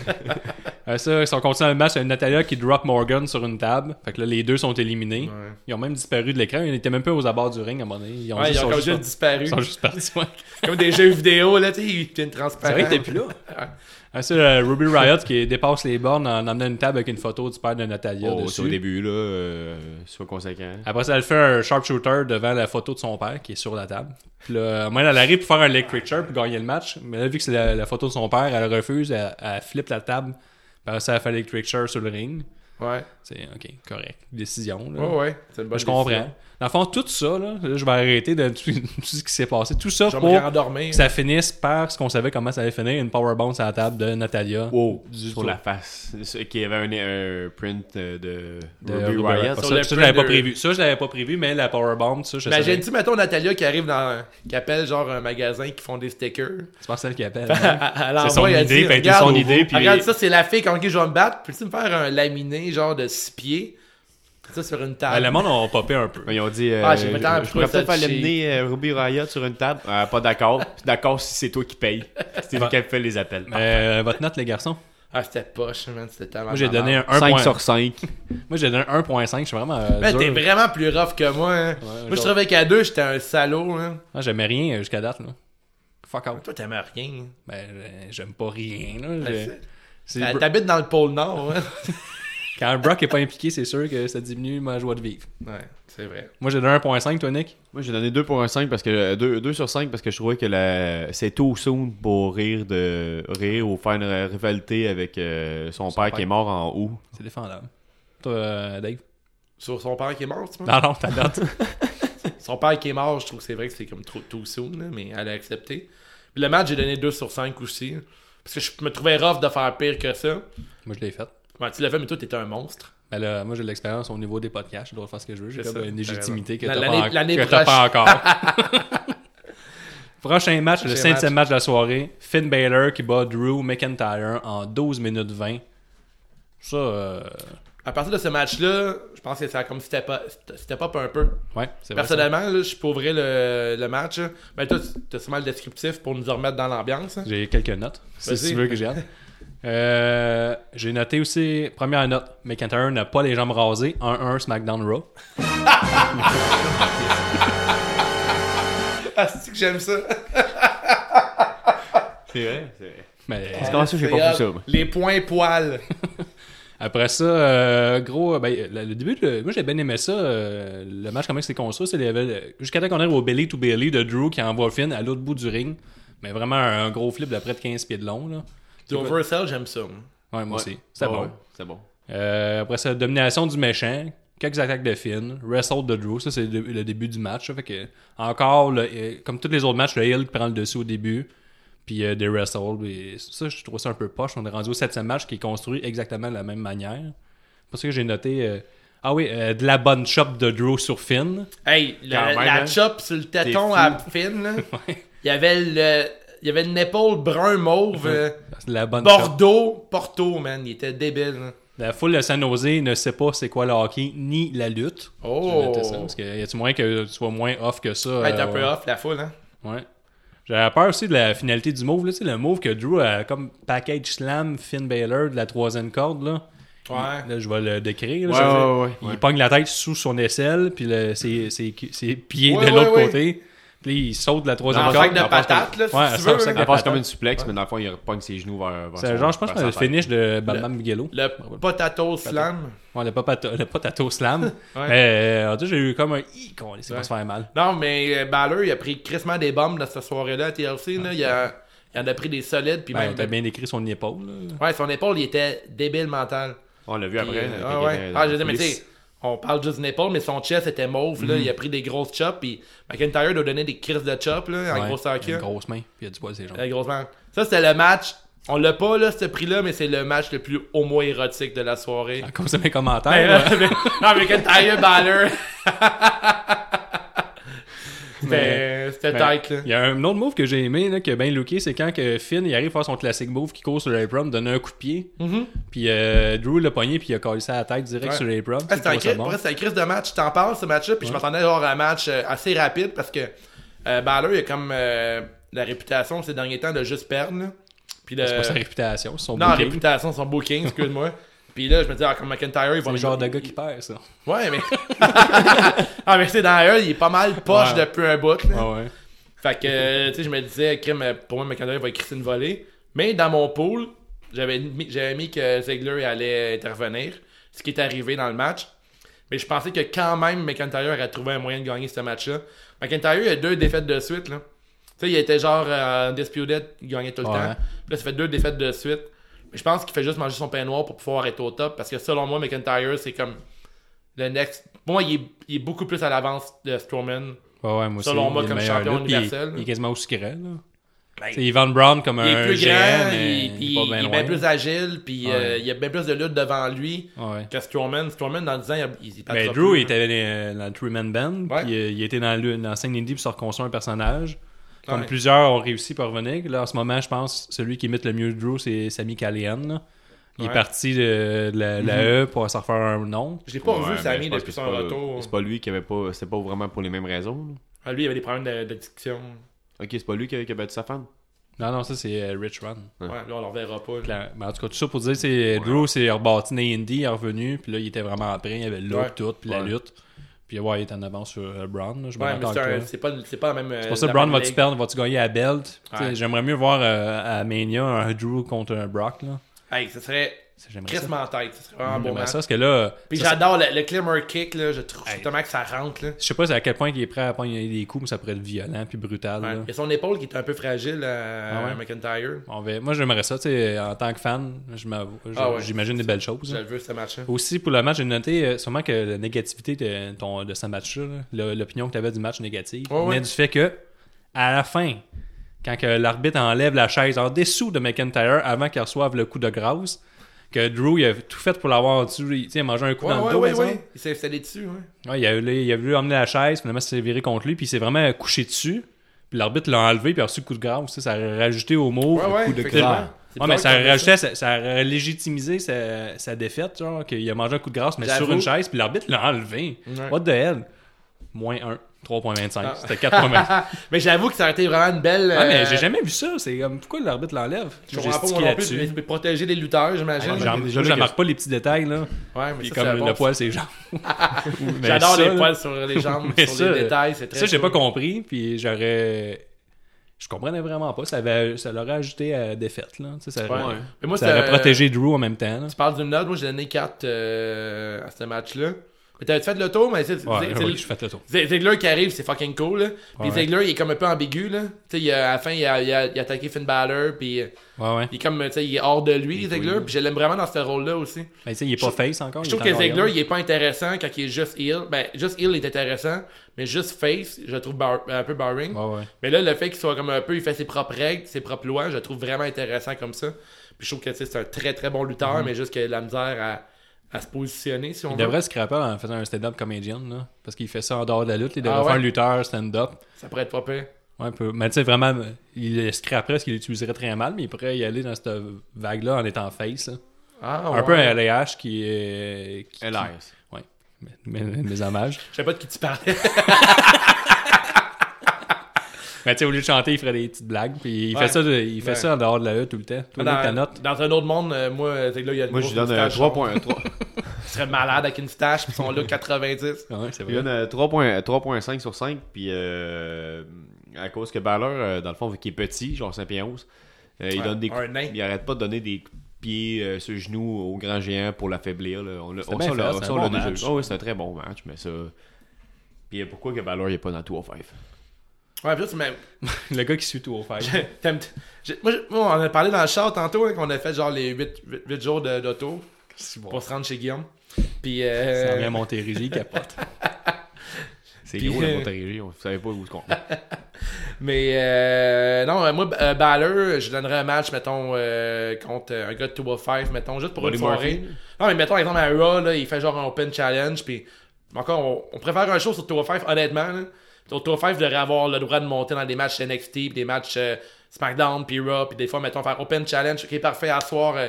[SPEAKER 6] Euh, ça, si on continue le match, il y a Natalia qui drop Morgan sur une table. Fait que là, les deux sont éliminés. Ils ont même disparu de l'écran. Ils n'étaient même pas aux abords du ring à un moment donné. Ils ont
[SPEAKER 4] Ouais, ils
[SPEAKER 6] juste,
[SPEAKER 4] ont
[SPEAKER 6] sont
[SPEAKER 4] comme
[SPEAKER 6] juste
[SPEAKER 4] juste
[SPEAKER 6] par-
[SPEAKER 4] disparu.
[SPEAKER 6] ils sont juste partis. ouais.
[SPEAKER 4] Comme des jeux vidéo, là, tu sais, ils viennent transparents.
[SPEAKER 6] là. Ah, ça, euh, Ruby Riot qui dépasse les bornes en emmenant une table avec une photo du père de Natalia
[SPEAKER 5] Oh,
[SPEAKER 6] dessus.
[SPEAKER 5] c'est au début, là. euh, sois conséquent.
[SPEAKER 6] Après ça, elle fait un sharpshooter devant la photo de son père qui est sur la table. Puis là, même elle arrive pour faire un leg creature pour gagner le match. Mais là, vu que c'est la, la photo de son père, elle refuse, elle, elle flippe la table. Puis après ça, elle fait un leg creature sur le ring.
[SPEAKER 4] Ouais.
[SPEAKER 6] C'est OK, correct. Décision. Là.
[SPEAKER 4] Ouais, ouais. C'est une bonne
[SPEAKER 6] je comprends.
[SPEAKER 4] décision.
[SPEAKER 6] Dans le fond, tout ça, là, là, je vais arrêter de tout, tout ce qui s'est passé. Tout ça
[SPEAKER 4] Je vais
[SPEAKER 6] pour
[SPEAKER 4] me rendormir.
[SPEAKER 6] que ça finisse par ce qu'on savait comment ça allait finir, une powerbomb à la table de Natalia.
[SPEAKER 5] Wow, sur
[SPEAKER 6] tout.
[SPEAKER 5] la face. Ce- Qui avait un, un print euh, de,
[SPEAKER 6] de
[SPEAKER 5] Ruby
[SPEAKER 6] Ruby
[SPEAKER 5] Riot.
[SPEAKER 6] Riott.
[SPEAKER 5] sur
[SPEAKER 6] Ça,
[SPEAKER 5] le
[SPEAKER 6] ça, je l'avais pas
[SPEAKER 4] de-
[SPEAKER 6] prévu. Ça, je l'avais pas prévu, mais la powerbomb, ça, je savais.
[SPEAKER 4] Imagine-tu, mettons, Natalia qui arrive dans. qui appelle genre un magasin qui font des stickers.
[SPEAKER 6] C'est pas celle qui appelle. hein.
[SPEAKER 4] C'est ben,
[SPEAKER 6] son idée, puis elle dit son idée, puis-
[SPEAKER 4] Regarde, ça, c'est la fille contre qui je vais me battre. Peux-tu me faire un laminé, genre de six pieds? Ça, sur une
[SPEAKER 6] Ben,
[SPEAKER 4] table.
[SPEAKER 6] le monde a popé un peu.
[SPEAKER 5] Ils ont dit. euh,
[SPEAKER 4] Ah, j'ai pas le temps, je
[SPEAKER 5] je pourrais
[SPEAKER 4] trouve ça
[SPEAKER 5] peut-être faire
[SPEAKER 4] cheap.
[SPEAKER 5] l'amener euh, Ruby Riot sur une table. Ah, pas d'accord. Puis d'accord si c'est toi qui paye. C'est toi qui fait les appels.
[SPEAKER 6] Euh, votre note, les garçons?
[SPEAKER 4] Ah, c'était poche, man. C'était tellement.
[SPEAKER 6] Moi, j'ai
[SPEAKER 4] malade.
[SPEAKER 6] donné un 1
[SPEAKER 5] 5
[SPEAKER 6] point.
[SPEAKER 5] sur 5.
[SPEAKER 6] Moi, j'ai donné un 1.5. Je suis vraiment euh,
[SPEAKER 4] Mais
[SPEAKER 6] dur.
[SPEAKER 4] Ben, t'es vraiment plus rough que moi, hein. moi, je
[SPEAKER 6] genre-
[SPEAKER 4] travaillais qu'à deux, j'étais un salaud, hein.
[SPEAKER 6] Ah, J'aimais rien euh, jusqu'à date. Là. Fuck out.
[SPEAKER 4] Toi, t'aimes rien. hein.
[SPEAKER 6] Ben, euh, j'aime pas rien.
[SPEAKER 4] Ben,
[SPEAKER 6] Là. Je- C'est-
[SPEAKER 4] Euh, T'habites dans le pôle Nord, hein.
[SPEAKER 6] Quand Brock est pas impliqué, c'est sûr que ça diminue ma joie de vivre.
[SPEAKER 4] ouais, c'est vrai.
[SPEAKER 6] Moi, j'ai donné 1.5, toi, Nick.
[SPEAKER 5] Moi, j'ai donné 2 pour un 5 parce que 2, sur 5 parce que je trouvais que la... c'est too soon pour rire de rire ou faire une rivalité avec euh, son, père, qui
[SPEAKER 6] père.
[SPEAKER 5] est mort en août.
[SPEAKER 6] C'est défendable. Toi, euh, Dave.
[SPEAKER 4] Sur son père qui est mort, tu vois.
[SPEAKER 6] Non, non, ta note.
[SPEAKER 4] Son père qui est mort, je trouve que c'est vrai que c'est comme trop too soon, là, mais elle a accepté. Puis le match, j'ai donné 2 sur 5 aussi. Parce que je me trouvais rough de faire pire que ça.
[SPEAKER 6] Moi, je l'ai faite.
[SPEAKER 4] Ouais, tu l'as fait, mais toi, t'étais un monstre.
[SPEAKER 6] Ben là, moi, j'ai de l'expérience au niveau des podcasts. Je dois faire ce que je veux. J'ai
[SPEAKER 4] C'est
[SPEAKER 6] comme
[SPEAKER 4] ça,
[SPEAKER 6] une
[SPEAKER 4] t'as
[SPEAKER 6] légitimité que
[SPEAKER 4] raison.
[SPEAKER 6] t'as
[SPEAKER 4] L'année-
[SPEAKER 6] pas, en-
[SPEAKER 4] l'année
[SPEAKER 6] que t'as pas encore. Prochain match, le
[SPEAKER 4] Prochain
[SPEAKER 6] cinquième match de la soirée. Finn Balor qui bat Drew McIntyre en 12 minutes 20. Ça, euh,
[SPEAKER 4] À partir de ce match-là, je pense que ça a comme step up, step up un peu.
[SPEAKER 6] ouais, c'est vrai. ça.
[SPEAKER 4] Personnellement, là, je pauvrais le, le match. là. Ben, toi, tu- t'as sûrement le descriptif pour nous remettre dans l'ambiance. hein.
[SPEAKER 6] J'ai quelques notes, si
[SPEAKER 4] Vas-y.
[SPEAKER 6] tu veux que j'y aille. Euh, J'ai noté aussi, première note, McIntyre n'a pas les jambes rasées, 1-1 SmackDown Raw.
[SPEAKER 4] Ah, c'est que j'aime ça.
[SPEAKER 5] C'est vrai, c'est vrai.
[SPEAKER 6] Mais
[SPEAKER 5] Comment Ah, ça, j'ai pas vu ça? moi?
[SPEAKER 4] Les points poils.
[SPEAKER 6] après ça, euh, gros, ben, le, le début, de- moi j'ai bien aimé ça, euh, le match comment c'est construit, c'est les- le- jusqu'à temps qu'on arrive au belly to belly de Drew qui envoie Finn à l'autre bout du ring. Mais vraiment un gros flip de près de 15 pieds de long. Là.
[SPEAKER 4] Du oversell, j'aime ça. moi.
[SPEAKER 6] Ouais, moi aussi. C'était
[SPEAKER 5] Ouais,
[SPEAKER 6] bon.
[SPEAKER 5] ouais, C'est bon.
[SPEAKER 6] Euh, après ça, domination du méchant, quelques attaques de Finn, wrestle de Drew, ça c'est le, le début du match. ça, fait que, encore, le- euh, comme tous les autres matchs, le Hill qui prend le dessus au début, puis euh, des wrestles. puis ça, je trouve ça un peu poche. On est rendu au septième match qui est construit exactement de la même manière. C'est Pour ça que j'ai noté, euh, ah oui, euh, de la bonne chop de Drew sur Finn.
[SPEAKER 4] Hey, le-
[SPEAKER 5] Quand même,
[SPEAKER 4] la
[SPEAKER 5] hein.
[SPEAKER 4] chop sur le téton
[SPEAKER 5] fou.
[SPEAKER 4] à Finn, là, il y avait le. Il y avait une épaule brun mauve. euh,
[SPEAKER 6] De la bonne chop.
[SPEAKER 4] Bordeaux, Porto, man. Il était débile. hein.
[SPEAKER 6] La foule de San Jose ne sait pas c'est quoi le hockey ni la lutte.
[SPEAKER 4] Oh.
[SPEAKER 6] J'ai noté ça, parce que y a-tu moyen que tu sois moins off que ça?
[SPEAKER 4] Ouais, t'es un
[SPEAKER 6] euh,
[SPEAKER 4] peu off, la foule, hein.
[SPEAKER 6] Ouais. J'avais peur aussi de la finalité du move, là, tu sais, le move que Drew a comme package slam Finn Balor de la troisième corde, là.
[SPEAKER 4] Ouais.
[SPEAKER 6] Là, je vais le décrire. là,
[SPEAKER 5] Ouais,
[SPEAKER 6] je veux
[SPEAKER 5] ouais,
[SPEAKER 6] dire.
[SPEAKER 5] ouais, ouais.
[SPEAKER 6] Il pogne la tête sous son aisselle, puis le- ses, ses- ses pieds
[SPEAKER 4] Ouais,
[SPEAKER 6] de
[SPEAKER 4] ouais,
[SPEAKER 6] l'autre
[SPEAKER 4] ouais.
[SPEAKER 6] côté. Puis il saute de la troisième
[SPEAKER 4] Un
[SPEAKER 5] Encore,
[SPEAKER 4] sac
[SPEAKER 6] corde.
[SPEAKER 4] de
[SPEAKER 5] on passe
[SPEAKER 4] patates, là, si
[SPEAKER 6] Ouais,
[SPEAKER 4] tu
[SPEAKER 6] ça,
[SPEAKER 4] veux.
[SPEAKER 6] ça,
[SPEAKER 4] hein.
[SPEAKER 5] Elle
[SPEAKER 6] La
[SPEAKER 5] passe comme
[SPEAKER 6] patate.
[SPEAKER 5] une suplexe, mais dans le fond, il repogne ses genoux vers. vers
[SPEAKER 6] C'est
[SPEAKER 5] son-
[SPEAKER 6] genre, je pense que
[SPEAKER 5] vers
[SPEAKER 6] c'est le
[SPEAKER 5] sa tête.
[SPEAKER 6] finish de Batman Bigelow.
[SPEAKER 4] Le potato slam.
[SPEAKER 6] Ouais, le potato, le potato slam.
[SPEAKER 4] Ouais.
[SPEAKER 6] Mais, euh, en tout cas, j'ai eu comme un i qu'on laissait
[SPEAKER 4] Ouais.
[SPEAKER 6] pas se faire mal.
[SPEAKER 4] Non, mais euh, Balor, il a pris crissement des bombes dans cette soirée-là à TLC. Là, il, a, il en a pris des solides. Puis
[SPEAKER 6] Ben,
[SPEAKER 4] même,
[SPEAKER 6] t'as bien décrit son épaule. là.
[SPEAKER 4] Ouais, son épaule, il était débile mental.
[SPEAKER 5] On l'a vu après.
[SPEAKER 4] Puis,
[SPEAKER 5] euh,
[SPEAKER 4] ah,
[SPEAKER 5] quand il
[SPEAKER 4] ouais.
[SPEAKER 5] était dans
[SPEAKER 4] Ah,
[SPEAKER 5] la
[SPEAKER 4] je dis, mais tu
[SPEAKER 5] police. Mhm.
[SPEAKER 4] sais, on parle juste d'une épaule, mais son chest était mauve. Là, il a pris des grosses chops. Puis McIntyre doit donner des crises de chops là, en
[SPEAKER 6] Ouais,
[SPEAKER 4] gros sac.
[SPEAKER 6] une grosse main, puis il y a du poids sur ses jambes.
[SPEAKER 4] La grosse main. Ça, c'était le match. On l'a pas, là, ce prix-là, mais c'est le match le plus homo-érotique de la soirée.
[SPEAKER 6] À cause de mes
[SPEAKER 5] Ah,
[SPEAKER 6] commentaires.
[SPEAKER 4] Hey,
[SPEAKER 6] là.
[SPEAKER 4] là, avec- non, avec McIntyre Balor. C'était c'était
[SPEAKER 6] Ben,
[SPEAKER 4] tight, là.
[SPEAKER 6] Il y a un autre move que j'ai aimé, là, qui a bien looké, c'est quand que Finn il arrive à faire son classique move qui court sur l'apron, donne un coup de pied. Puis euh, Drew l'a pogné, puis il a collé ça à la tête direct
[SPEAKER 4] Mm-hmm. Ouais.
[SPEAKER 6] sur l'apron.
[SPEAKER 4] Ah,
[SPEAKER 6] C'est
[SPEAKER 4] C'était un, cri- pour vrai, c'était un crise de match, je t'en parle ce match-là, puis je m'attendais à avoir un match euh, assez rapide parce que euh, Balor, il a comme euh, la réputation ces derniers temps de juste perdre. là. Puis de...
[SPEAKER 6] C'est pas sa réputation, c'est son
[SPEAKER 4] Euh, Non,
[SPEAKER 6] booking.
[SPEAKER 4] réputation, son booking, excuse-moi. puis là, je me dis, ah, comme McIntyre, ils
[SPEAKER 6] C'est
[SPEAKER 4] vont
[SPEAKER 6] le genre de gars qui perd, ça.
[SPEAKER 4] Ouais, mais. ah, mais c'est dans eux, il est pas mal poche
[SPEAKER 6] Ouais.
[SPEAKER 4] depuis un bout. là.
[SPEAKER 6] Ah ouais.
[SPEAKER 4] Fait que, euh, tu sais, je me disais, crime, euh, pour moi, McIntyre va écrire une volée. Mais dans mon pool, j'avais mis, j'avais mis que Ziegler allait intervenir, ce qui est arrivé dans le match. Mais je pensais que quand même, McIntyre aurait trouvé un moyen de gagner ce match-là. McIntyre a deux défaites de suite, là. Tu sais, il était genre euh, Undisputed, il gagnait tout le
[SPEAKER 6] Ouais.
[SPEAKER 4] temps. Puis là, ça fait deux défaites de suite. Je pense qu'il fait juste manger son pain noir pour pouvoir être au top. Parce que selon moi, McIntyre, c'est comme le next. Pour moi, il est, il est beaucoup plus à l'avance de Strowman.
[SPEAKER 6] Ouais, ouais, moi aussi.
[SPEAKER 4] Selon moi,
[SPEAKER 6] il est
[SPEAKER 4] comme
[SPEAKER 6] le meilleur,
[SPEAKER 4] champion
[SPEAKER 6] là, puis il-
[SPEAKER 4] universel,
[SPEAKER 6] Il
[SPEAKER 4] là.
[SPEAKER 6] est quasiment aussi grand, là. C'est Ivan Brown comme
[SPEAKER 4] Ben, Il est
[SPEAKER 6] un
[SPEAKER 4] plus
[SPEAKER 6] géant,
[SPEAKER 4] grand,
[SPEAKER 6] mais
[SPEAKER 4] il,
[SPEAKER 6] il est pas bien
[SPEAKER 4] il- il est
[SPEAKER 6] loin.
[SPEAKER 4] bien plus agile, puis euh,
[SPEAKER 6] Ouais.
[SPEAKER 4] il y a bien plus de lutte devant lui
[SPEAKER 6] Ouais.
[SPEAKER 4] que Strowman. Strowman, dans 10 ans, il- il, il
[SPEAKER 6] Ben,
[SPEAKER 4] passera
[SPEAKER 6] Drew,
[SPEAKER 4] plus,
[SPEAKER 6] il
[SPEAKER 4] là.
[SPEAKER 6] était euh, dans- dans le Three-Man Band,
[SPEAKER 4] Ouais.
[SPEAKER 6] puis euh, il était dans, le, dans la scène indie pour se reconstruire un personnage. Comme
[SPEAKER 4] Ouais.
[SPEAKER 6] plusieurs ont réussi par revenir. Là, en ce moment, je pense celui qui imite le mieux Drew, c'est Sami Callihan. là. Il
[SPEAKER 4] Ouais. Mhm.
[SPEAKER 6] est parti de, de la, de la E pour se refaire un nom.
[SPEAKER 4] Je l'ai pas
[SPEAKER 5] Ouais,
[SPEAKER 4] revu,
[SPEAKER 5] mais
[SPEAKER 4] Sammy,
[SPEAKER 5] je pense
[SPEAKER 4] depuis
[SPEAKER 5] que c'est
[SPEAKER 4] son
[SPEAKER 5] pas-
[SPEAKER 4] retour.
[SPEAKER 5] C'est pas lui qui avait pas. C'était pas vraiment pour les mêmes raisons. là.
[SPEAKER 4] Ah, lui, il avait des problèmes de- d'addiction.
[SPEAKER 5] Ok, c'est pas lui qui a, qui a battu sa femme.
[SPEAKER 6] Non, non, ça, c'est euh, Rich Run.
[SPEAKER 5] Ouais.
[SPEAKER 4] Ouais, là, on le reverra pas. là.
[SPEAKER 6] Claire- Mais en tout cas, tout ça pour dire, c'est Drew s'est rebâti dans Indy, il est revenu, puis là, il était vraiment après, il y avait le look,
[SPEAKER 4] Ouais.
[SPEAKER 6] tout, puis la
[SPEAKER 5] Ouais.
[SPEAKER 6] lutte. Puis ouais, il est en avance sur euh, Brown, là, je me
[SPEAKER 4] Ouais,
[SPEAKER 6] rends
[SPEAKER 4] mais
[SPEAKER 6] compte
[SPEAKER 4] c'est
[SPEAKER 6] que-
[SPEAKER 4] un- c'est pas, c'est pas Euh, la même.
[SPEAKER 6] C'est pour ça, Brown, va-tu perdre, va-tu gagner à Belt? Tu sais,
[SPEAKER 4] Ouais.
[SPEAKER 6] J'aimerais mieux voir euh, à Mania un Drew contre un Brock, là.
[SPEAKER 4] Hey, ce serait
[SPEAKER 6] Ça, J'aimerais ça.
[SPEAKER 4] crissement en tête. Ce serait vraiment un beau
[SPEAKER 6] J'aimerais
[SPEAKER 4] match.
[SPEAKER 6] ça, parce que là,
[SPEAKER 4] Puis
[SPEAKER 6] ça,
[SPEAKER 4] j'adore le, le Climber Kick, là. Je trouve justement que ça rentre, là.
[SPEAKER 6] je sais pas à quel point il est prêt à prendre des coups, mais ça pourrait être violent puis brutal,
[SPEAKER 4] Ouais.
[SPEAKER 6] là.
[SPEAKER 4] Il y a son épaule qui est un peu fragile à
[SPEAKER 6] Ah ouais?
[SPEAKER 4] McIntyre.
[SPEAKER 6] On va- Moi, j'aimerais ça, tu sais, en tant que fan, je m'avoue- je-
[SPEAKER 4] Ah ouais.
[SPEAKER 6] j'imagine des belles choses.
[SPEAKER 4] Je
[SPEAKER 6] là.
[SPEAKER 4] le veux, ce match-là.
[SPEAKER 6] Aussi, pour le match, j'ai noté euh, sûrement que la négativité de, ton, de ce match-là, là, le- l'opinion que tu avais du match négatif,
[SPEAKER 4] Ouais, ouais.
[SPEAKER 6] venait du fait que, à la fin, quand que l'arbitre enlève la chaise en dessous de McIntyre avant qu'il reçoive le coup de grâce, que Drew il a tout fait pour l'avoir en dessous. Il tu sais, il a mangé un coup
[SPEAKER 4] Ouais,
[SPEAKER 6] dans le
[SPEAKER 4] ouais,
[SPEAKER 6] dos,
[SPEAKER 4] ouais,
[SPEAKER 6] par
[SPEAKER 4] ouais.
[SPEAKER 6] exemple.
[SPEAKER 4] Il s'est installé dessus, ouais.
[SPEAKER 6] Ouais, il, a, voulu- il a voulu emmener la chaise, finalement, c'est viré contre lui, puis il s'est vraiment couché dessus. Puis l'arbitre l'a enlevé, puis il a reçu le coup de grâce. tu sais, Ça a rajouté au mot.
[SPEAKER 4] Ouais, ouais,
[SPEAKER 5] coup de
[SPEAKER 4] effectivement.
[SPEAKER 5] grâce.
[SPEAKER 4] C'est
[SPEAKER 6] Ouais, mais
[SPEAKER 4] bizarre
[SPEAKER 6] ça
[SPEAKER 4] qu'il y ait
[SPEAKER 6] rajoutait, ça, ça a légitimisé sa, sa défaite, genre, qu'il a mangé un coup de grâce, mais
[SPEAKER 4] J'avoue.
[SPEAKER 6] sur une chaise, puis l'arbitre l'a enlevé.
[SPEAKER 4] Ouais. Ah.
[SPEAKER 6] What the hell? Moins 1, 3.25. C'était 4.25.
[SPEAKER 4] Mais j'avoue que ça aurait été vraiment une belle.
[SPEAKER 6] ah, mais j'ai
[SPEAKER 4] euh,
[SPEAKER 6] jamais vu ça. C'est comme, pourquoi l'arbitre l'enlève?
[SPEAKER 4] Je comprends pas moi non plus, mais- mais protéger les lutteurs, j'imagine.
[SPEAKER 6] J'en-
[SPEAKER 4] Ouais,
[SPEAKER 5] j'en-
[SPEAKER 6] Moi, j'en marque pas les petits détails, là.
[SPEAKER 4] mais
[SPEAKER 6] Puis
[SPEAKER 4] ça,
[SPEAKER 6] comme
[SPEAKER 4] c'est
[SPEAKER 6] le
[SPEAKER 4] bon.
[SPEAKER 6] poil, c'est genre.
[SPEAKER 4] J'adore les poils sur les jambes,
[SPEAKER 6] Mais
[SPEAKER 4] sur
[SPEAKER 6] ça,
[SPEAKER 4] les détails, c'est très.
[SPEAKER 6] Ça, j'ai pas
[SPEAKER 4] cool.
[SPEAKER 6] compris, puis j'aurais. Je comprenais vraiment pas. Ça, avait- ça l'aurait ajouté à la défaite, là. Tu sais, ça,
[SPEAKER 4] Ouais. Mais moi,
[SPEAKER 6] ça aurait
[SPEAKER 4] c'est, euh,
[SPEAKER 6] protégé Drew en même temps, là.
[SPEAKER 4] Tu parles d'une note, moi j'ai donné 4 à ce match-là. Mais t'avais fait le tour, mais c'est.
[SPEAKER 6] Ouais,
[SPEAKER 4] c'est-
[SPEAKER 6] oui,
[SPEAKER 4] c'est-
[SPEAKER 6] je fais le tour.
[SPEAKER 4] Zeg- Ziggler qui arrive, c'est fucking cool. Là. Puis
[SPEAKER 6] Ouais.
[SPEAKER 4] Ziggler, il est comme un peu ambigu. Là. Tu sais, il a- à la fin, il a, il a- il a attaqué Finn Balor. Puis euh,
[SPEAKER 6] Ouais, ouais.
[SPEAKER 4] il est, comme, tu sais, il est hors de lui, Ziggler. Puis je l'aime vraiment dans ce rôle-là aussi.
[SPEAKER 6] Mais tu sais, il est pas face encore.
[SPEAKER 4] Je
[SPEAKER 6] Oh, il
[SPEAKER 4] trouve
[SPEAKER 6] est
[SPEAKER 4] que
[SPEAKER 6] encore
[SPEAKER 4] Ziggler,
[SPEAKER 6] young.
[SPEAKER 4] il est pas intéressant quand il est juste heel. Ben, juste heel est intéressant. Mais juste face, je le trouve bar- un peu boring.
[SPEAKER 6] Ouais, ouais.
[SPEAKER 4] Mais là, le fait qu'il soit comme un peu, il fait ses propres règles, ses propres lois, je le trouve vraiment intéressant comme ça. Puis je trouve que tu sais, c'est un très très bon lutteur, mais juste qu'il a de la misère à, à se positionner, si on
[SPEAKER 6] Mm-hmm. Il
[SPEAKER 4] veut.
[SPEAKER 6] devrait se crapper en faisant un stand-up comedian, là. Parce qu'il fait ça en dehors de la lutte. Il devrait
[SPEAKER 4] Ah ouais?
[SPEAKER 6] faire un lutteur stand-up.
[SPEAKER 4] Ça pourrait être pas pire.
[SPEAKER 6] Ouais, un peu. Mais tu sais, vraiment, il se crapperait parce qu'il l'utiliserait très mal, mais il pourrait y aller dans cette vague-là en étant face. là.
[SPEAKER 4] Ah,
[SPEAKER 6] Un peu
[SPEAKER 4] ouais.
[SPEAKER 6] un LAH qui est. qui-
[SPEAKER 5] LRS.
[SPEAKER 6] Ouais. Mais- mais- Mes hommages.
[SPEAKER 4] Je sais pas de qui tu parlais.
[SPEAKER 6] Mais tu sais, au lieu de chanter, il ferait des petites blagues. Puis il
[SPEAKER 4] Ouais.
[SPEAKER 6] fait, ça, de- il fait
[SPEAKER 4] Ouais.
[SPEAKER 6] ça en dehors de la lutte tout le temps. Toi, Nick, ta
[SPEAKER 4] dans,
[SPEAKER 6] note.
[SPEAKER 4] dans un autre monde, euh, moi, Ziggler, il y a une
[SPEAKER 5] Moi, je
[SPEAKER 4] grosse
[SPEAKER 5] lui donne euh,
[SPEAKER 4] moustache,
[SPEAKER 5] 3.3.
[SPEAKER 4] Il serait malade avec une stache, puis son look 90.
[SPEAKER 6] Ah Ouais, c'est
[SPEAKER 5] Je lui
[SPEAKER 6] vrai.
[SPEAKER 5] donne euh, 3.5 3.5 sur 5. Puis euh, à cause que Balor, euh, dans le fond, vu qu'il est petit, genre 5 pieds 11, euh, il
[SPEAKER 4] Ouais,
[SPEAKER 5] donne des
[SPEAKER 4] un
[SPEAKER 5] coups,
[SPEAKER 4] nain.
[SPEAKER 5] Il arrête pas de donner des coups de pied euh, sur le genou au grand géant pour l'affaiblir. là. On l'a on-
[SPEAKER 6] bien
[SPEAKER 5] ça, on l'a-
[SPEAKER 6] fait, c'est
[SPEAKER 5] ça,
[SPEAKER 6] un
[SPEAKER 5] on l'a
[SPEAKER 6] bon
[SPEAKER 5] déjà
[SPEAKER 6] match.
[SPEAKER 5] vu. Ah oui, c'est un très bon match, mais ça. Puis euh, pourquoi que Balor n'est pas dans 2 5
[SPEAKER 4] Ouais, puis là, tu m'as-
[SPEAKER 6] Le gars qui suit tout au fer.
[SPEAKER 4] t'aimes- t- j'ai- moi, j'ai- moi, on a parlé dans le chat tantôt hein, qu'on a fait genre les 8, jours de- d'auto pour se rendre chez Guillaume. Puis, euh,
[SPEAKER 6] Ça revient à Montérégie, il capote.
[SPEAKER 5] C'est
[SPEAKER 4] Puis,
[SPEAKER 5] gros, la
[SPEAKER 4] euh,
[SPEAKER 5] Montérégie, on ne savait pas où se compte.
[SPEAKER 4] mais euh, non, euh, moi, euh, Balor, je donnerais un match, mettons, euh, contre euh, un gars de 205, mettons, juste pour
[SPEAKER 5] Buddy
[SPEAKER 4] une soirée.
[SPEAKER 5] Murphy.
[SPEAKER 4] Non, mais mettons, exemple, à Raw, là, il fait genre un open challenge, puis encore, on, on préfère un show sur Tour 5, honnêtement. Là. Sur oh Tour 5, devrait avoir le droit de monter dans des matchs NXT, puis des matchs euh, SmackDown, puis Raw, puis des fois, mettons, faire open challenge, ok, parfait, à soir, euh,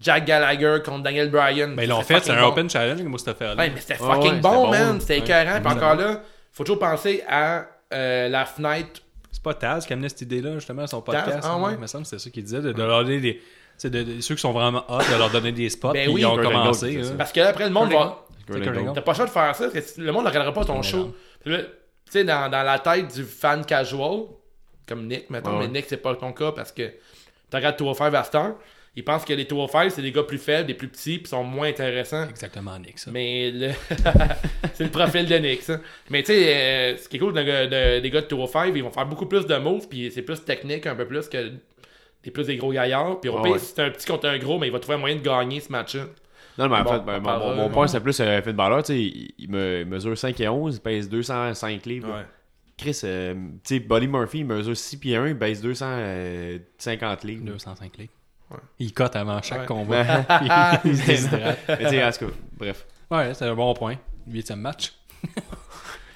[SPEAKER 4] Jack Gallagher contre Daniel Bryan.
[SPEAKER 6] Mais
[SPEAKER 4] Ça,
[SPEAKER 6] ils l'ont fait, c'est Ben, un
[SPEAKER 4] fucking bon.
[SPEAKER 6] open challenge que Mustafa Ali.
[SPEAKER 4] Ouais, mais c'était
[SPEAKER 5] Ouais,
[SPEAKER 4] fucking
[SPEAKER 5] ouais,
[SPEAKER 4] bon,
[SPEAKER 5] c'était bon.
[SPEAKER 4] man, c'était
[SPEAKER 5] Ouais.
[SPEAKER 4] écœurant, puis encore là, faut toujours penser à euh, la fenêtre
[SPEAKER 6] C'est pas Taz qui amenait cette idée-là, justement, à son podcast.
[SPEAKER 4] ah
[SPEAKER 6] moi,
[SPEAKER 4] ouais?
[SPEAKER 6] Il me semble que c'était ça qu'il disait, de, de leur donner des. c'est de, de- ceux qui sont vraiment hot, de leur donner des spots,
[SPEAKER 4] Ben
[SPEAKER 6] puis
[SPEAKER 4] oui,
[SPEAKER 6] ils ont
[SPEAKER 5] Kurt Angle
[SPEAKER 6] commencé.
[SPEAKER 5] disait ça.
[SPEAKER 6] là.
[SPEAKER 4] Parce que là, après, le monde va.
[SPEAKER 6] C'est Kurt Angle.
[SPEAKER 4] T'as pas le choix de faire ça, parce que si- le monde ne regardera pas ton show. Puis là, Tu sais, dans, dans la tête du fan casual, comme Nick, mettons,
[SPEAKER 5] Ouais.
[SPEAKER 4] mais Nick, c'est pas ton cas parce que tu regardes Tour 5 à cette heure, il pense que les Tour 5, c'est des gars plus faibles, des plus petits, puis sont moins intéressants.
[SPEAKER 6] Exactement, Nick, ça.
[SPEAKER 4] Mais le- c'est le profil de Nick, ça. Mais tu sais, euh, ce qui est cool, le gars- de- des gars de Tour 5, ils vont faire beaucoup plus de moves, puis c'est plus technique un peu plus que des plus des gros gaillards. Puis au
[SPEAKER 5] Ah
[SPEAKER 4] pire,
[SPEAKER 5] ouais.
[SPEAKER 4] si c'est un petit contre un gros, mais il va trouver un moyen de gagner ce match-là.
[SPEAKER 5] Non, mais en
[SPEAKER 4] Bon,
[SPEAKER 5] fait, ben,
[SPEAKER 4] on
[SPEAKER 5] mon,
[SPEAKER 4] parlera,
[SPEAKER 5] mon
[SPEAKER 4] là.
[SPEAKER 5] père, c'est plus euh, fait de balleur. Tu sais, il, il me- il mesure 5 et 11, il pèse 205 livres.
[SPEAKER 4] Ouais.
[SPEAKER 5] Chris, euh, tu sais, Buddy Murphy, il mesure 6 pieds 1, il pèse 250 livres.
[SPEAKER 6] 205 clics. Il cote avant chaque
[SPEAKER 4] Ouais. Ah,
[SPEAKER 6] combat. il, il se déshydrate.
[SPEAKER 5] Mais tu sais, en tout cas, bref.
[SPEAKER 6] Ouais, c'est un bon point. Huitième match.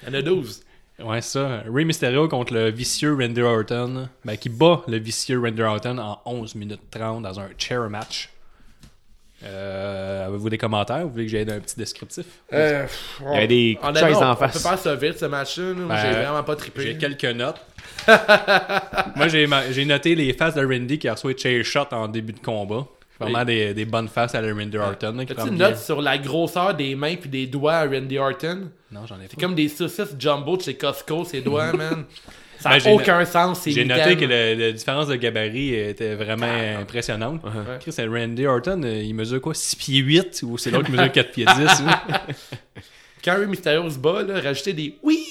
[SPEAKER 4] Il y en a 12.
[SPEAKER 6] Ouais, c'est ça. Ray Mysterio contre le vicieux Randy Orton. Ben, qui bat le vicieux Randy Orton en 11 minutes 30 dans un chair match. Euh, Avez-vous des commentaires? Vous voulez que j'aille d'un petit descriptif?
[SPEAKER 5] Il y avait des
[SPEAKER 4] Euh, On
[SPEAKER 5] coups de chaise en
[SPEAKER 4] peut
[SPEAKER 5] face.
[SPEAKER 4] pas se vite ce match-là. là. Moi,
[SPEAKER 6] Ben,
[SPEAKER 4] J'ai vraiment pas trippé.
[SPEAKER 6] J'ai quelques notes. Moi, j'ai ma- j'ai noté les faces de Randy qui a reçu chair shot en début de combat. Vraiment des, des bonnes faces à la Randy Orton. là, qui
[SPEAKER 4] T'as-tu
[SPEAKER 6] prend
[SPEAKER 4] une
[SPEAKER 6] bien-
[SPEAKER 4] note sur la grosseur des mains puis des doigts à Randy Orton?
[SPEAKER 6] Non, j'en ai pas.
[SPEAKER 4] C'est comme des saucisses jumbo de chez Costco, ses doigts, man. Ça
[SPEAKER 6] Ben,
[SPEAKER 4] n'a
[SPEAKER 6] j'ai no-
[SPEAKER 4] aucun sens, c'est
[SPEAKER 6] J'ai noté que le- la différence de gabarit était vraiment
[SPEAKER 4] Ah,
[SPEAKER 6] impressionnante. Chris, euh, Randy Orton, euh, il mesure quoi 6 pieds 8 ou c'est l'autre qui mesure 4 pieds 10 ou?
[SPEAKER 4] Quand Ray Mysterio se bat, là, rajouter des « oui »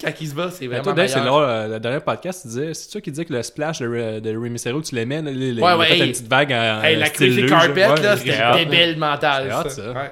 [SPEAKER 4] quand il se bat, c'est
[SPEAKER 6] Mais
[SPEAKER 4] vraiment
[SPEAKER 6] Toi, Dave, c'est
[SPEAKER 4] meilleur.
[SPEAKER 6] drôle. euh, Le dernier podcast, tu disais, c'est toi qui disais que le splash de, Re- de Rey Mysterio, tu l'aimais. là, il- Il, il a
[SPEAKER 4] ouais,
[SPEAKER 6] fait
[SPEAKER 4] hey.
[SPEAKER 6] une petite vague en.
[SPEAKER 4] Hey,
[SPEAKER 6] en
[SPEAKER 4] la
[SPEAKER 6] style
[SPEAKER 4] crazy
[SPEAKER 6] luge,
[SPEAKER 4] carpet,
[SPEAKER 6] ouais,
[SPEAKER 4] là,
[SPEAKER 6] c'est
[SPEAKER 4] c'était
[SPEAKER 6] hot,
[SPEAKER 4] débile mental,
[SPEAKER 6] C'est
[SPEAKER 4] ça.
[SPEAKER 6] hot, ça.
[SPEAKER 4] Ouais.
[SPEAKER 6] là. Le-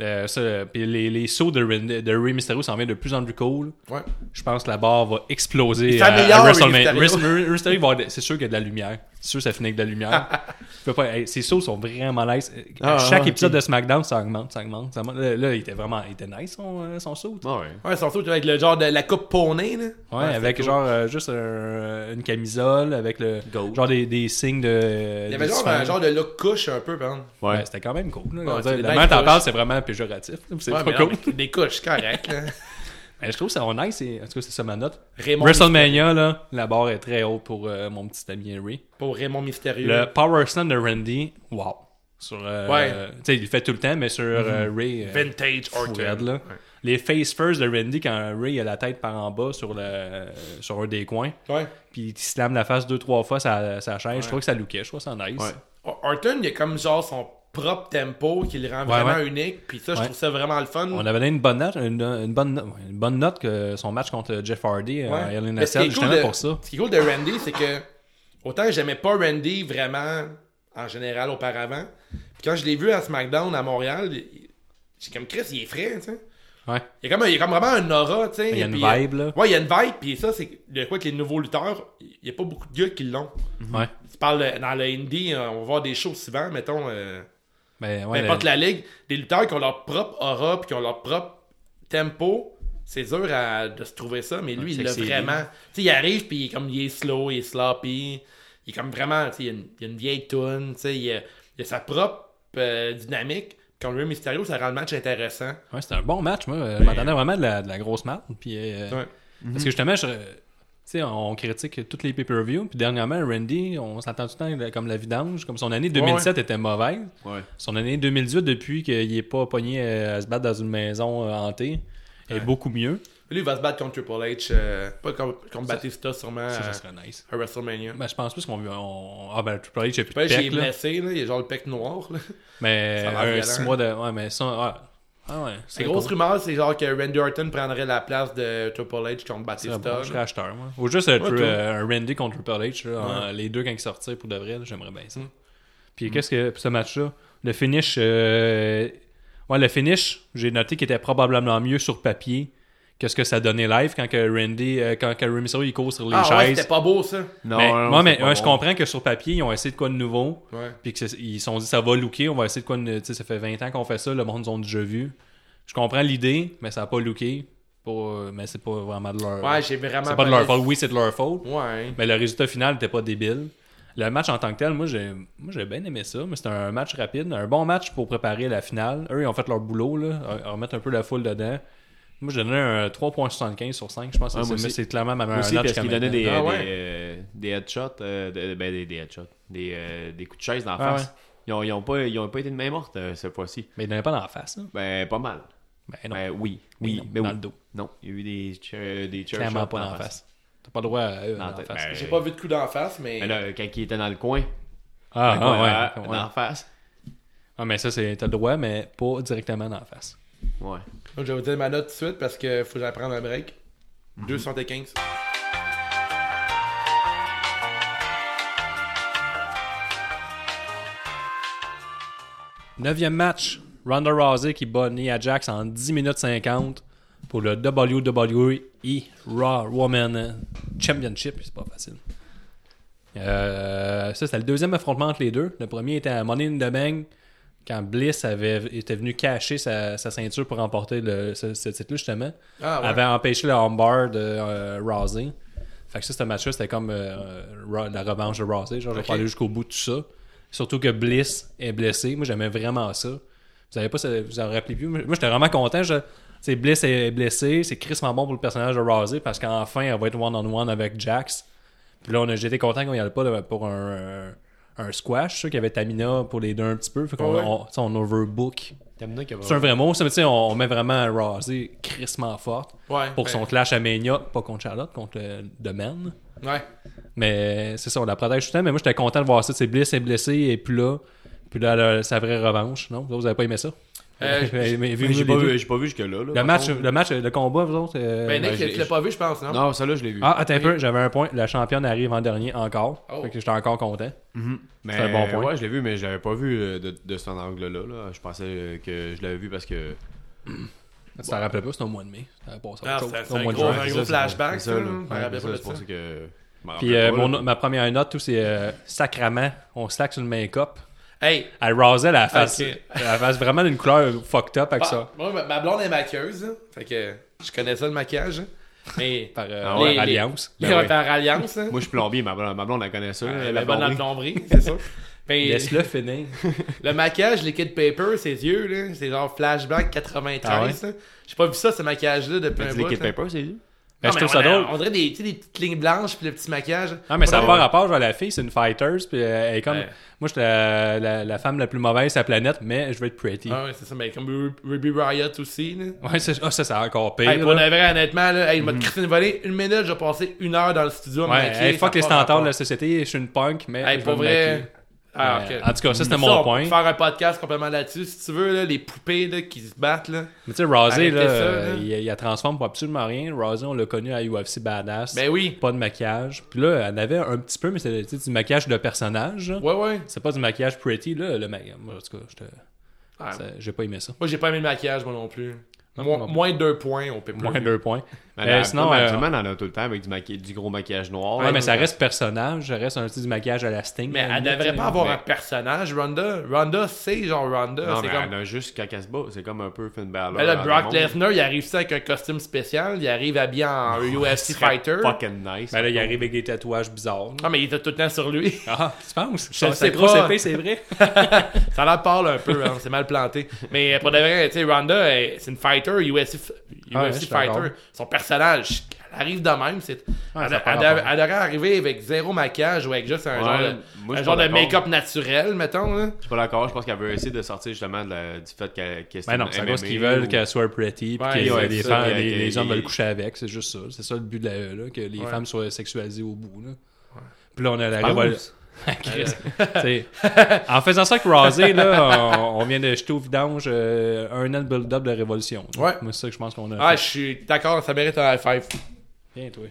[SPEAKER 6] Euh, ça, Puis les, les sauts de, Randy- de Rey Mysterio s'en viennent de plus en plus cool.
[SPEAKER 4] Ouais.
[SPEAKER 6] Je pense que la barre va exploser.
[SPEAKER 4] Il
[SPEAKER 6] à- à
[SPEAKER 4] s'améliore,
[SPEAKER 6] WrestleMania.
[SPEAKER 4] Rey Mysterio.
[SPEAKER 6] Rey- Rey- Rey Mysterio va avoir de- C'est sûr qu'il y a de la lumière. C'est sûr que ça finit avec de la lumière. Tu peux pas, hey, ses sauts sont vraiment nice. À
[SPEAKER 5] Ah,
[SPEAKER 6] chaque
[SPEAKER 5] ah,
[SPEAKER 6] épisode
[SPEAKER 5] ok.
[SPEAKER 6] de SmackDown, ça augmente, ça augmente. ça augmente. Là, là, il était vraiment il était nice son, euh, son saut.
[SPEAKER 5] Ah ouais.
[SPEAKER 4] Ouais, surtout avec le genre de la coupe poney, là.
[SPEAKER 6] Ouais, avec
[SPEAKER 4] c'était cool.
[SPEAKER 6] genre euh, juste un- une camisole, avec le
[SPEAKER 5] Goat.
[SPEAKER 6] genre des, des signes de.
[SPEAKER 4] Il y avait
[SPEAKER 6] de
[SPEAKER 4] genre
[SPEAKER 6] sphère.
[SPEAKER 4] un genre de look couche un peu, par exemple.
[SPEAKER 5] Ouais.
[SPEAKER 6] Ouais, c'était quand même cool. là.
[SPEAKER 4] Ouais,
[SPEAKER 6] On dirait,
[SPEAKER 4] c'était
[SPEAKER 6] le
[SPEAKER 4] bien
[SPEAKER 6] moment que t'en
[SPEAKER 4] proche.
[SPEAKER 6] parles, c'est vraiment péjoratif. là, C'est
[SPEAKER 4] Ouais,
[SPEAKER 6] pas
[SPEAKER 4] mais
[SPEAKER 6] cool.
[SPEAKER 4] avec des couches, correct. là.
[SPEAKER 6] Mais je trouve ça nice. et- En tout cas, c'est ça ma note.
[SPEAKER 4] Raymond
[SPEAKER 6] WrestleMania, là, la barre est très haute pour euh, mon petit ami Henry.
[SPEAKER 4] Pour Raymond Mystérieux.
[SPEAKER 6] Le Power Slam de Randy, wow. Sur, euh,
[SPEAKER 4] Ouais.
[SPEAKER 6] euh, tu sais, il le fait tout le temps, mais sur euh, Ray. euh,
[SPEAKER 4] Vintage
[SPEAKER 6] fou
[SPEAKER 4] Orton.
[SPEAKER 6] raide, là. Les face first de Randy quand Ray a la tête par en bas sur, le, euh, sur un des coins.
[SPEAKER 4] Ouais.
[SPEAKER 6] Puis il slame la face deux, trois fois sa, sa chaise. Je trouve que ça lookait. Je trouve ça nice.
[SPEAKER 5] Ouais.
[SPEAKER 4] Or- Orton, il a comme genre son propre tempo qui le rend
[SPEAKER 6] Ouais,
[SPEAKER 4] vraiment
[SPEAKER 6] ouais.
[SPEAKER 4] unique. Puis ça, je
[SPEAKER 6] Ouais.
[SPEAKER 4] trouve ça vraiment le fun.
[SPEAKER 6] On avait donné une bonne note, une, une bonne, note- ouais, une bonne note que son match contre Jeff Hardy euh,
[SPEAKER 4] Ouais.
[SPEAKER 6] à Alien
[SPEAKER 4] Mais ce qui
[SPEAKER 6] Nacelle,
[SPEAKER 4] est cool
[SPEAKER 6] justement
[SPEAKER 4] de-
[SPEAKER 6] pour ça.
[SPEAKER 4] Ce qui est cool de Randy, c'est que autant j'aimais pas Randy vraiment en général auparavant. Puis quand je l'ai vu à SmackDown à Montréal, il- j'ai comme Chris, il est frais, tu sais.
[SPEAKER 6] Ouais.
[SPEAKER 4] Il y a comme, il y a comme vraiment un aura, tu sais.
[SPEAKER 6] Il y a une
[SPEAKER 4] Puis,
[SPEAKER 6] vibe,
[SPEAKER 4] euh,
[SPEAKER 6] là.
[SPEAKER 4] Ouais, il y a une vibe, puis ça, c'est de quoi que les nouveaux lutteurs, il n'y a pas beaucoup de gars qui l'ont.
[SPEAKER 6] Ouais.
[SPEAKER 4] Tu parles euh, dans le indie, euh, on va voir des shows souvent, mettons, euh,
[SPEAKER 6] Mais,
[SPEAKER 4] peu
[SPEAKER 6] Ben, ouais,
[SPEAKER 4] importe
[SPEAKER 6] le-
[SPEAKER 4] la ligue, des lutteurs qui ont leur propre aura, puis qui ont leur propre tempo. C'est dur à- de se trouver ça, mais lui, il l'a
[SPEAKER 5] c'est que c'est
[SPEAKER 4] vraiment. Tu sais, il arrive, puis il est comme il est slow, il est sloppy. Il est comme vraiment, tu sais, il, a une- il a une vieille toune, tu sais, il, a- il a sa propre euh, dynamique. Quand le Mysterio, ça rend le match intéressant.
[SPEAKER 6] Ouais, c'était un bon match, moi. Je m'attendais vraiment à de la, de la grosse marque. Puis, euh,
[SPEAKER 4] Ouais. Mhm.
[SPEAKER 6] Parce que justement, je- tu sais, on critique toutes les pay-per-views. Puis dernièrement, Randy, on s'entend tout le temps comme la vidange. Comme son année 2007 était mauvaise.
[SPEAKER 5] Ouais.
[SPEAKER 6] Son année 2018, depuis qu'il n'est pas pogné euh, à se battre dans une maison euh, hantée, est beaucoup mieux.
[SPEAKER 4] Lui, il va se battre contre Triple H, euh, pas contre, contre Batista, sûrement,
[SPEAKER 6] Ça, ça
[SPEAKER 4] à-
[SPEAKER 6] serait nice.
[SPEAKER 4] à WrestleMania.
[SPEAKER 6] Ben, je pense plus qu'on. on- Ah, ben, Triple H, a plus
[SPEAKER 4] Triple
[SPEAKER 6] de
[SPEAKER 4] H, il est
[SPEAKER 6] pec, là.
[SPEAKER 4] blessé, là, il a genre le pec noir. là.
[SPEAKER 6] Mais
[SPEAKER 4] Ça a l'air
[SPEAKER 6] un
[SPEAKER 4] violent.
[SPEAKER 6] 6 mois de. Ouais, mais ça. Ah, ah ouais.
[SPEAKER 4] Les grosses rumeurs, c'est genre que Randy Orton prendrait la place de Triple H contre
[SPEAKER 6] C'est
[SPEAKER 4] Batista.
[SPEAKER 6] bon, Ah, je serais acheteur, moi. Ou juste euh,
[SPEAKER 4] Ouais,
[SPEAKER 6] Tri-
[SPEAKER 4] toi.
[SPEAKER 6] euh, un Randy contre Triple H, là, en- les deux quand ils sortirent pour de vrai, là, j'aimerais bien
[SPEAKER 4] Mm.
[SPEAKER 6] ça. Puis qu'est-ce que pour ce match-là Le finish, euh, ouais, le finish, j'ai noté qu'il était probablement mieux sur papier que ce que ça donnait live quand que Randy, euh, quand que Rey Mysterio, il court sur les
[SPEAKER 4] ah ouais,
[SPEAKER 6] chaises.
[SPEAKER 4] c'était pas beau ça.
[SPEAKER 5] Non,
[SPEAKER 6] Mais-
[SPEAKER 5] non,
[SPEAKER 6] moi,
[SPEAKER 5] c'est
[SPEAKER 6] mais
[SPEAKER 5] pas
[SPEAKER 6] ouais,
[SPEAKER 5] bon.
[SPEAKER 6] je comprends que sur papier, ils ont essayé de quoi de nouveau.
[SPEAKER 4] Ouais.
[SPEAKER 6] Puis qu'ils se sont dit, ça va looker, on va essayer de quoi de- Tu sais, ça fait 20 ans qu'on fait ça, le monde, ils ont déjà vu. Je comprends l'idée, mais ça n'a pas looké. Pas- mais c'est pas vraiment de leur.
[SPEAKER 4] Ouais, j'ai vraiment.
[SPEAKER 6] c'est pas de leur faute. Oui, Ben, c'est de leur faute.
[SPEAKER 4] Ouais.
[SPEAKER 6] Mais le résultat final n'était pas débile. Le match en tant que tel, moi j'ai, moi j'ai bien aimé ça, mais c'était un match rapide, un bon match pour préparer la finale. Eux, ils ont fait leur boulot, là, à- à remettre un peu la foule dedans. Moi, je donnais un 3.75 sur 5. Je pense que c'est,
[SPEAKER 5] Ouais, Ah, moi
[SPEAKER 6] mais
[SPEAKER 5] aussi.
[SPEAKER 6] c'est clairement ma meilleure
[SPEAKER 5] Aussi,
[SPEAKER 6] note
[SPEAKER 5] parce
[SPEAKER 6] jusqu'à
[SPEAKER 5] qu'il donnait des,
[SPEAKER 4] Ah
[SPEAKER 5] des,
[SPEAKER 4] ouais.
[SPEAKER 5] euh, des headshots, euh, de- ben des, des headshots, des, euh, des coups de chaise dans la
[SPEAKER 6] Ah
[SPEAKER 5] face. Ils, ont, ils ont pas, ils ont pas été de main morte euh, cette fois-ci.
[SPEAKER 6] Mais ils donnaient pas dans la face. là.
[SPEAKER 5] Ben, pas mal.
[SPEAKER 6] Ben non,
[SPEAKER 5] Ben, oui, oui,
[SPEAKER 6] non,
[SPEAKER 5] mais
[SPEAKER 6] dans
[SPEAKER 5] oui.
[SPEAKER 6] le dos.
[SPEAKER 5] Non, il y a eu des, cha- euh, des chair
[SPEAKER 6] clairement
[SPEAKER 5] shots
[SPEAKER 6] pas dans
[SPEAKER 5] la
[SPEAKER 6] la face. T'as pas le droit à eux
[SPEAKER 5] Dans la
[SPEAKER 6] dans la
[SPEAKER 5] tête.
[SPEAKER 6] face.
[SPEAKER 5] Ben,
[SPEAKER 4] J'ai pas vu de coup d'en face, mais.
[SPEAKER 5] Mais là, quand il était dans le coin,
[SPEAKER 6] Ah,
[SPEAKER 5] dans le coin,
[SPEAKER 6] ah,
[SPEAKER 5] euh,
[SPEAKER 6] ouais,
[SPEAKER 5] dans
[SPEAKER 6] ouais.
[SPEAKER 5] la face.
[SPEAKER 6] Ah, mais ça, c'est, t'as le droit, mais pas directement dans la face.
[SPEAKER 5] Ouais.
[SPEAKER 4] Donc, je vais vous donner ma note tout de suite parce que faut que j'aille prendre un break.
[SPEAKER 6] Mhm.
[SPEAKER 4] 275.
[SPEAKER 6] Neuvième match, Ronda Rousey qui bat Nia Jax en 10 minutes 50 pour le WWE Raw Women Championship. C'est pas facile. Euh, ça, c'était le deuxième affrontement entre les deux. Le premier était à Money in the Bank quand Bliss avait, était venu cacher sa, sa ceinture pour remporter le, ce, ce titre-là, justement.
[SPEAKER 4] Ah, ouais.
[SPEAKER 6] Avait empêché le armbar de euh, Rousey. Fait que ça, ce match-là, c'était comme euh, Ra- la revanche de Rousey. Genre, je vais pas aller jusqu'au bout de tout ça. Surtout que Bliss est blessé. Moi, j'aimais vraiment ça. Vous avez pas, ça- vous en rappelez plus. Moi, moi, j'étais vraiment content. Je, c'est Bliss est blessé. C'est crissement bon pour le personnage de Rousey parce qu'enfin, elle va être one-on-one avec Jax. Puis là, on a- j'étais content qu'on y allait pas là, pour un, un squash. Je suis sûr qu'il y avait Tamina pour les deux un petit peu. Fait qu'on
[SPEAKER 4] Ouais.
[SPEAKER 6] on- tu sais, on overbook.
[SPEAKER 5] Tamina qui a
[SPEAKER 6] C'est un vrai mot, ça, mais tu sais, on, on met vraiment Rousey crissement forte
[SPEAKER 4] Ouais,
[SPEAKER 6] pour
[SPEAKER 4] ben-
[SPEAKER 6] son clash à Mania, pas contre Charlotte, contre euh, The Man.
[SPEAKER 4] Ouais.
[SPEAKER 6] Mais c'est ça, on la protège tout le temps. Mais moi, j'étais content de voir ça. C'est Bliss est blessé et puis là, puis là, elle a sa vraie revanche. Non, vous autres, vous avez pas aimé ça?
[SPEAKER 4] Euh,
[SPEAKER 6] Mais- mais
[SPEAKER 5] Mais
[SPEAKER 6] vu
[SPEAKER 5] J'ai
[SPEAKER 6] les
[SPEAKER 5] pas,
[SPEAKER 6] deux-
[SPEAKER 5] vu- j'ai pas vu jusque-là. là,
[SPEAKER 6] le
[SPEAKER 5] par
[SPEAKER 6] match,
[SPEAKER 5] contre.
[SPEAKER 6] le match, le combat, vous autres. euh,
[SPEAKER 4] Ben, Nick,
[SPEAKER 5] ben, j'ai-
[SPEAKER 4] tu l'as pas vu, je pense, non?
[SPEAKER 5] Non, ça là je l'ai vu.
[SPEAKER 6] Ah, attends un peu, j'avais un point. La championne arrive en dernier encore.
[SPEAKER 4] Oh.
[SPEAKER 6] Fait que j'étais encore content.
[SPEAKER 5] Mais,
[SPEAKER 6] c'est un bon point.
[SPEAKER 5] Ouais, je l'ai vu, mais je l'avais pas vu euh, de, de cet angle-là. là. Je pensais euh, que je l'avais vu parce que.
[SPEAKER 6] Tu t'en rappelles pas, c'était au mois de mai. T'avais pas ça,
[SPEAKER 4] Ah,
[SPEAKER 6] autre chose.
[SPEAKER 4] c'était- c'était
[SPEAKER 6] Au
[SPEAKER 4] un
[SPEAKER 6] mois de
[SPEAKER 4] gros-
[SPEAKER 6] juin.
[SPEAKER 4] un
[SPEAKER 5] c'est
[SPEAKER 4] gros
[SPEAKER 5] ça,
[SPEAKER 4] flashback,
[SPEAKER 5] c'est
[SPEAKER 4] ça,
[SPEAKER 5] là.
[SPEAKER 4] là. Je me
[SPEAKER 5] Ouais,
[SPEAKER 4] rappelle pas
[SPEAKER 5] c'est ça,
[SPEAKER 4] de
[SPEAKER 5] c'est pour
[SPEAKER 4] ça.
[SPEAKER 5] ça que. je m'en
[SPEAKER 6] Puis euh,
[SPEAKER 5] rappelle pas,
[SPEAKER 6] mon-
[SPEAKER 5] là.
[SPEAKER 6] ma première note, tout, c'est euh, sacrament. On slack sur le make-up.
[SPEAKER 4] Hey!
[SPEAKER 6] Elle rasait la face.
[SPEAKER 4] Ah, Ok.
[SPEAKER 6] La face vraiment d'une couleur fucked up avec
[SPEAKER 4] bah,
[SPEAKER 6] ça.
[SPEAKER 4] Moi, ma- ma blonde est maquilleuse, hein. Fait que je connais ça, le maquillage. hein. Mais.
[SPEAKER 6] Par euh,
[SPEAKER 5] Ah ouais,
[SPEAKER 6] par alliance.
[SPEAKER 4] Les,
[SPEAKER 5] Ben
[SPEAKER 4] ouais,
[SPEAKER 5] ouais.
[SPEAKER 4] par alliance, hein. Euh,
[SPEAKER 5] Moi je suis plombier, ma blonde, ma blonde elle connaît ça. là,
[SPEAKER 4] Elle
[SPEAKER 5] la
[SPEAKER 4] est bonne à
[SPEAKER 5] plomberie.
[SPEAKER 4] plomberie, c'est ça. Ben, Mais
[SPEAKER 6] Laisse-le finir.
[SPEAKER 4] le maquillage liquid paper, ses yeux, là, c'est genre flashback 93.
[SPEAKER 6] Ah ouais?
[SPEAKER 4] hein. J'ai pas vu ça, ce maquillage-là, depuis un
[SPEAKER 5] Tu
[SPEAKER 4] bout.
[SPEAKER 5] l'équipe
[SPEAKER 4] là.
[SPEAKER 5] paper, c'est lui
[SPEAKER 6] Ben,
[SPEAKER 4] Non,
[SPEAKER 6] je
[SPEAKER 4] mais
[SPEAKER 6] trouve ça
[SPEAKER 4] on a-
[SPEAKER 6] drôle.
[SPEAKER 4] On dirait des, tu sais, des petites lignes blanches puis le petit maquillage.
[SPEAKER 6] Non, mais ça n'a
[SPEAKER 4] Ouais.
[SPEAKER 6] pas rapport, genre, la fille, c'est une fighter, puis euh, elle est comme.
[SPEAKER 4] Ouais.
[SPEAKER 6] Moi, je suis la, la- la femme la plus mauvaise de la planète, mais je veux être pretty.
[SPEAKER 4] Ah ouais, c'est ça, mais comme Ru- Ruby Riot aussi. Là.
[SPEAKER 6] Ouais, c'est- ah, ça, c'est encore pire.
[SPEAKER 4] Hey, pour
[SPEAKER 6] là. Mm-hmm.
[SPEAKER 4] de vrai, honnêtement, là, hey, il m'a crissé une volée. Une minute, j'ai passé une heure dans le studio à me
[SPEAKER 6] Ouais,
[SPEAKER 4] maquiller,
[SPEAKER 6] hey,
[SPEAKER 4] ça
[SPEAKER 6] fuck
[SPEAKER 4] a
[SPEAKER 6] les
[SPEAKER 4] pas
[SPEAKER 6] standards
[SPEAKER 4] rapport.
[SPEAKER 6] de la société, je suis une punk, mais.
[SPEAKER 4] Hey,
[SPEAKER 6] je
[SPEAKER 4] pour
[SPEAKER 6] veux me maquiller.
[SPEAKER 4] vrai. Ah,
[SPEAKER 6] Ouais,
[SPEAKER 4] ok.
[SPEAKER 6] En tout cas, ça, c'était
[SPEAKER 4] Ça,
[SPEAKER 6] mon
[SPEAKER 4] on
[SPEAKER 6] point.
[SPEAKER 4] peut faire un podcast complètement là-dessus, si tu veux, là, les poupées là, qui se battent. Là.
[SPEAKER 6] Mais tu sais, Razé,
[SPEAKER 4] Arrêtez
[SPEAKER 6] là,
[SPEAKER 4] ça,
[SPEAKER 6] euh,
[SPEAKER 4] là.
[SPEAKER 6] il, il la transforme pour absolument rien. Razé, on l'a connu à UFC Badass.
[SPEAKER 4] Ben oui.
[SPEAKER 6] Pas de maquillage. Puis là, elle avait un petit peu, mais c'était tu sais, du maquillage de personnage. là.
[SPEAKER 4] Ouais, ouais.
[SPEAKER 6] C'est pas du maquillage pretty, là. Le ma- Moi, en tout cas, j'étais-
[SPEAKER 4] Ah,
[SPEAKER 6] ça- j'ai pas aimé ça.
[SPEAKER 4] Moi, j'ai pas aimé le maquillage, moi non plus.
[SPEAKER 6] Non,
[SPEAKER 4] Moins-
[SPEAKER 6] non.
[SPEAKER 4] moins de deux points au paper.
[SPEAKER 6] Moins deux points.
[SPEAKER 5] Mais
[SPEAKER 6] Euh,
[SPEAKER 5] la-
[SPEAKER 6] sinon,
[SPEAKER 5] non, mais
[SPEAKER 6] euh,
[SPEAKER 5] actuellement, on en a tout le temps avec du, maquilla- du gros maquillage noir.
[SPEAKER 6] Ouais,
[SPEAKER 5] là.
[SPEAKER 6] mais ça reste personnage, ça reste un petit du maquillage à la Sting.
[SPEAKER 4] Mais
[SPEAKER 6] à la
[SPEAKER 4] elle
[SPEAKER 6] limite,
[SPEAKER 4] devrait
[SPEAKER 6] là.
[SPEAKER 4] pas avoir
[SPEAKER 5] mais-
[SPEAKER 4] un personnage, Ronda. Ronda, c'est genre Ronda.
[SPEAKER 5] Non,
[SPEAKER 4] C'est
[SPEAKER 5] mais
[SPEAKER 4] comme...
[SPEAKER 5] elle a juste quand elle se bat, c'est comme un peu Finn Balor.
[SPEAKER 4] Ben là,
[SPEAKER 5] dans le
[SPEAKER 4] Brock
[SPEAKER 5] monde.
[SPEAKER 4] Lesnar, il arrive ça avec un costume spécial. Il arrive habillé en
[SPEAKER 5] Oh,
[SPEAKER 4] UFC fighter.
[SPEAKER 5] Fucking nice.
[SPEAKER 6] Ben là, il arrive avec des tatouages bizarres.
[SPEAKER 4] Non, mais il était tout le temps sur lui.
[SPEAKER 6] Ah, tu penses?
[SPEAKER 4] Je le
[SPEAKER 6] Sa
[SPEAKER 4] sais
[SPEAKER 6] grosse
[SPEAKER 4] pas.
[SPEAKER 6] épée, c'est vrai.
[SPEAKER 4] ça la parle un peu, hein, c'est mal planté. Mais euh, pour de vrai, tu sais, Ronda, euh, c'est une fighter, UFC, f- UFC
[SPEAKER 5] Ah,
[SPEAKER 6] Ouais, je suis d'accord.
[SPEAKER 4] fighter. Son personnage, elle arrive de même. C'est... elle,
[SPEAKER 6] ça a pas
[SPEAKER 4] elle-
[SPEAKER 6] rapport.
[SPEAKER 4] elle devrait arriver avec zéro maquillage ou avec juste un
[SPEAKER 5] Ouais,
[SPEAKER 4] genre de,
[SPEAKER 5] moi, je
[SPEAKER 4] un
[SPEAKER 5] suis
[SPEAKER 4] genre
[SPEAKER 5] pas
[SPEAKER 4] de
[SPEAKER 5] d'accord.
[SPEAKER 4] make-up naturel, mettons. là.
[SPEAKER 5] Je suis pas d'accord, je pense qu'elle veut essayer de sortir justement de la- du fait qu'elle qu'elle
[SPEAKER 6] Ben non,
[SPEAKER 5] une
[SPEAKER 6] c'est à cause qu'ils
[SPEAKER 5] MMA
[SPEAKER 6] veulent
[SPEAKER 5] ou-
[SPEAKER 6] qu'elle soit pretty, puis
[SPEAKER 4] Ouais,
[SPEAKER 6] que
[SPEAKER 5] ouais,
[SPEAKER 6] les,
[SPEAKER 5] ça,
[SPEAKER 6] femmes-
[SPEAKER 5] puis
[SPEAKER 6] les,
[SPEAKER 5] qu'elle-
[SPEAKER 6] les hommes veulent
[SPEAKER 5] il-
[SPEAKER 6] coucher avec, c'est juste ça. C'est ça le but de la E, là, que les
[SPEAKER 4] Ouais.
[SPEAKER 6] femmes soient sexualisées au bout. Là. Puis là, on a la
[SPEAKER 5] penses?
[SPEAKER 6] révolte. en faisant ça avec Razé, là, on, on vient de jeter au vidange euh, un an de build-up de révolution. là.
[SPEAKER 4] Ouais.
[SPEAKER 6] Moi, c'est ça que je pense qu'on a.
[SPEAKER 4] Ah,
[SPEAKER 6] fait.
[SPEAKER 4] je suis d'accord, ça mérite un high five.
[SPEAKER 6] Viens, toi.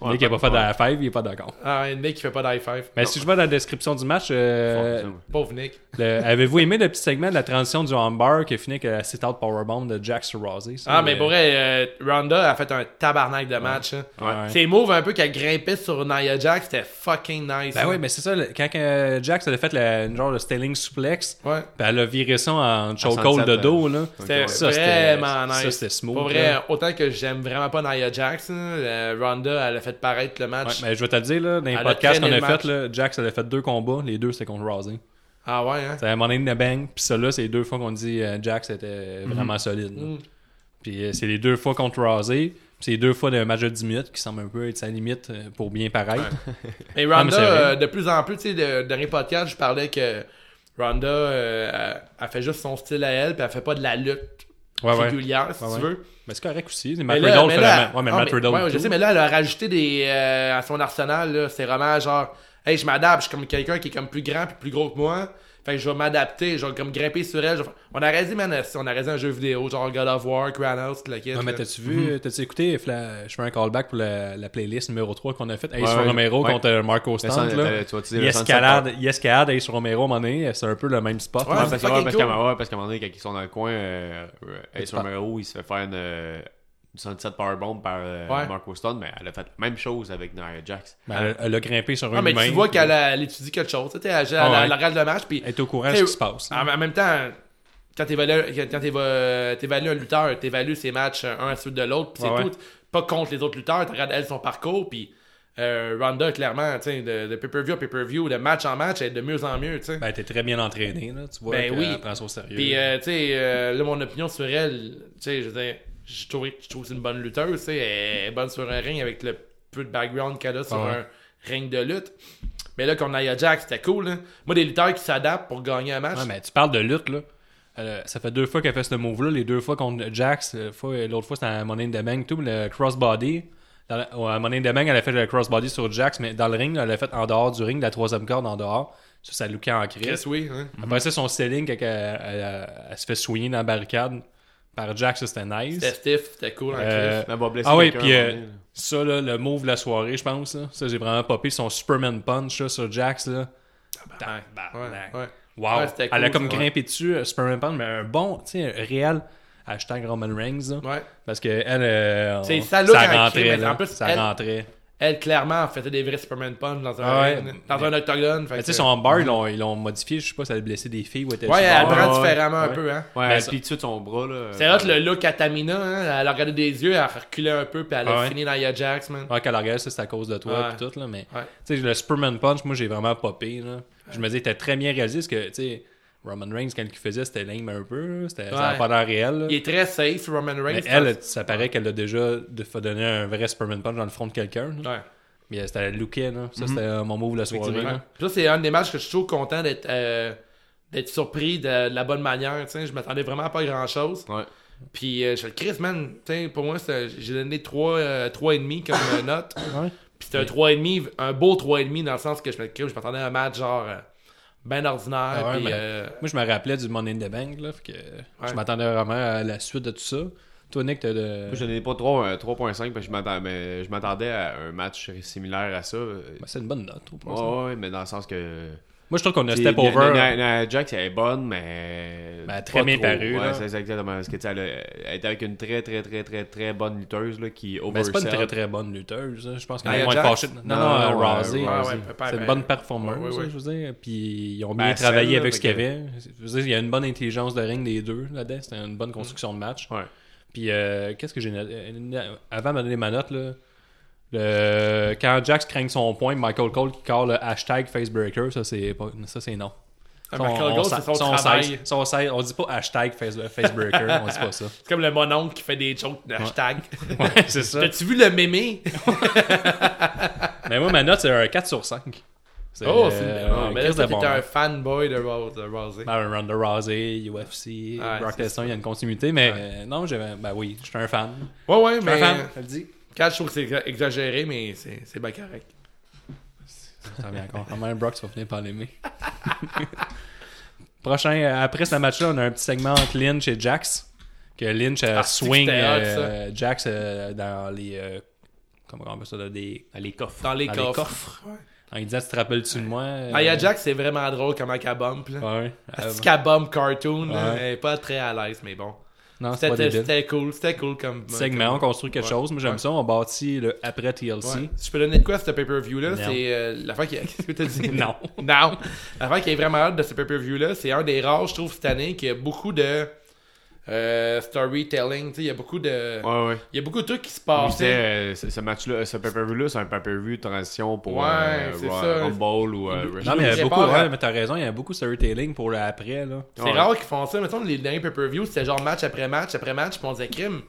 [SPEAKER 5] Ouais,
[SPEAKER 6] Le mec qui a pas fait de la five, il est pas d'accord.
[SPEAKER 4] Ah, un mec qui fait pas d'high five.
[SPEAKER 6] Mais Ben, si je vois dans la description du match, euh,
[SPEAKER 5] Fuck,
[SPEAKER 4] Pauvre Nick.
[SPEAKER 6] le- avez-vous aimé le petit segment de la transition du armbar qui finit avec la sit-out powerbomb de Jax Razé?
[SPEAKER 4] Ah, mais pour vrai, euh, Ronda a fait un tabarnak de match. hein.
[SPEAKER 6] Ouais.
[SPEAKER 4] Ses moves un peu qu'elle grimpait sur Nia Jax, c'était fucking nice.
[SPEAKER 6] Ben
[SPEAKER 4] hein.
[SPEAKER 6] oui, mais c'est ça, le- quand euh, Jax elle a fait la, une genre de styling suplex,
[SPEAKER 4] Ouais.
[SPEAKER 6] ben elle a viré ça en chokehold
[SPEAKER 5] 107,
[SPEAKER 6] de dos, là.
[SPEAKER 4] C'était
[SPEAKER 6] Ça, c'était-
[SPEAKER 4] vraiment nice.
[SPEAKER 6] ça, c'était smooth,
[SPEAKER 4] Pour vrai,
[SPEAKER 6] là.
[SPEAKER 4] autant que j'aime vraiment pas Nia Jax, hein, euh, Ronda, elle a fait paraître le
[SPEAKER 6] Ouais,
[SPEAKER 4] match.
[SPEAKER 6] mais je vais te le dire, là, dans les
[SPEAKER 4] a
[SPEAKER 6] podcasts qu'on
[SPEAKER 4] traîné
[SPEAKER 6] a
[SPEAKER 4] le
[SPEAKER 6] fait,
[SPEAKER 4] match.
[SPEAKER 6] là, Jax elle a fait deux combats, les deux c'était contre Rousey.
[SPEAKER 4] Ah ouais, hein?
[SPEAKER 6] C'était Money in the Bank, puis ça là, c'est les deux fois qu'on dit euh, Jax était
[SPEAKER 4] Mhm.
[SPEAKER 6] vraiment solide. là. Puis euh, c'est les deux fois contre Rousey, puis c'est les deux fois d'un match de 10 minutes qui semble un peu être sa limite euh, pour bien paraître.
[SPEAKER 4] Mais
[SPEAKER 6] Non, mais
[SPEAKER 4] Ronda,
[SPEAKER 6] c'est vrai.
[SPEAKER 4] euh, de plus en plus, tu sais, le dernier podcast, je parlais que Ronda, euh, elle, elle fait juste son style à elle, puis elle fait pas de la lutte
[SPEAKER 6] Ouais, ouais.
[SPEAKER 4] régulière, si
[SPEAKER 6] Ouais,
[SPEAKER 4] tu
[SPEAKER 6] ouais.
[SPEAKER 4] veux.
[SPEAKER 6] Mais c'est correct aussi. Matt
[SPEAKER 4] Mais
[SPEAKER 6] Riddle
[SPEAKER 4] là- mais
[SPEAKER 6] fait
[SPEAKER 4] là-
[SPEAKER 6] la même. Ouais, mais
[SPEAKER 4] ah,
[SPEAKER 6] Matt Riddle.
[SPEAKER 4] ouais, ouais, je
[SPEAKER 6] tout.
[SPEAKER 4] sais, mais là, elle a rajouté des, euh, à son arsenal, là, c'est vraiment genre, hey, je m'adapte, je suis comme quelqu'un qui est comme plus grand puis plus gros que moi. Fait que je vais m'adapter, je vais comme grimper sur elle. je vais faire- On a raisé, man, on a raisé un jeu vidéo, genre God of War, Kranos, tout le kit.
[SPEAKER 6] Non, mais
[SPEAKER 4] là.
[SPEAKER 6] t'as-tu vu,
[SPEAKER 4] Mhm.
[SPEAKER 6] t'as-tu écouté, Fla- je fais un callback pour la, la playlist numéro 3 qu'on a faite, Ace
[SPEAKER 5] Ouais, ouais.
[SPEAKER 6] Romero
[SPEAKER 5] Ouais.
[SPEAKER 6] contre euh, Marco Stant,
[SPEAKER 5] sent-
[SPEAKER 6] là.
[SPEAKER 5] t'as- tu vas utiliser
[SPEAKER 6] Il
[SPEAKER 5] le sens de
[SPEAKER 6] escalade, il escalade Ace Romero à un moment donné, c'est un peu le même spot.
[SPEAKER 4] Ouais,
[SPEAKER 6] là.
[SPEAKER 5] Ouais, parce,
[SPEAKER 4] c'est
[SPEAKER 5] que- ouais,
[SPEAKER 4] fucking
[SPEAKER 5] parce
[SPEAKER 4] cool.
[SPEAKER 5] qu'à ouais, parce qu'à un moment donné, quand ils sont dans le coin, euh, euh, Ace
[SPEAKER 6] pas-
[SPEAKER 5] Romero, il se fait faire une, euh, du 117 Powerbomb par euh,
[SPEAKER 4] Ouais.
[SPEAKER 5] Marco Stone, mais elle a fait la même chose avec Nia Jax.
[SPEAKER 6] Ben, elle, elle a grimpé sur
[SPEAKER 4] Ah,
[SPEAKER 6] un
[SPEAKER 4] mais
[SPEAKER 6] humain.
[SPEAKER 4] tu vois qu'elle a- elle étudie quelque chose. Tu sais, elle, elle,
[SPEAKER 6] Ah ouais.
[SPEAKER 4] elle regarde le match. Puis,
[SPEAKER 6] Elle est au courant
[SPEAKER 4] tu
[SPEAKER 6] de ce
[SPEAKER 4] sais,
[SPEAKER 6] qui se passe.
[SPEAKER 4] En, en même temps, quand t'évalues quand t'éva- t'évalues un lutteur, t'évalues ses matchs euh, un à la suite de l'autre, puis c'est
[SPEAKER 6] Ouais, ouais.
[SPEAKER 4] tout. Pas contre les autres lutteurs, tu regardes elle son parcours, puis euh, Ronda, clairement, tu sais, de, de pay-per-view à pay-per-view, de match en match, elle est de mieux en mieux, tu sais.
[SPEAKER 6] Ben, t'es très bien entraîné, là. Tu vois,
[SPEAKER 4] Ben
[SPEAKER 6] qu'elle
[SPEAKER 4] oui.
[SPEAKER 6] prend ça au sérieux.
[SPEAKER 4] Puis, euh, tu sais, euh, là, mon opinion sur elle, tu sais, je veux dire, je trouve, je trouve que c'est une bonne lutteuse, tu sais, elle est bonne sur un ring avec le peu de background qu'elle a sur
[SPEAKER 6] Ah ouais.
[SPEAKER 4] un ring de lutte. Mais là, qu'on aille à Jack, c'était cool, hein. Moi, des lutteurs qui s'adaptent pour gagner un match.
[SPEAKER 6] Ouais, mais tu parles de lutte, là. Euh, ça fait deux fois qu'elle fait ce move-là. Les deux fois contre Jax, euh, fois- euh, l'autre fois c'était à Money in the Bank, tout, mais le crossbody. Dans la- ouais, à Money in the Bank, elle a fait le crossbody sur Jax, mais dans le ring, là, elle l'a fait en dehors du ring, de la troisième corde en dehors. Ça, ça lookait en crise.
[SPEAKER 4] Yes, oui, hein.
[SPEAKER 6] Après ça, son selling, quand elle, elle- elle- elle se fait soigner dans la barricade par Jax, ça, c'était nice.
[SPEAKER 4] C'était stiff, c'était cool en
[SPEAKER 6] Euh,
[SPEAKER 5] Elle va blesser
[SPEAKER 6] ah oui,
[SPEAKER 5] quelqu'un,
[SPEAKER 6] puis
[SPEAKER 5] à un
[SPEAKER 6] euh,
[SPEAKER 5] moment donné, là.
[SPEAKER 6] ça, là, le move de la soirée, je pense. là. Ça, j'ai vraiment popé son Superman Punch là, sur Jax. Là.
[SPEAKER 4] crise.
[SPEAKER 6] Tabarnak.
[SPEAKER 4] Ouais, ouais.
[SPEAKER 6] Wow.
[SPEAKER 4] Ouais, c'était
[SPEAKER 6] elle a
[SPEAKER 4] cool,
[SPEAKER 6] comme
[SPEAKER 4] ça,
[SPEAKER 6] grimpé dessus, euh, Superman Punch, mais un bon, tu sais, un réel hashtag Roman Reigns. là.
[SPEAKER 4] Ouais.
[SPEAKER 6] Parce que elle, euh,
[SPEAKER 4] C'est
[SPEAKER 6] on-
[SPEAKER 4] ça,
[SPEAKER 6] ça,
[SPEAKER 4] look, en cri,
[SPEAKER 6] rentrait.
[SPEAKER 4] mais
[SPEAKER 6] là.
[SPEAKER 4] en plus,
[SPEAKER 6] ça
[SPEAKER 4] elle-
[SPEAKER 6] rentrait.
[SPEAKER 4] Elle, clairement, faisait des vrais Superman Punch dans un,
[SPEAKER 6] Ah ouais.
[SPEAKER 4] ring, dans un octogone. fait
[SPEAKER 6] Mais tu sais,
[SPEAKER 4] que-
[SPEAKER 6] son bar, ils l'ont- ils l'ont modifié. Je sais pas, ça a blessé des filles ou était
[SPEAKER 4] Ouais, elle prend
[SPEAKER 5] ouais,
[SPEAKER 4] différemment un
[SPEAKER 5] ouais.
[SPEAKER 4] peu, hein.
[SPEAKER 5] Ouais,
[SPEAKER 6] mais
[SPEAKER 5] elle
[SPEAKER 6] ça-
[SPEAKER 5] plie dessus de son bras, là.
[SPEAKER 4] C'est hot le look à Tamina, hein. Elle a regardé des yeux, elle a reculé un peu, puis elle a
[SPEAKER 6] Ah ouais.
[SPEAKER 4] fini dans Nia Jax, man.
[SPEAKER 6] Ouais, qu'elle regarde, ça, c'est à cause de toi
[SPEAKER 4] Ouais.
[SPEAKER 6] pis tout, là, mais...
[SPEAKER 4] Ouais.
[SPEAKER 6] Tu sais, le Superman Punch, moi, j'ai vraiment popé, là. Je me dis, t'as très bien réalisé, parce que, tu sais, Roman Reigns, quand il le faisait, c'était lame un peu, là. c'était ça
[SPEAKER 4] Ouais.
[SPEAKER 6] avait pas l'air réel, là.
[SPEAKER 4] Il est très safe, Roman Reigns.
[SPEAKER 6] Mais elle, ça paraît qu'elle a déjà de- fait donner un vrai Superman Punch dans le front de quelqu'un, là.
[SPEAKER 4] Ouais.
[SPEAKER 6] Mais euh, c'était looké, là. Ça, c'était euh, mon move la soirée,
[SPEAKER 4] Ouais.
[SPEAKER 6] là.
[SPEAKER 4] Puis Ça, c'est un des matchs que je suis toujours content d'être euh, d'être surpris de, de la bonne manière. tu sais. Je m'attendais vraiment à pas grand chose.
[SPEAKER 5] Ouais.
[SPEAKER 4] Puis euh, je le Chris, man, tu sais, pour moi, c'est- j'ai donné 3, et demi comme euh, note.
[SPEAKER 6] Ouais.
[SPEAKER 4] Puis c'était un 3,5, un beau 3,5 dans le sens que je me- Chris, je m'attendais à un match genre euh, ben ordinaire.
[SPEAKER 6] Ah ouais,
[SPEAKER 4] puis,
[SPEAKER 6] mais-
[SPEAKER 4] euh,
[SPEAKER 6] Moi, je me rappelais du Money in the Bank, là, fait que
[SPEAKER 4] Ouais.
[SPEAKER 6] je m'attendais vraiment à la suite de tout ça. Toi, Nick, t'as de...
[SPEAKER 5] Moi, je n'ai pas euh, trop un 3.5 parce que je m'attendais, mais je m'attendais à un match similaire à ça.
[SPEAKER 6] Ben, c'est une bonne note, je trouve.
[SPEAKER 5] Ouais, ouais, mais dans le sens que.
[SPEAKER 6] Moi, je trouve qu'on a
[SPEAKER 5] T'sais,
[SPEAKER 6] step
[SPEAKER 5] Nia-
[SPEAKER 6] over...
[SPEAKER 5] Nia- Nia Jax, elle est bonne, mais.
[SPEAKER 6] Ben, très
[SPEAKER 5] pas
[SPEAKER 6] bien
[SPEAKER 5] trop.
[SPEAKER 6] parue,
[SPEAKER 5] Ouais,
[SPEAKER 6] là.
[SPEAKER 5] c'est ça, exactement. Parce que, tu sais, elle, a- elle est avec une très, très, très, très, très bonne lutteuse, là, qui
[SPEAKER 6] Mais Ben, c'est
[SPEAKER 5] oversell.
[SPEAKER 6] pas une très très bonne lutteuse. hein. Je pense qu'on
[SPEAKER 4] Nia
[SPEAKER 6] est moins
[SPEAKER 4] Jax?
[SPEAKER 6] fâché. Non, non,
[SPEAKER 5] Non,
[SPEAKER 6] euh,
[SPEAKER 5] non, euh,
[SPEAKER 6] Rousey.
[SPEAKER 5] Ouais,
[SPEAKER 4] ouais,
[SPEAKER 6] c'est
[SPEAKER 4] ben,
[SPEAKER 6] une bonne performance,
[SPEAKER 4] ouais, ouais,
[SPEAKER 6] je veux dire. Puis ils ont
[SPEAKER 5] Ben,
[SPEAKER 6] bien
[SPEAKER 5] celle,
[SPEAKER 6] travaillé
[SPEAKER 5] là,
[SPEAKER 6] avec ce
[SPEAKER 5] fait
[SPEAKER 6] qu'il y
[SPEAKER 5] que-
[SPEAKER 6] avait. Je veux dire, il y a une bonne intelligence de ring des deux là-dedans. C'était une
[SPEAKER 4] Mm.
[SPEAKER 6] bonne construction de match.
[SPEAKER 5] Ouais.
[SPEAKER 6] Puis euh, qu'est-ce que j'ai. noté- euh, Avant de me donner ma note, là. Le... Quand Jax craigne son point, Michael Cole qui call le hashtag Facebreaker, ça c'est pas... ça c'est non.
[SPEAKER 4] Ah,
[SPEAKER 6] Ça,
[SPEAKER 4] Michael
[SPEAKER 6] on- on
[SPEAKER 4] Cole,
[SPEAKER 6] sa-
[SPEAKER 4] c'est son
[SPEAKER 6] ça, on
[SPEAKER 4] travail.
[SPEAKER 6] cesse- ça, on cesse- on dit pas hashtag face- Facebreaker, on dit pas ça.
[SPEAKER 4] C'est comme le mononcle qui fait des jokes de hashtag.
[SPEAKER 6] Ouais, c'est ça.
[SPEAKER 4] T'as-tu vu le mémé?
[SPEAKER 6] Mais moi, ma note, c'est un 4 sur 5. C'est,
[SPEAKER 4] Oh,
[SPEAKER 6] euh,
[SPEAKER 4] c'est
[SPEAKER 6] un
[SPEAKER 4] une... Mais là,
[SPEAKER 6] Chris
[SPEAKER 4] toi,
[SPEAKER 6] de bon
[SPEAKER 4] t'étais un
[SPEAKER 6] match.
[SPEAKER 4] fanboy de Rose- de Rousey.
[SPEAKER 6] Ben, un Ronda Rousey, UFC,
[SPEAKER 4] Ouais,
[SPEAKER 6] Brock
[SPEAKER 4] c'est
[SPEAKER 6] Lesnar, il y a une continuité, mais euh, non, j'avais- ben oui, je suis un fan.
[SPEAKER 4] Ouais, ouais,
[SPEAKER 6] Je suis
[SPEAKER 4] mais.
[SPEAKER 6] un fan, je le dis.
[SPEAKER 4] Quand je trouve que c'est exa- exagéré, mais c'est c'est bien correct.
[SPEAKER 6] Ça vient encore. Quand même, Brock, tu vas finir par l'aimer. Prochain, euh, après ce match-là, on a un petit segment entre Lynch et Jax. Que Lynch euh,
[SPEAKER 4] Ah, c'est que
[SPEAKER 6] swing
[SPEAKER 4] c'était hot,
[SPEAKER 6] euh, Jax euh, dans les. euh, comment on appelle ça là, des, Dans les coffres.
[SPEAKER 4] Dans les coffres. Ouais.
[SPEAKER 6] En lui disant Tu te rappelles-tu de moi euh,
[SPEAKER 4] Aya Jax, Ah, c'est vraiment drôle comment qu'elle bump. Là.
[SPEAKER 6] Ouais. Euh,
[SPEAKER 4] Est-ce qu'elle bump cartoon? là?
[SPEAKER 6] Ouais.
[SPEAKER 4] Elle est pas très à l'aise, mais bon.
[SPEAKER 6] non, Hein, c'est pas
[SPEAKER 4] C'était
[SPEAKER 6] débile.
[SPEAKER 4] c'était cool, c'était cool comme. euh,
[SPEAKER 6] Petit segment, on
[SPEAKER 4] comme-
[SPEAKER 6] construit quelque
[SPEAKER 4] Ouais.
[SPEAKER 6] chose. Moi, j'aime
[SPEAKER 4] Ouais.
[SPEAKER 6] ça. On bâtit le après TLC.
[SPEAKER 4] Ouais. Si je peux donner de quoi à ce pay-per-view-là,
[SPEAKER 6] Non.
[SPEAKER 4] c'est euh, l'affaire qui. Qu'est-ce que t'as dit?
[SPEAKER 6] Non.
[SPEAKER 4] non. L'affaire qui est vraiment hâte de ce pay-per-view-là, c'est un des rares, je trouve, cette année, qui a beaucoup de euh, storytelling. Tu sais, Il y a beaucoup de.
[SPEAKER 5] Ouais, ouais.
[SPEAKER 4] Il y a beaucoup de trucs qui se
[SPEAKER 5] Puis, tu sais,
[SPEAKER 4] passaient.
[SPEAKER 5] euh, ce ce match-là, ce pay-per-view-là, c'est un pay-per-view de transition pour
[SPEAKER 4] Ouais,
[SPEAKER 5] euh,
[SPEAKER 4] c'est
[SPEAKER 5] Roy-
[SPEAKER 4] ça.
[SPEAKER 5] Rumble ou euh,
[SPEAKER 6] Non, mais il y a
[SPEAKER 4] J'ai
[SPEAKER 6] beaucoup.
[SPEAKER 4] peur, hein.
[SPEAKER 6] Ouais, mais t'as raison, il y a beaucoup de storytelling pour le après, là.
[SPEAKER 4] C'est
[SPEAKER 5] Ouais.
[SPEAKER 4] rare qu'ils font ça. Mettons, les derniers pay-per-view, c'était genre match après match après match, puis on disait crime.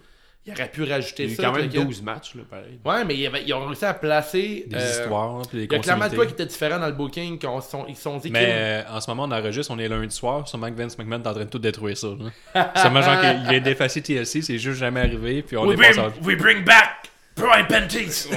[SPEAKER 4] Il aurait pu rajouter
[SPEAKER 5] Il y a eu
[SPEAKER 4] ça.
[SPEAKER 5] quand même
[SPEAKER 4] truc.
[SPEAKER 5] 12 matchs, là, pareil.
[SPEAKER 4] Ouais, mais il y avait- ils ont réussi à placer.
[SPEAKER 6] Des
[SPEAKER 4] euh,
[SPEAKER 6] histoires, puis des
[SPEAKER 4] Il y a clairement de
[SPEAKER 6] continuités.
[SPEAKER 4] quoi qui était différent dans le booking. qu'on se sont- ils se sont dit crime.
[SPEAKER 6] Mais euh, en ce moment, on enregistre, on est lundi soir. Sûrement que Vince McMahon est en train de tout détruire ça. là. Sûrement, genre, qu'il vient d'effacer TLC, c'est juste jamais arrivé, puis on est passé à-
[SPEAKER 4] we bring back Brian Pentis.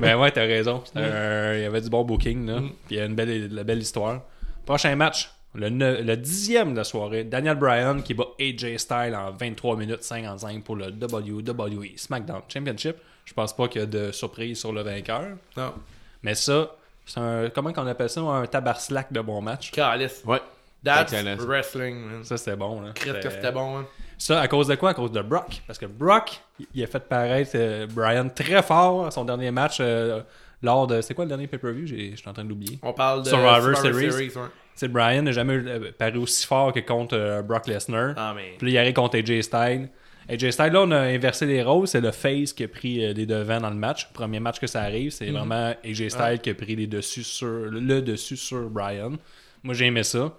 [SPEAKER 6] ben ouais, t'as raison. C'était un- Il y avait du bon booking,
[SPEAKER 4] Mm.
[SPEAKER 6] là. Puis il y a une belle, la belle histoire. Prochain match, le, ne- le dixième de la soirée, Daniel Bryan qui bat AJ Styles en 23 minutes 55 pour le WWE SmackDown Championship. Je pense pas qu'il y a de surprise sur le vainqueur.
[SPEAKER 4] Non.
[SPEAKER 6] Mais ça, c'est un. Comment qu'on appelle ça Un tabar slack de bon match.
[SPEAKER 4] Calice.
[SPEAKER 5] Ouais.
[SPEAKER 4] That's
[SPEAKER 5] Excellent.
[SPEAKER 4] wrestling, man.
[SPEAKER 6] Ça, c'était bon, là.
[SPEAKER 4] Crête que
[SPEAKER 6] C'était-
[SPEAKER 4] c'était bon, hein.
[SPEAKER 6] Ça, à cause de quoi À cause de Brock. Parce que Brock, il a fait paraître euh, Brian très fort à son dernier match euh, lors de. C'est quoi le dernier pay-per-view J'ai- Je suis en train de l'oublier.
[SPEAKER 4] On parle de
[SPEAKER 6] Survivor Series.
[SPEAKER 4] ouais.
[SPEAKER 6] C'est Brian n'a jamais euh, paru aussi fort que contre euh, Brock Lesnar.
[SPEAKER 4] Ah, mais-
[SPEAKER 6] Puis là, il arrive contre AJ Styles. AJ Styles, là, on a inversé les rôles. C'est le face qui a pris euh, les devants dans le match. Premier match que ça arrive, c'est vraiment AJ Styles qui a pris les dessus sur, le dessus sur Brian. Moi, j'ai aimé ça.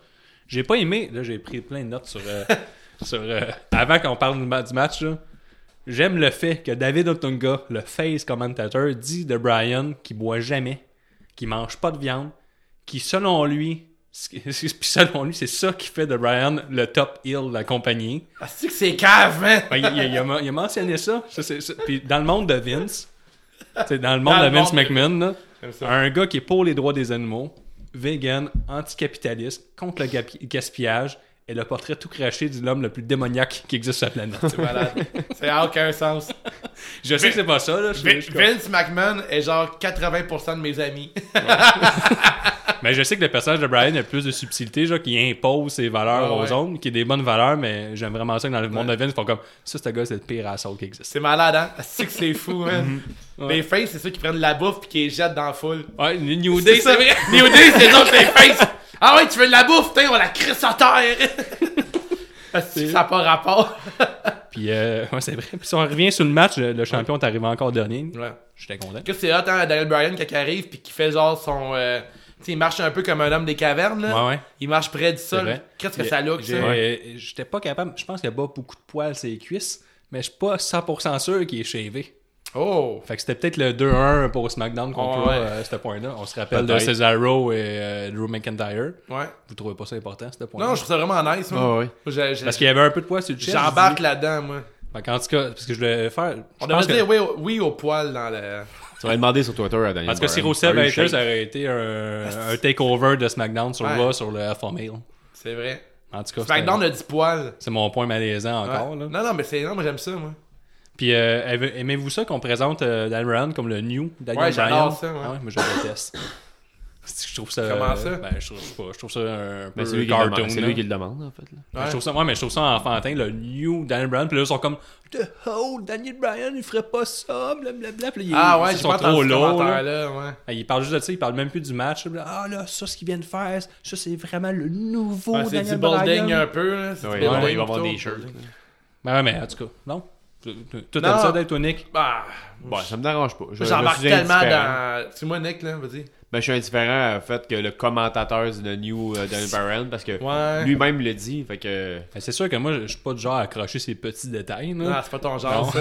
[SPEAKER 6] J'ai pas aimé. Là, j'ai pris plein de notes sur. euh, sur euh, avant qu'on parle du, ma- du match, là. J'aime le fait que David Otunga, le face commentateur, dit de Brian qu'il boit jamais, qu'il mange pas de viande, qui selon lui, ce qui- puis selon lui, c'est ça qui fait de Brian le top heel de la compagnie.
[SPEAKER 4] Ah, c'est que c'est cave, man.
[SPEAKER 6] Ben, il, il- il a, il a mentionné ça. Ça, c'est- ça. Puis dans le monde de Vince, c'est dans le monde
[SPEAKER 4] Dans
[SPEAKER 6] de
[SPEAKER 4] le
[SPEAKER 6] Vince
[SPEAKER 4] monde de-
[SPEAKER 6] McMahon, là,
[SPEAKER 4] J'aime ça.
[SPEAKER 6] un gars qui est pour les droits des animaux, vegan, anticapitaliste, contre le gapi- gaspillage, et le portrait tout craché de l'homme le plus démoniaque qui existe sur la planète.
[SPEAKER 4] Malade. Ça n'a aucun sens.
[SPEAKER 6] Je sais que c'est pas ça, là. je-
[SPEAKER 4] Vin-
[SPEAKER 6] je-
[SPEAKER 4] Vince McMahon est genre 80% de mes amis.
[SPEAKER 6] Mais je sais que le personnage de Brian a plus de subtilité, genre, qui impose ses valeurs
[SPEAKER 4] Ouais,
[SPEAKER 6] aux
[SPEAKER 4] Ah, ouais.
[SPEAKER 6] autres, qui est des bonnes valeurs, mais j'aime vraiment ça que dans le monde de Vince, ils font comme ça, ce gars, c'est le pire assaut qui existe.
[SPEAKER 4] C'est malade, hein? Ah, C'est que c'est fou, man.
[SPEAKER 6] Mhm.
[SPEAKER 4] Les faces, c'est ceux qui prennent de la bouffe pis qui les jettent dans la foule.
[SPEAKER 6] Ouais, New- New Day, c'est vrai.
[SPEAKER 4] New Day, c'est les autres, les faces. Ah ouais, tu veux de la bouffe? Putain, on la crisse à terre. Ah, c'est que Ça n'a pas rapport.
[SPEAKER 6] Puis, euh, ouais, c'est vrai. Puis, si on revient sur le match, le le champion est arrivé encore dernier.
[SPEAKER 4] Ouais.
[SPEAKER 6] J'étais content.
[SPEAKER 4] Que c'est hot, hein, Daniel Bryan, quand il arrive pis qui fait genre son. euh, Tu sais, il marche un peu comme un homme des cavernes, là.
[SPEAKER 6] Ouais, ouais.
[SPEAKER 4] Il marche près du sol.
[SPEAKER 6] vrai.
[SPEAKER 4] Qu'est-ce que ça look, ça?
[SPEAKER 6] J'ai- euh, J'étais pas capable. Je pense qu'il a pas beaucoup de poils sur les cuisses, mais je suis pas 100% sûr qu'il est shavé.
[SPEAKER 4] Oh!
[SPEAKER 6] Fait que c'était peut-être le 2-1 pour SmackDown contre
[SPEAKER 4] Ouais, ouais.
[SPEAKER 6] Raw, euh, à ce point-là. On se rappelle de
[SPEAKER 5] Peut-être.
[SPEAKER 6] Cesaro et euh, Drew McIntyre.
[SPEAKER 4] Ouais.
[SPEAKER 6] Vous trouvez pas ça important, à ce point-là?
[SPEAKER 4] Non, je trouve ça vraiment nice, moi.
[SPEAKER 5] Ah ouais.
[SPEAKER 4] J'ai- j'ai-
[SPEAKER 6] Parce qu'il y avait un peu de poils sur le chest.
[SPEAKER 4] J'embarque
[SPEAKER 6] je dis.
[SPEAKER 4] là-dedans, moi.
[SPEAKER 6] Fait qu'en tout cas, parce que je voulais faire. je pense
[SPEAKER 4] On devrait
[SPEAKER 6] que-
[SPEAKER 4] dire oui, au- oui au poil dans le.
[SPEAKER 5] Tu vas demander sur Twitter à Daniel.
[SPEAKER 6] Parce que si
[SPEAKER 5] Bryan.
[SPEAKER 6] Rusev
[SPEAKER 5] Are you
[SPEAKER 6] avait été,
[SPEAKER 5] shape?
[SPEAKER 6] ça aurait été un, un takeover de SmackDown sur
[SPEAKER 4] Ouais.
[SPEAKER 6] Raw sur le Alpha Male.
[SPEAKER 4] C'est vrai.
[SPEAKER 6] En tout cas, c'était-
[SPEAKER 4] McDonald's a dit poil.
[SPEAKER 6] c'est mon point malaisant
[SPEAKER 4] Ouais.
[SPEAKER 6] encore. là.
[SPEAKER 4] Non, non, mais c'est non, moi j'aime ça, moi.
[SPEAKER 6] Puis euh, avez- aimez-vous ça qu'on présente euh, Dan Ryan comme le new Daniel
[SPEAKER 4] Ouais, j'adore
[SPEAKER 6] Bryan?
[SPEAKER 4] ça, ouais.
[SPEAKER 6] Ah moi je le déteste. C'est que je trouve ça.
[SPEAKER 4] Comment ça?
[SPEAKER 6] Ben, je trouve, je sais pas, je trouve ça un peu
[SPEAKER 5] Ben, c'est lui, qui le
[SPEAKER 6] cartoon.
[SPEAKER 5] demande- c'est
[SPEAKER 6] là.
[SPEAKER 5] lui qui le demande, en fait. là.
[SPEAKER 6] Ben, Je trouve ça, ouais, mais je trouve ça enfantin, le new Daniel Bryan. Puis là, ils sont comme, The oh, Daniel Bryan, il ferait pas ça, blablabla. Puis là, ils-
[SPEAKER 4] Ah ouais,
[SPEAKER 6] ils
[SPEAKER 4] j'ai
[SPEAKER 6] sont
[SPEAKER 4] pas
[SPEAKER 6] trop
[SPEAKER 4] entendu ce
[SPEAKER 6] lourds, là.
[SPEAKER 4] commentaire là, ouais.
[SPEAKER 6] Ah, Il parle juste de ça, il parle même plus du match. là. Ah là, ça, ce qu'ils viennent faire, ça, c'est vraiment le nouveau
[SPEAKER 4] Ouais, c'est du
[SPEAKER 6] Daniel
[SPEAKER 4] building
[SPEAKER 6] Bryan.
[SPEAKER 4] un peu, là. C'est du
[SPEAKER 5] Ouais,
[SPEAKER 4] building
[SPEAKER 5] ouais, il va
[SPEAKER 4] plutôt.
[SPEAKER 5] vendre des shirts.
[SPEAKER 6] Ben ouais, mais en tout cas, non. Tu tu- tu
[SPEAKER 4] Non.
[SPEAKER 6] t'aimes ça d'être toi, Nick?
[SPEAKER 4] Bah,
[SPEAKER 5] Bon, ça me dérange pas. Je- je
[SPEAKER 4] j'embarque
[SPEAKER 5] suis
[SPEAKER 4] tellement
[SPEAKER 5] indifférent.
[SPEAKER 4] dans. C'est moi, Nick, là, vas-y.
[SPEAKER 5] Ben, je suis indifférent au fait que le commentateur de New euh, Daniel Bryan parce que
[SPEAKER 4] Ouais. Euh,
[SPEAKER 5] lui-même le dit. Fait que.
[SPEAKER 6] Ben, c'est sûr que moi, je suis pas du genre à accrocher ces petits détails. là.
[SPEAKER 4] Non, Ah, c'est pas ton genre, ça.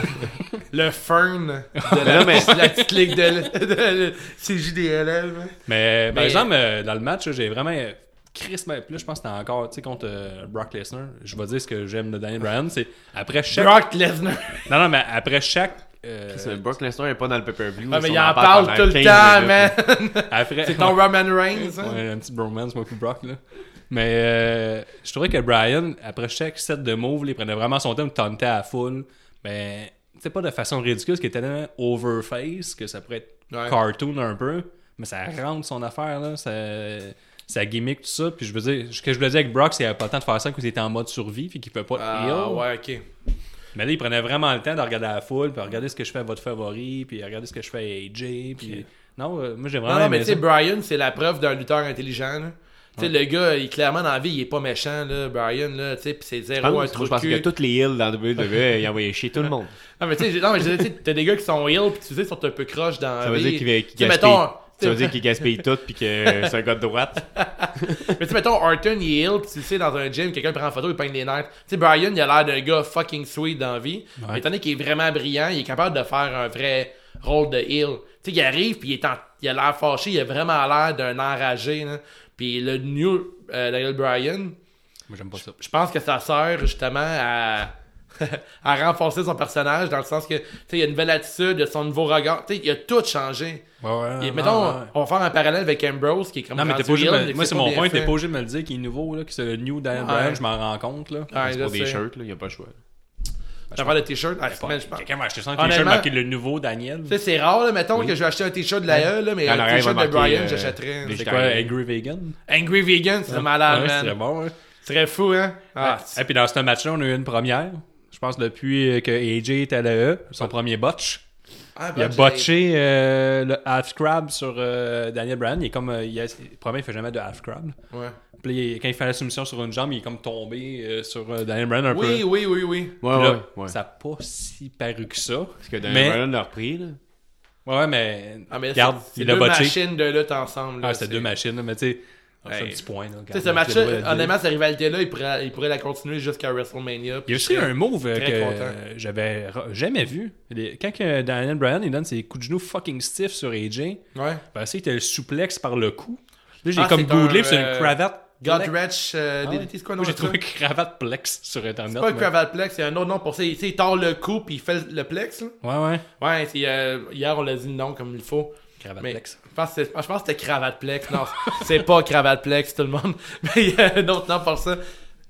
[SPEAKER 4] Le fern de
[SPEAKER 5] Mais
[SPEAKER 4] la,
[SPEAKER 5] non, mais-
[SPEAKER 4] de la petite ligue de, l- de, l- CJDLL, là.
[SPEAKER 6] Mais par
[SPEAKER 4] Mais-
[SPEAKER 6] exemple, euh, dans le match, là, j'ai vraiment. euh, Chris, mais là, je pense que c'était encore, tu sais, contre euh, Brock Lesnar. Je vais dire ce que j'aime de Daniel Bryan, c'est après chaque.
[SPEAKER 4] Brock Lesnar.
[SPEAKER 6] Non, non, mais après chaque. euh,
[SPEAKER 5] C'est- Brock Lesnar n'est pas dans le pay-per-view.
[SPEAKER 4] Ah, mais
[SPEAKER 5] son
[SPEAKER 4] il en
[SPEAKER 5] appart
[SPEAKER 4] parle
[SPEAKER 5] pendant
[SPEAKER 4] tout le
[SPEAKER 5] 15
[SPEAKER 4] temps,
[SPEAKER 5] minutes.
[SPEAKER 4] man.
[SPEAKER 6] après...
[SPEAKER 4] C'est ton Roman Reigns, hein.
[SPEAKER 6] Ouais, un petit bromance, moi, plus Brock, là. Mais euh, je trouvais que Brian, après chaque set de moves, là, il prenait vraiment son temps, il tentait à full. Mais, tu sais, pas de façon ridicule, ce qui était tellement overface, que ça pourrait être
[SPEAKER 4] Ouais.
[SPEAKER 6] cartoon un peu. Mais ça rentre son affaire, là. Ça, ça gimmick, tout ça. Puis je veux dire, ce que je voulais dire avec Brock, c'est qu'il avait pas le temps de faire ça, qu'il était en mode survie, puis qu'il peut pas être
[SPEAKER 4] Ah,
[SPEAKER 6] heel.
[SPEAKER 4] ouais, ok.
[SPEAKER 6] Mais là, il prenait vraiment le temps de regarder la foule, puis regarder ce que je fais à votre favori, puis regarder ce que je fais à AJ, puis... Non, euh, moi, j'ai vraiment
[SPEAKER 4] Non, non, mais
[SPEAKER 6] aimé
[SPEAKER 4] tu sais,
[SPEAKER 6] ça.
[SPEAKER 4] Brian, c'est la preuve d'un lutteur intelligent. là. Tu sais, le gars, il, clairement, dans la vie, il est pas méchant, là, Brian, là, tu sais, pis c'est
[SPEAKER 5] Je pense,
[SPEAKER 4] zéro un
[SPEAKER 5] moi,
[SPEAKER 4] trou
[SPEAKER 5] je
[SPEAKER 4] de
[SPEAKER 5] pense que
[SPEAKER 4] cul.
[SPEAKER 5] toutes les hills dans WWE, il envoyait chier tout le monde.
[SPEAKER 4] Non, mais tu sais, j'ai- non, mais je- tu sais, t'as des gars qui sont ill, pis tu sais, ils sont un peu croches dans
[SPEAKER 5] Ça
[SPEAKER 4] la
[SPEAKER 5] veut
[SPEAKER 4] vie.
[SPEAKER 5] dire qu'il va-
[SPEAKER 4] Ah,
[SPEAKER 5] qu'il
[SPEAKER 4] Tu sais,
[SPEAKER 5] gaspille.
[SPEAKER 4] mettons,
[SPEAKER 5] Ça veut dire qu'il gaspille tout puis que euh, c'est un gars de droite.
[SPEAKER 4] Mais tu sais, mettons, Orton, il est ill, pis tu le sais, dans un gym, quelqu'un le prend en photo, il peigne les nerfs. Tu sais, Brian, il a l'air d'un gars fucking sweet dans la vie. Mais étant donné qu'il est vraiment brillant, il est capable de faire un vrai rôle de ill. Tu sais, il arrive, pis il, est en- il a l'air fâché, il a vraiment l'air d'un enragé, là. Pis le new euh, Daniel Bryan,
[SPEAKER 6] Moi, j'aime pas ça.
[SPEAKER 4] Je pense que ça sert justement à. à renforcer son personnage dans le sens que, tu sais, il y a une nouvelle attitude, il y a son nouveau regard, tu sais, il a tout changé. Et mettons, on va faire un parallèle avec Ambrose qui est comme
[SPEAKER 6] Ah, Non, mais
[SPEAKER 4] rendu
[SPEAKER 6] t'es pas obligé de
[SPEAKER 4] heel,
[SPEAKER 6] me-
[SPEAKER 4] mais
[SPEAKER 6] Moi,
[SPEAKER 4] que
[SPEAKER 6] c'est mon
[SPEAKER 4] pas
[SPEAKER 6] point,
[SPEAKER 4] bien
[SPEAKER 6] t'es
[SPEAKER 4] fait.
[SPEAKER 6] pas obligé de me le dire qu'il est nouveau, là, que c'est le New Diamond Bryan, je m'en rends compte, là.
[SPEAKER 4] Ouais,
[SPEAKER 5] C'est
[SPEAKER 4] là,
[SPEAKER 5] pour des
[SPEAKER 4] c'est-
[SPEAKER 5] shirts, là, il n'y a pas le choix.
[SPEAKER 4] J'avais le t-shirt. Ah, man, je pense- Tu
[SPEAKER 6] Quelqu'un m'a acheté ça, un
[SPEAKER 4] Honnêtement-
[SPEAKER 6] t-shirt marqué le nouveau Daniel.
[SPEAKER 4] sais, c'est rare, là, mettons que je vais acheter un t-shirt de la E, là, mais
[SPEAKER 5] Dans
[SPEAKER 4] un
[SPEAKER 5] l'oreille,
[SPEAKER 4] t-shirt
[SPEAKER 5] va
[SPEAKER 4] de
[SPEAKER 5] marquer,
[SPEAKER 4] Brian,
[SPEAKER 5] euh,
[SPEAKER 4] j'achèterais.
[SPEAKER 5] des
[SPEAKER 4] C'est
[SPEAKER 6] C'est
[SPEAKER 5] shirts.
[SPEAKER 4] quoi?
[SPEAKER 6] quoi, Angry Vegan?
[SPEAKER 4] Angry Vegan, c'est malade,
[SPEAKER 6] Ouais,
[SPEAKER 4] Ah, man.
[SPEAKER 6] c'est bon, ouais.
[SPEAKER 4] C'est très fou, hein? Ah,
[SPEAKER 6] Et puis dans ce match-là, on a eu une première. Je pense depuis que AJ était à l'AE, son premier botch.
[SPEAKER 4] ah,
[SPEAKER 6] Il a
[SPEAKER 4] bah,
[SPEAKER 6] botché euh, le half crab sur euh, Daniel Bryan. Il est comme. euh, il a- premièrement, il fait jamais de half crab.
[SPEAKER 4] Ouais.
[SPEAKER 6] Puis là, il- quand il fait la soumission sur une jambe, il est comme tombé euh, sur euh, Daniel Bryan un peu.
[SPEAKER 4] Oui, oui, oui, oui.
[SPEAKER 5] Ouais,
[SPEAKER 6] Puis là,
[SPEAKER 5] Ah, ouais, ouais.
[SPEAKER 6] Ça n'a pas si paru que ça.
[SPEAKER 5] Parce que
[SPEAKER 6] Mais-
[SPEAKER 5] Daniel Bryan l'a repris, là.
[SPEAKER 6] Ouais, mais.
[SPEAKER 4] Ah, mais là,
[SPEAKER 6] regarde,
[SPEAKER 4] c'est- c'est
[SPEAKER 6] il a
[SPEAKER 4] deux
[SPEAKER 6] botché.
[SPEAKER 4] machines de lutte ensemble. là,
[SPEAKER 6] Ah, c'était deux machines, là, mais tu sais. ah, C'est un
[SPEAKER 4] Hey.
[SPEAKER 6] petit point. là,
[SPEAKER 4] Tu sais,
[SPEAKER 6] regarde, là,
[SPEAKER 4] ce
[SPEAKER 6] je le
[SPEAKER 4] match-là,
[SPEAKER 6] dois dire.
[SPEAKER 4] honnêtement, cette rivalité-là, il pourrait, il pourrait la continuer jusqu'à WrestleMania.
[SPEAKER 6] Il y
[SPEAKER 4] puis
[SPEAKER 6] a aussi
[SPEAKER 4] je serais-
[SPEAKER 6] un move euh,
[SPEAKER 4] très
[SPEAKER 6] que
[SPEAKER 4] content.
[SPEAKER 6] euh, j'avais ra- jamais vu. Les- Quand que Daniel Bryan il donne ses coups de genoux fucking stiff sur AJ,
[SPEAKER 4] Ouais.
[SPEAKER 6] ben, c'est qu'il le souplexe par le cou. Là, j'ai
[SPEAKER 4] Ah,
[SPEAKER 6] comme
[SPEAKER 4] c'est un,
[SPEAKER 6] googlé, puis c'est
[SPEAKER 4] euh,
[SPEAKER 6] une cravate. plex.
[SPEAKER 4] Godwretch euh,
[SPEAKER 6] Ah ouais.
[SPEAKER 4] DDT, c'est quoi le
[SPEAKER 6] Moi,
[SPEAKER 4] nom
[SPEAKER 6] J'ai
[SPEAKER 4] de ça?
[SPEAKER 6] trouvé cravate plex sur
[SPEAKER 4] C'est
[SPEAKER 6] Internet.
[SPEAKER 4] pas le
[SPEAKER 6] mais-
[SPEAKER 4] cravate plex, c'est un autre nom pour ça. Il, tu sais, il tord le cou puis il fait le plex. là.
[SPEAKER 6] Ouais, ouais.
[SPEAKER 4] Ouais, c'est, euh, hier on l'a dit le nom comme il faut.
[SPEAKER 6] Cravate
[SPEAKER 4] Mais
[SPEAKER 6] plex.
[SPEAKER 4] Je pense que c'est- je pense que c'était cravate plex. Non, c'est pas cravate plex tout le monde. Mais il y a un autre nom pour ça.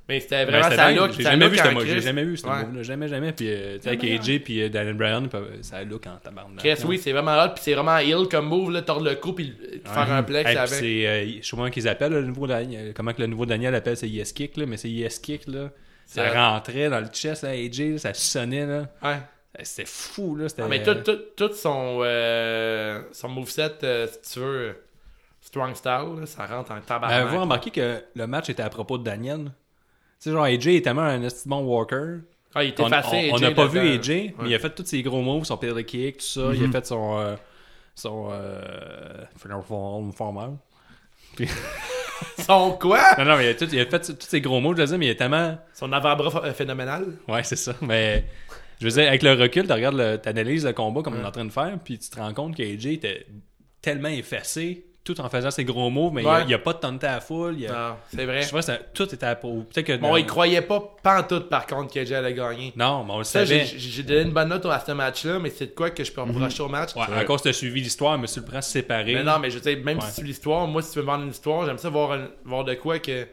[SPEAKER 4] Mais c'était
[SPEAKER 6] Ben,
[SPEAKER 4] vraiment
[SPEAKER 6] c'était
[SPEAKER 4] ça
[SPEAKER 6] dingue.
[SPEAKER 4] look.
[SPEAKER 6] J'ai
[SPEAKER 4] ça
[SPEAKER 6] jamais
[SPEAKER 4] look
[SPEAKER 6] vu
[SPEAKER 4] en
[SPEAKER 6] ce move. J'ai
[SPEAKER 4] Christ.
[SPEAKER 6] jamais vu ce
[SPEAKER 4] Ouais.
[SPEAKER 6] move-là. Jamais, jamais. Puis, euh, tu sais, avec AJ puis euh, Daniel Bryan, puis, euh, ça look en tabarnak.
[SPEAKER 4] Chris, oui, c'est vraiment hot, puis c'est vraiment heel comme move, là, tordre le cou, puis le-
[SPEAKER 6] Ouais.
[SPEAKER 4] faire un plex
[SPEAKER 6] Hey, puis
[SPEAKER 4] avec.
[SPEAKER 6] C'est, euh, je sais pas comment qu'ils appellent le nouveau Daniel. Comment que le nouveau Daniel appelle, c'est Yes Kick, là, mais c'est Yes Kick, là. Ça
[SPEAKER 4] C'est-
[SPEAKER 6] rentrait dans le chest à AJ, là, ça sonnait, là.
[SPEAKER 4] Ouais.
[SPEAKER 6] C'était fou, là. C'était...
[SPEAKER 4] Ah, mais tout, tout, tout son, euh, son moveset, euh, si tu veux, euh, strong style, là, ça rentre en
[SPEAKER 6] Ben,
[SPEAKER 4] tabarnak.
[SPEAKER 6] Avez-vous remarqué que le match était à propos de Daniel? Tu sais, genre, AJ est tellement un esti bon walker.
[SPEAKER 4] ah, il était
[SPEAKER 6] On
[SPEAKER 4] effacé.
[SPEAKER 6] on- on n'a
[SPEAKER 4] AJ,
[SPEAKER 6] pas vu
[SPEAKER 4] là-dedans.
[SPEAKER 6] AJ, mais il a fait tous ses gros moves, son pire kick, tout ça.
[SPEAKER 4] Mhm.
[SPEAKER 6] Il a fait son. euh, son. Euh, final form, formal.
[SPEAKER 4] Son quoi?
[SPEAKER 6] Non, non, mais il a, tout- il a fait tous ses gros moves, je le dis, mais il est tellement.
[SPEAKER 4] Son avant-bras ph- euh, phénoménal.
[SPEAKER 6] Ouais, c'est ça. Mais je veux dire, avec le recul, tu regardes, le- t'analyses le combat comme on est en train de faire, puis tu te rends compte qu'AJ était tellement effacé, tout en faisant ses gros moves, mais il y a-
[SPEAKER 4] Ouais.
[SPEAKER 6] il n'y a, pas de tonté à la foule. il y a-
[SPEAKER 4] Non, Ah, c'est vrai.
[SPEAKER 6] Je sais pas, ça- tout était à peau. Peut-être que.
[SPEAKER 4] Bon, il croyait pas pantoute, par contre, qu'AJ allait gagner.
[SPEAKER 6] Non, mais on le
[SPEAKER 4] Ça, j'ai-
[SPEAKER 6] savait.
[SPEAKER 4] j'ai j'ai donné une bonne note à ce match-là, mais c'est de quoi que je peux reprocher au match.
[SPEAKER 6] Mhm. Ouais, encore, si t'as suivi l'histoire, mais tu le prends séparé.
[SPEAKER 4] Mais non, mais je sais, même
[SPEAKER 6] Ouais.
[SPEAKER 4] si c'est l'histoire, moi, si tu veux me vendre une histoire, j'aime ça voir, un- voir de quoi que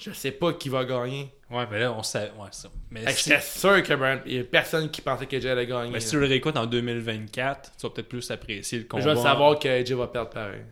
[SPEAKER 4] je sais pas qui va gagner.
[SPEAKER 6] Ouais, mais là, on savait. Ouais, ça. Mais
[SPEAKER 4] Hey,
[SPEAKER 6] si,
[SPEAKER 4] J'étais sûr que Brian, il y a personne qui pensait que Jay allait gagner.
[SPEAKER 6] mais si tu le réécoutes en 2024, tu vas peut-être plus apprécier le
[SPEAKER 4] Mais
[SPEAKER 6] combat.
[SPEAKER 4] je vais savoir que Jay va perdre pareil.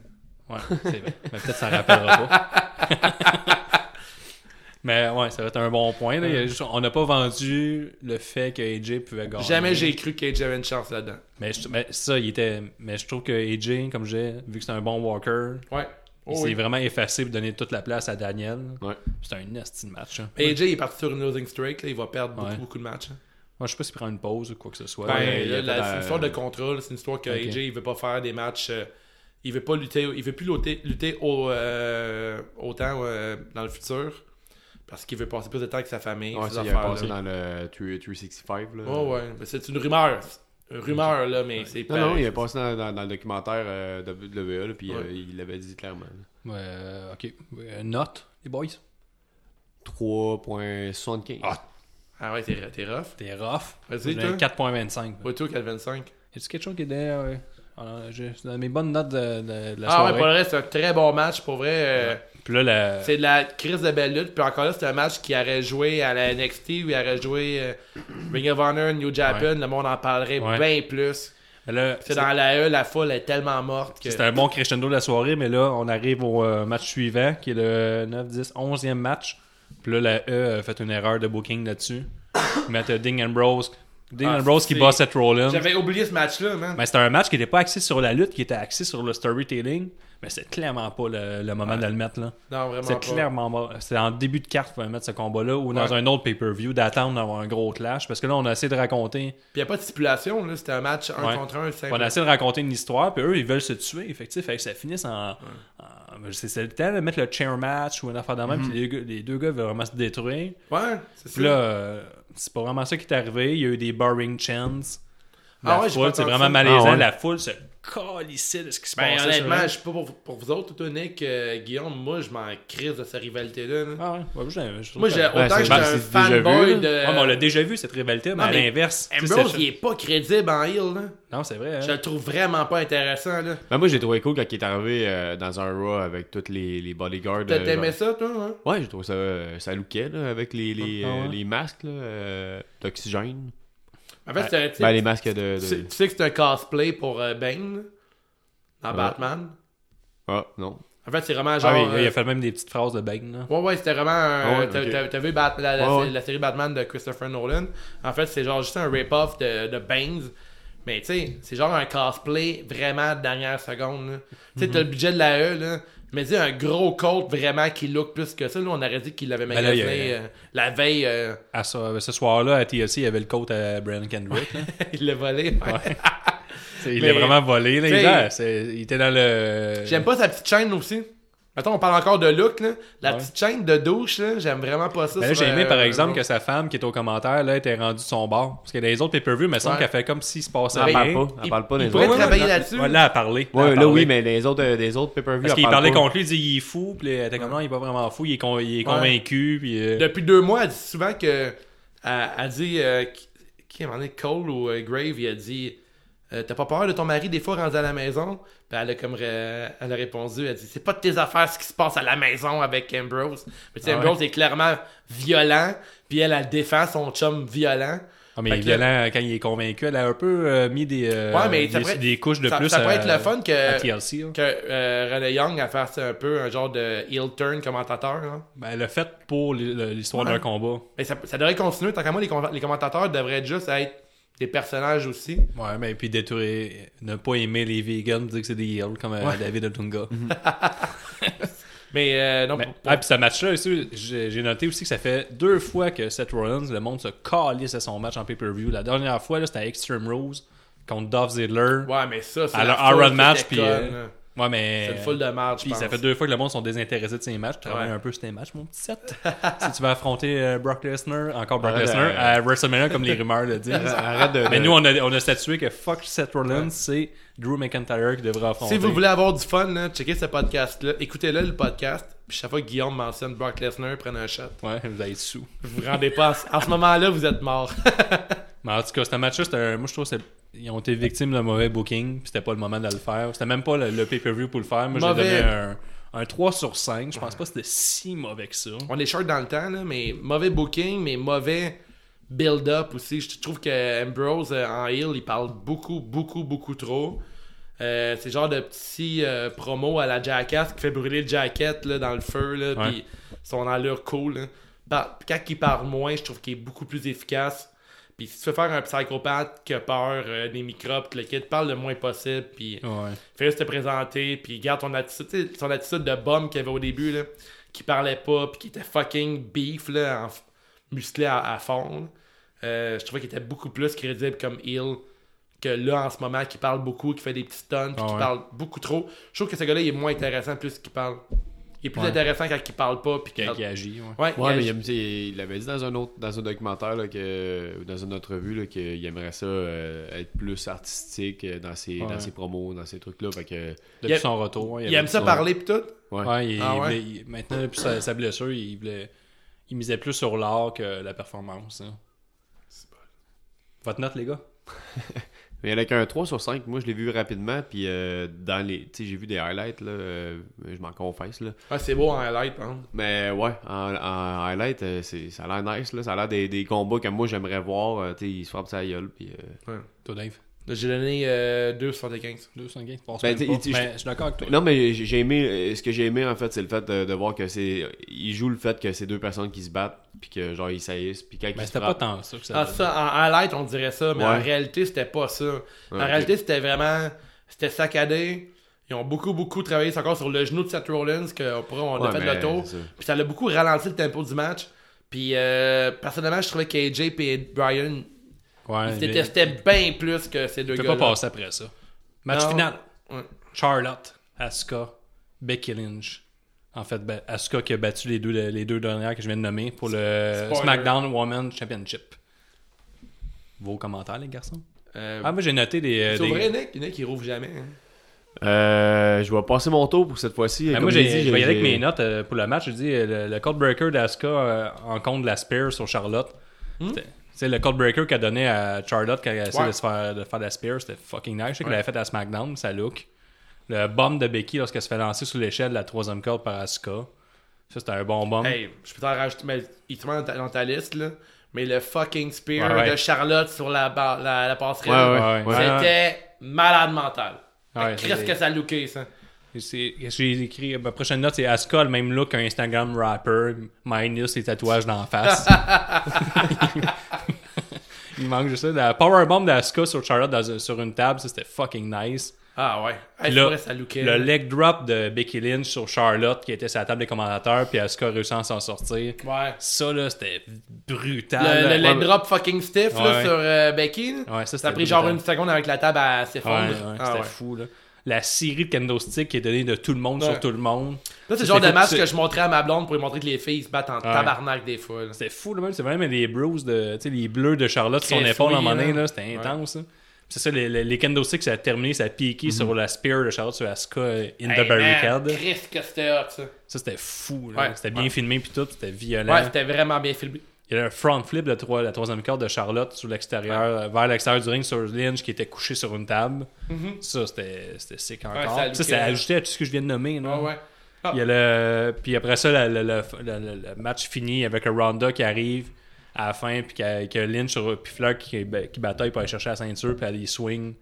[SPEAKER 6] Ouais, c'est vrai. Mais peut-être ça ne rappellera pas. Mais ouais, ça va être un bon point. là.
[SPEAKER 4] Euh.
[SPEAKER 6] Il y a juste- on n'a pas vendu le fait que AJ pouvait gagner.
[SPEAKER 4] Jamais j'ai cru qu'AJ avait une chance là-dedans.
[SPEAKER 6] Mais, je- mais ça, il était. Mais je trouve que AJ, comme j'ai, vu que c'est un bon walker,
[SPEAKER 4] Ouais.
[SPEAKER 6] il
[SPEAKER 4] Oh,
[SPEAKER 6] s'est
[SPEAKER 4] oui.
[SPEAKER 6] vraiment effacé pour donner toute la place à Daniel.
[SPEAKER 5] Ouais.
[SPEAKER 6] C'est un nasty match. hein.
[SPEAKER 4] AJ il est parti sur une losing streak, là, il va perdre beaucoup,
[SPEAKER 6] Ouais.
[SPEAKER 4] beaucoup de matchs. hein.
[SPEAKER 6] Moi, je sais pas s'il prend une pause ou quoi que ce soit.
[SPEAKER 4] Ben,
[SPEAKER 5] il
[SPEAKER 4] là,
[SPEAKER 5] a
[SPEAKER 4] la-
[SPEAKER 5] fait la-
[SPEAKER 4] c'est une histoire de contrôle, c'est une histoire que
[SPEAKER 6] Ok.
[SPEAKER 4] AJ il veut pas faire des matchs. euh, il veut pas lutter, il veut plus lutter, lutter au, euh, autant euh, dans le futur parce qu'il veut passer plus de temps avec sa famille,
[SPEAKER 5] Ouais,
[SPEAKER 4] ses
[SPEAKER 5] ça, il a
[SPEAKER 4] affaires.
[SPEAKER 5] passé dans le 3- 365, là.
[SPEAKER 4] Oh, ouais, Mais c'est une rumeur. Une rumeur là, mais c'est
[SPEAKER 5] Non,
[SPEAKER 4] pas.
[SPEAKER 5] non, il a passé dans, dans- dans le documentaire euh, de WWE, là, puis euh,
[SPEAKER 4] Ouais.
[SPEAKER 5] il l'avait dit clairement. là.
[SPEAKER 6] Euh, ok. Euh, note, les boys.
[SPEAKER 5] 3.75.
[SPEAKER 4] Ah ouais, t'es t'es rough.
[SPEAKER 6] T'es rough.
[SPEAKER 4] Vas-y,
[SPEAKER 6] J'ai un
[SPEAKER 4] toi.
[SPEAKER 6] 4.25.
[SPEAKER 4] Pas tout qu'à 25.
[SPEAKER 6] Est-ce quelque chose qui était. euh, euh, j'ai- dans mes bonnes notes de, de- de la
[SPEAKER 4] Ah ouais,
[SPEAKER 6] soirée.
[SPEAKER 4] pour le reste, c'est un très bon match. Pour vrai, euh,
[SPEAKER 6] Puis là, la...
[SPEAKER 4] c'est de la crise de belle lutte. Puis encore là, c'est un match qui aurait joué à la NXT, où il aurait joué euh, Ring of Honor, New Japan. Le monde en parlerait
[SPEAKER 6] Ouais.
[SPEAKER 4] bien plus.
[SPEAKER 6] là,
[SPEAKER 4] C'est dans la E, la foule est tellement morte que.
[SPEAKER 6] c'était un bon crescendo de la soirée, mais là, on arrive au euh, match suivant, qui est le 9, 10, 11e match. Puis là, la E a fait une erreur de booking là-dessus. Ils mettent euh, Ding Ambrose. Ding
[SPEAKER 4] Ah,
[SPEAKER 6] Ambrose qui
[SPEAKER 4] c'est-
[SPEAKER 6] bat Seth Rollins.
[SPEAKER 4] J'avais oublié ce match-là, man.
[SPEAKER 6] Mais c'était un match qui n'était pas axé sur la lutte, qui était axé sur le storytelling. Mais c'est clairement pas le, le moment de le mettre, là.
[SPEAKER 4] non, vraiment.
[SPEAKER 6] C'est
[SPEAKER 4] pas.
[SPEAKER 6] clairement mort. C'est en début de carte qu'on va mettre ce combat-là ou dans
[SPEAKER 4] Ouais.
[SPEAKER 6] un autre pay-per-view d'attendre d'avoir un gros clash parce que là on a essayé de raconter
[SPEAKER 4] Puis il n'y a pas de stipulation, là. C'était un match 1
[SPEAKER 6] Ouais.
[SPEAKER 4] contre 1.
[SPEAKER 6] on a essayé de raconter une histoire puis eux ils veulent se tuer effectivement fait que ça finisse en, en- c'est, c'est le temps de mettre le chair match ou une affaire de même
[SPEAKER 4] Mm-hmm.
[SPEAKER 6] puis les, gars- les deux gars veulent vraiment se détruire
[SPEAKER 4] Ouais, c'est ça.
[SPEAKER 6] puis là euh, c'est pas vraiment ça qui est arrivé il y a eu des barring chants
[SPEAKER 4] Ah
[SPEAKER 6] la
[SPEAKER 4] ouais, j'ai pas
[SPEAKER 6] foule c'est
[SPEAKER 4] entendu
[SPEAKER 6] vraiment
[SPEAKER 4] ça.
[SPEAKER 6] malaisant
[SPEAKER 5] Ah ouais.
[SPEAKER 6] la foule se calissait de ce qui se
[SPEAKER 4] Ben,
[SPEAKER 6] passait.
[SPEAKER 4] honnêtement,
[SPEAKER 6] sur
[SPEAKER 4] je
[SPEAKER 6] elle.
[SPEAKER 4] sais pas pour, pour vous autres, toi, Nick, euh, Guillaume, moi, je m'en crise de cette rivalité-là. là.
[SPEAKER 6] Ah ouais, ouais, je- je-
[SPEAKER 4] Moi, j'ai,
[SPEAKER 6] Ouais,
[SPEAKER 4] autant
[SPEAKER 5] c'est-
[SPEAKER 4] que j'étais
[SPEAKER 5] ben,
[SPEAKER 4] un
[SPEAKER 5] c'est déjà vu,
[SPEAKER 4] fanboy
[SPEAKER 5] là.
[SPEAKER 4] de.
[SPEAKER 6] mais on l'a déjà vu, cette rivalité, mais
[SPEAKER 4] Non,
[SPEAKER 6] à
[SPEAKER 4] mais
[SPEAKER 6] l'inverse. tu sais,
[SPEAKER 4] Ambrose,
[SPEAKER 6] c'est-
[SPEAKER 4] il est pas crédible en heel, là.
[SPEAKER 6] Non, c'est vrai. hein.
[SPEAKER 4] Je le trouve vraiment pas intéressant, là.
[SPEAKER 5] Ben, moi, j'ai trouvé cool quand il est arrivé euh, dans un Raw avec tous les, les bodyguards.
[SPEAKER 4] T'as
[SPEAKER 6] Ben,
[SPEAKER 5] euh,
[SPEAKER 4] aimé
[SPEAKER 5] genre-
[SPEAKER 4] ça, toi, hein?
[SPEAKER 5] Ouais, j'ai trouvé ça. euh, ça lookait, là, avec les, les,
[SPEAKER 6] Ah ouais.
[SPEAKER 5] euh, les masques, là, euh, d'oxygène.
[SPEAKER 4] En fait, c'est un
[SPEAKER 5] Ben,
[SPEAKER 4] type.
[SPEAKER 5] les masques de.
[SPEAKER 4] Tu
[SPEAKER 6] euh.
[SPEAKER 5] de...
[SPEAKER 4] sais- tu sais que c'est un cosplay pour euh, Bane, dans Batman.
[SPEAKER 5] Ah, non.
[SPEAKER 4] En fait, c'est vraiment genre.
[SPEAKER 6] Ah oui, il
[SPEAKER 4] euh,
[SPEAKER 6] a fait même des petites phrases de bang, là.
[SPEAKER 4] Ouais, ouais, c'était vraiment un.
[SPEAKER 5] Ah ouais,
[SPEAKER 4] t'as,
[SPEAKER 5] ok.
[SPEAKER 4] t'as- t'as vu Bat- la, la-
[SPEAKER 6] Ah
[SPEAKER 5] Ouais, ouais.
[SPEAKER 4] la série Batman de Christopher Nolan? En fait, c'est genre juste un rip-off de, de Baines. Mais tu sais, c'est genre un cosplay vraiment de dernière seconde. là. Tu sais, t'as le
[SPEAKER 6] Mhm.
[SPEAKER 4] budget de la E, là. Mais dis un gros coat vraiment qui look plus que ça. Là, on aurait dit qu'il l'avait
[SPEAKER 6] Ben là,
[SPEAKER 4] magasiné
[SPEAKER 6] il y a-
[SPEAKER 4] euh, la veille. euh,
[SPEAKER 6] À ce, ce soir-là, à TLC, il y avait le coach à Brian Kendrick. là.
[SPEAKER 4] il l'a volé. ouais.
[SPEAKER 6] C'est- il
[SPEAKER 4] Mais-
[SPEAKER 6] l'a vraiment volé, là.
[SPEAKER 4] T'sais-
[SPEAKER 6] il a- c'est- Il était dans le.
[SPEAKER 4] J'aime pas sa petite chaîne aussi. Attends, on parle encore de look, là. La petite chaîne de douche, là, j'aime vraiment pas ça.
[SPEAKER 6] Ben là,
[SPEAKER 4] sur euh,
[SPEAKER 6] j'ai aimé,
[SPEAKER 4] un-
[SPEAKER 6] par
[SPEAKER 4] un
[SPEAKER 6] exemple,
[SPEAKER 4] gros-
[SPEAKER 6] que sa femme qui était au commentaire, là, était rendue de son bord. Parce que dans les autres pay-per-view, il me semble
[SPEAKER 4] Ouais.
[SPEAKER 6] qu'elle fait comme s'il se passait rien.
[SPEAKER 5] Elle parle pas. Elle
[SPEAKER 4] il-
[SPEAKER 5] parle pas
[SPEAKER 4] il
[SPEAKER 5] des
[SPEAKER 4] pourrait
[SPEAKER 5] autres.
[SPEAKER 4] travailler
[SPEAKER 6] Ouais,
[SPEAKER 4] là-dessus.
[SPEAKER 6] ouais, là, elle parlait.
[SPEAKER 5] Ouais,
[SPEAKER 6] Elle
[SPEAKER 5] là,
[SPEAKER 6] parlait.
[SPEAKER 5] oui, mais les autres, euh, des autres pay-per-view.
[SPEAKER 6] Parce
[SPEAKER 5] elle
[SPEAKER 6] qu'il
[SPEAKER 5] parle
[SPEAKER 6] parlait
[SPEAKER 5] pas.
[SPEAKER 6] contre lui, il dit il est fou, puis elle était comme non, il est pas vraiment fou, il est, con- il est convaincu, puis. euh,
[SPEAKER 4] Depuis deux mois, elle dit souvent que. Elle, elle dit. euh, qui- qui a demandé Cole ou euh, Grave, il a dit. euh, T'as pas peur de ton mari des fois rendu à la maison? Puis elle a comme ré- elle a répondu, elle dit C'est pas de tes affaires ce qui se passe à la maison avec Ambrose. Mais tu sais,
[SPEAKER 6] Ah ouais.
[SPEAKER 4] Ambrose est clairement violent, puis elle, elle défend son chum violent.
[SPEAKER 6] Ah, mais
[SPEAKER 4] Fait
[SPEAKER 6] il est
[SPEAKER 4] que
[SPEAKER 6] violent quand il est convaincu. Elle a un peu euh, mis des, euh,
[SPEAKER 4] Ouais, mais ça
[SPEAKER 6] des,
[SPEAKER 4] pourrait-
[SPEAKER 6] des couches de
[SPEAKER 4] ça-
[SPEAKER 6] plus
[SPEAKER 4] ça pourrait
[SPEAKER 6] à-
[SPEAKER 4] être le fun que-
[SPEAKER 6] à TLC. là.
[SPEAKER 4] Que euh, Renee Young a fait un peu un genre de heel turn commentateur. hein. là.
[SPEAKER 6] Ben, elle l'a fait pour l- le- l'histoire d'un combat.
[SPEAKER 4] Mais ça, ça devrait continuer. Tant qu'à moi, les, com- les commentateurs devraient juste être des personnages aussi.
[SPEAKER 6] Ouais, mais puis détruire, ne pas aimer les vegans, dire que c'est des heels comme euh, David Otunga.
[SPEAKER 4] Mais euh, non,
[SPEAKER 6] Mais-
[SPEAKER 4] pour- pour-
[SPEAKER 6] ah, puis ce match-là, aussi, j'ai j'ai noté aussi que ça fait deux fois que Seth Rollins, le monde se calisse à son match en pay-per-view. La dernière fois, là, c'était à Extreme Rose contre Dolph Ziggler.
[SPEAKER 4] ouais, mais ça, c'est.
[SPEAKER 6] à
[SPEAKER 4] la
[SPEAKER 6] leur
[SPEAKER 4] foule
[SPEAKER 6] Iron
[SPEAKER 4] qui
[SPEAKER 6] Match,
[SPEAKER 4] était
[SPEAKER 6] puis.
[SPEAKER 4] conne,
[SPEAKER 6] euh,
[SPEAKER 4] là.
[SPEAKER 6] ouais, mais.
[SPEAKER 4] C'est une foule de match, je
[SPEAKER 6] Puis ça
[SPEAKER 4] pense.
[SPEAKER 6] fait deux fois que le monde sont désintéressés de ces matchs. Tu travailles
[SPEAKER 4] Ouais.
[SPEAKER 6] un peu sur tes matchs, mon petit set. si tu vas affronter euh, Brock Lesnar, encore Brock
[SPEAKER 5] Arrête,
[SPEAKER 6] Lesnar,
[SPEAKER 5] euh,
[SPEAKER 6] à WrestleMania, comme les rumeurs le disent.
[SPEAKER 5] Arrête de.
[SPEAKER 6] Mais
[SPEAKER 5] de-
[SPEAKER 6] nous, on a, on a statué que fuck Seth Rollins, c'est Drew McIntyre qui devrait affronter.
[SPEAKER 4] Si vous voulez avoir du fun, là, checkez ce podcast-là. Écoutez-le, le podcast. Puis chaque fois que Guillaume mentionne Brock Lesnar, prenez un shot.
[SPEAKER 6] Ouais, vous allez être sous.
[SPEAKER 4] Vous vous rendez pas. En, en ce moment-là, vous êtes mort.
[SPEAKER 6] Mais en tout cas, ce match-là, c'était un- moi je trouve que c'est- ils ont été victimes d'un mauvais booking, puis c'était pas le moment de le faire. C'était même pas le, le pay-per-view pour le faire. Moi, j'ai
[SPEAKER 4] Mauvais.
[SPEAKER 6] donné un, un 3 sur 5. Je pense pas que c'était si mauvais que ça.
[SPEAKER 4] On est short dans le temps, là, mais mauvais booking, mais mauvais build-up aussi. Je trouve que Ambrose euh, en heel, il parle beaucoup, beaucoup, beaucoup trop. Euh, c'est le genre de petit euh, promo à la Jackass qui fait brûler le jacket là, dans le feu, là,
[SPEAKER 6] Ouais.
[SPEAKER 4] puis son allure cool. là. Par- quand il parle moins, je trouve qu'il est beaucoup plus efficace. Puis si tu veux faire un psychopathe qui a peur euh, des microbes, que le kid parle le moins possible, puis
[SPEAKER 6] Ouais.
[SPEAKER 4] fais juste te présenter, puis garde ton attitude, tu sais, son attitude de bum qu'il avait au début, là, qui parlait pas, puis qui était fucking beef, là, en f- musclé à, à fond. là. Euh, je trouvais qu'il était beaucoup plus crédible comme heel que là, en ce moment, qui parle beaucoup, qui fait des petits stunts, puis
[SPEAKER 6] Ah
[SPEAKER 4] qui
[SPEAKER 6] ouais.
[SPEAKER 4] parle beaucoup trop. Je trouve que ce gars-là, il est moins intéressant plus qu'il parle. Il est plus
[SPEAKER 6] Ouais.
[SPEAKER 4] intéressant quand il parle pas, puis qu'il
[SPEAKER 6] Qui,
[SPEAKER 4] parle-
[SPEAKER 6] qui agit, ouais.
[SPEAKER 4] Ouais,
[SPEAKER 5] Ouais, mais
[SPEAKER 4] il
[SPEAKER 5] il, aime- il l'avait dit dans un autre dans un documentaire là, que, ou dans une entrevue là, qu'il aimerait ça euh, être plus artistique euh, dans ses,
[SPEAKER 6] Ouais.
[SPEAKER 5] dans ses promos, dans ses trucs-là. Fait que.
[SPEAKER 6] Depuis
[SPEAKER 4] aime-
[SPEAKER 6] son retour.
[SPEAKER 4] il
[SPEAKER 6] avait
[SPEAKER 4] aime
[SPEAKER 6] dit
[SPEAKER 4] ça
[SPEAKER 6] son-
[SPEAKER 4] parler, puis tout.
[SPEAKER 5] Ouais.
[SPEAKER 6] Ouais, il-
[SPEAKER 4] Ah
[SPEAKER 6] il
[SPEAKER 4] ouais?
[SPEAKER 6] voulait- il- maintenant, depuis sa, sa blessure, il, voulait, il misait plus sur l'art que la performance. hein. Votre note, les gars?
[SPEAKER 5] Mais avec un 3 sur 5, moi je l'ai vu rapidement, puis euh, dans les. Tu sais, j'ai vu des highlights, là, euh, je m'en confesse. Là.
[SPEAKER 4] Ah, c'est beau en highlight, par exemple.
[SPEAKER 5] Mais ouais, en, en highlight, euh, c'est, ça a l'air nice, là, ça a l'air des, des combats que moi j'aimerais voir. euh, tu sais, il se frappe sa gueule, puis. euh,
[SPEAKER 6] Toi, Dave?
[SPEAKER 4] J'ai donné euh, 2,75.
[SPEAKER 6] 205?
[SPEAKER 5] Ben, t'sais, il-
[SPEAKER 6] je suis d'accord avec
[SPEAKER 4] Ah,
[SPEAKER 6] toi.
[SPEAKER 5] Non, mais j'ai j'ai aimé. euh, Ce que j'ai aimé, en fait, c'est le fait de, de voir que c'est. Il joue le fait que c'est deux personnes qui se battent, puis que genre ils saillissent, puis quand
[SPEAKER 6] Mais
[SPEAKER 5] ils se
[SPEAKER 6] Ben, c'était pas
[SPEAKER 5] frappent.
[SPEAKER 6] tant ça que ça.
[SPEAKER 4] Ah, ça, en highlight, on dirait ça, mais en
[SPEAKER 5] Ouais.
[SPEAKER 4] réalité, c'était pas ça. en
[SPEAKER 5] ok.
[SPEAKER 4] réalité, c'était vraiment. C'était saccadé. Ils ont beaucoup, beaucoup travaillé c'est encore sur le genou de Seth Rollins, que après, on a
[SPEAKER 5] Ouais,
[SPEAKER 4] fait
[SPEAKER 5] mais
[SPEAKER 4] le tour.
[SPEAKER 5] c'est ça.
[SPEAKER 4] Puis ça l'a beaucoup ralenti le tempo du match. Puis, euh, personnellement, je trouvais qu'AJ et Brian
[SPEAKER 6] ouais,
[SPEAKER 4] se
[SPEAKER 6] mais-
[SPEAKER 4] détestaient bien plus que ces deux
[SPEAKER 6] Tu peux
[SPEAKER 4] gars.
[SPEAKER 6] pas passer après ça. Match
[SPEAKER 4] Non.
[SPEAKER 6] final.
[SPEAKER 4] Ouais.
[SPEAKER 6] Charlotte, Asuka, Becky Lynch. En fait, ben, Asuka qui a battu les deux, les deux dernières que je viens de nommer pour le
[SPEAKER 4] Spoiler.
[SPEAKER 6] SmackDown Women's Championship. Vos commentaires, les garçons?
[SPEAKER 4] Euh,
[SPEAKER 6] Ah, moi, j'ai noté des. euh,
[SPEAKER 4] c'est
[SPEAKER 6] des-
[SPEAKER 4] vrai, Nick? Nick, il rouvre jamais. hein.
[SPEAKER 5] Euh, je vais passer mon tour pour cette fois-ci.
[SPEAKER 6] Ben,
[SPEAKER 5] Comme
[SPEAKER 6] moi,
[SPEAKER 5] j'ai
[SPEAKER 6] j'ai
[SPEAKER 5] dit,
[SPEAKER 6] je vais y aller
[SPEAKER 5] j'ai-
[SPEAKER 6] avec mes notes euh, pour le match. Je dis euh, le, le code breaker d'Asuka euh, en compte de la spear sur Charlotte. C'était- C'est le code breaker qu'elle donnait à Charlotte quand elle essayait
[SPEAKER 4] Ouais.
[SPEAKER 6] de, se faire, de faire de la spear. C'était fucking nice. Je sais qu'elle l'avait fait à SmackDown, ça look. Le bomb de Becky lorsqu'elle se fait lancer sous l'échelle de la troisième corde par Asuka. Ça, c'était un bon bomb.
[SPEAKER 4] Hey, je peux t'en rajouter, mais il te manque dans ta- dans ta liste, là. Mais le fucking spear
[SPEAKER 6] Ouais, ouais.
[SPEAKER 4] de Charlotte sur la, bar- la, la passerelle,
[SPEAKER 5] Ouais,
[SPEAKER 6] ouais, ouais.
[SPEAKER 4] c'était
[SPEAKER 6] Ouais.
[SPEAKER 4] malade mental.
[SPEAKER 6] Ouais,
[SPEAKER 4] Qu'est-ce
[SPEAKER 6] c'est-
[SPEAKER 4] que ça a looké, ça?
[SPEAKER 6] Et c'est- qu'est-ce que J'ai écrit, ma prochaine note, c'est Asuka, le même look qu'un Instagram rapper, minus les tatouages d'en face. Il manque juste ça. La powerbomb d'Asuka sur Charlotte dans- sur une table, ça c'était fucking nice.
[SPEAKER 4] Ah ouais. Hey,
[SPEAKER 6] Là,
[SPEAKER 4] c'est vrai, ça hein. looké.
[SPEAKER 6] le leg drop de Becky Lynch sur Charlotte qui était sur la table des commentateurs, puis Asuka réussissant à s'en sortir.
[SPEAKER 4] Ouais.
[SPEAKER 6] Ça là, c'était brutal.
[SPEAKER 4] Le,
[SPEAKER 6] là.
[SPEAKER 4] le leg
[SPEAKER 6] Ah, Ouais,
[SPEAKER 4] drop fucking stiff là,
[SPEAKER 6] Ouais.
[SPEAKER 4] sur euh, Becky. là.
[SPEAKER 6] Ouais, ça,
[SPEAKER 4] ça
[SPEAKER 6] c'était
[SPEAKER 4] a pris genre
[SPEAKER 6] brutal.
[SPEAKER 4] une seconde avec la table à
[SPEAKER 6] ouais,
[SPEAKER 4] s'effondrer.
[SPEAKER 6] ouais,
[SPEAKER 4] Ah
[SPEAKER 6] c'était
[SPEAKER 4] ouais.
[SPEAKER 6] fou là. La série de kendo stick qui est donnée de tout le monde
[SPEAKER 4] Ouais.
[SPEAKER 6] sur tout le monde.
[SPEAKER 4] Là, c'est
[SPEAKER 6] Ça,
[SPEAKER 4] le genre
[SPEAKER 6] c'est
[SPEAKER 4] de
[SPEAKER 6] fou,
[SPEAKER 4] match
[SPEAKER 6] c'est-
[SPEAKER 4] que je montrais à ma blonde pour lui montrer que les filles se battent en tabarnak des fois. là.
[SPEAKER 6] C'était fou, là, même. C'est vraiment les bruises de. Tu sais, les bleus de Charlotte, son
[SPEAKER 4] Chris,
[SPEAKER 6] épaule, à un
[SPEAKER 4] oui,
[SPEAKER 6] moment donné,
[SPEAKER 4] là.
[SPEAKER 6] là. C'était intense, là. Puis C'est ça, les, les, les kendo sticks, ça a terminé, ça a piqué sur la spear de Charlotte sur Asuka euh, in
[SPEAKER 4] Mhm. Hey,
[SPEAKER 6] the
[SPEAKER 4] man,
[SPEAKER 6] barricade.
[SPEAKER 4] Chris, que c'était hot ça.
[SPEAKER 6] Ça, c'était fou, là.
[SPEAKER 4] Ouais,
[SPEAKER 6] c'était bien filmé, puis tout, c'était violent.
[SPEAKER 4] Ouais, c'était vraiment bien filmé.
[SPEAKER 6] Il y a un front flip de trois- la troisième corde de Charlotte sur l'extérieur, euh, vers l'extérieur du ring sur Lynch qui était couché sur une table. Ça, c'était c'était sick encore.
[SPEAKER 4] Mhm. ça a
[SPEAKER 6] Puis ça,
[SPEAKER 4] looké,
[SPEAKER 6] c'était
[SPEAKER 4] là.
[SPEAKER 6] ajouté à tout ce que je viens de nommer, là.
[SPEAKER 4] Ah ouais. Ah.
[SPEAKER 6] Il y a le... Puis après ça, le, le- le- le- le- le match fini avec un Ronda qui arrive à la fin, puis que Lynch sur puis Fleur qui, ben, qui bataille pour aller chercher la ceinture, puis elle y swing. Tu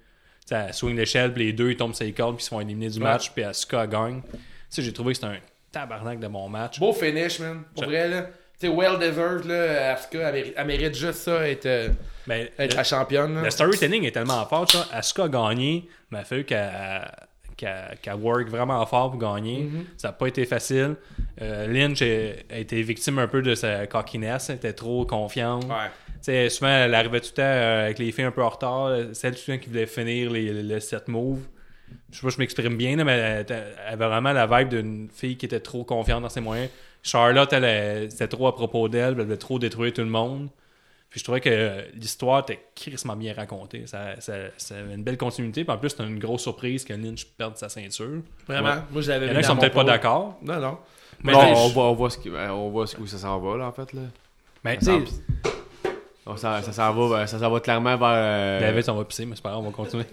[SPEAKER 6] sais, elle swing l'échelle, puis les deux ils tombent sur les cordes, puis ils se font éliminer du match, puis Asuka gagne. Tu sais, j'ai trouvé que c'était un tabarnak de mon match.
[SPEAKER 4] Beau finish, man. Pour vrai, là. Tu sais, well deserved, là. Asuka, elle méri- elle mérite juste ça, être, euh,
[SPEAKER 6] Mais
[SPEAKER 4] être
[SPEAKER 6] le-
[SPEAKER 4] la championne. là.
[SPEAKER 6] Le storytelling est tellement fort, ça. Asuka a gagné, mais il a fallu qu'elle qu'elle- qu'elle work vraiment fort pour gagner.
[SPEAKER 4] Mhm.
[SPEAKER 6] Ça n'a pas été facile. Euh, Lynch a, a été victime un peu de sa cockiness. Elle était trop confiante.
[SPEAKER 4] Ouais.
[SPEAKER 6] Tu sais, Souvent, elle arrivait tout le temps euh, avec les filles un peu en retard. Celle souvent qui voulait finir les, les 7 moves. Je sais pas si je m'exprime bien, là, mais elle, était- elle avait vraiment la vibe d'une fille qui était trop confiante dans ses moyens. Charlotte, elle, elle- c'était trop à propos d'elle, elle voulait trop détruire tout le monde. Puis je trouvais que euh, l'histoire était crissement bien racontée. Ça, ça, ça avait une belle continuité. Puis en plus, c'était une grosse surprise que Lynch perde sa ceinture.
[SPEAKER 4] Vraiment. Moi, je l'avais
[SPEAKER 6] Il y
[SPEAKER 4] vu
[SPEAKER 6] en a qui
[SPEAKER 4] dans
[SPEAKER 6] sont
[SPEAKER 4] mon
[SPEAKER 6] peut-être pas
[SPEAKER 4] pot.
[SPEAKER 6] d'accord.
[SPEAKER 4] Non, non.
[SPEAKER 6] Mais,
[SPEAKER 5] Bon,
[SPEAKER 6] tu sais,
[SPEAKER 5] on,
[SPEAKER 6] Ben, je-
[SPEAKER 5] voit, on voit ce qui- euh, on voit ce- où ça s'en va, là, en fait. Là.
[SPEAKER 6] mais tu sais,
[SPEAKER 5] On s'en- ça s'en va, vers- ça s'en va clairement vers. euh,
[SPEAKER 6] David, on va pisser, mais c'est pas grave, on va continuer.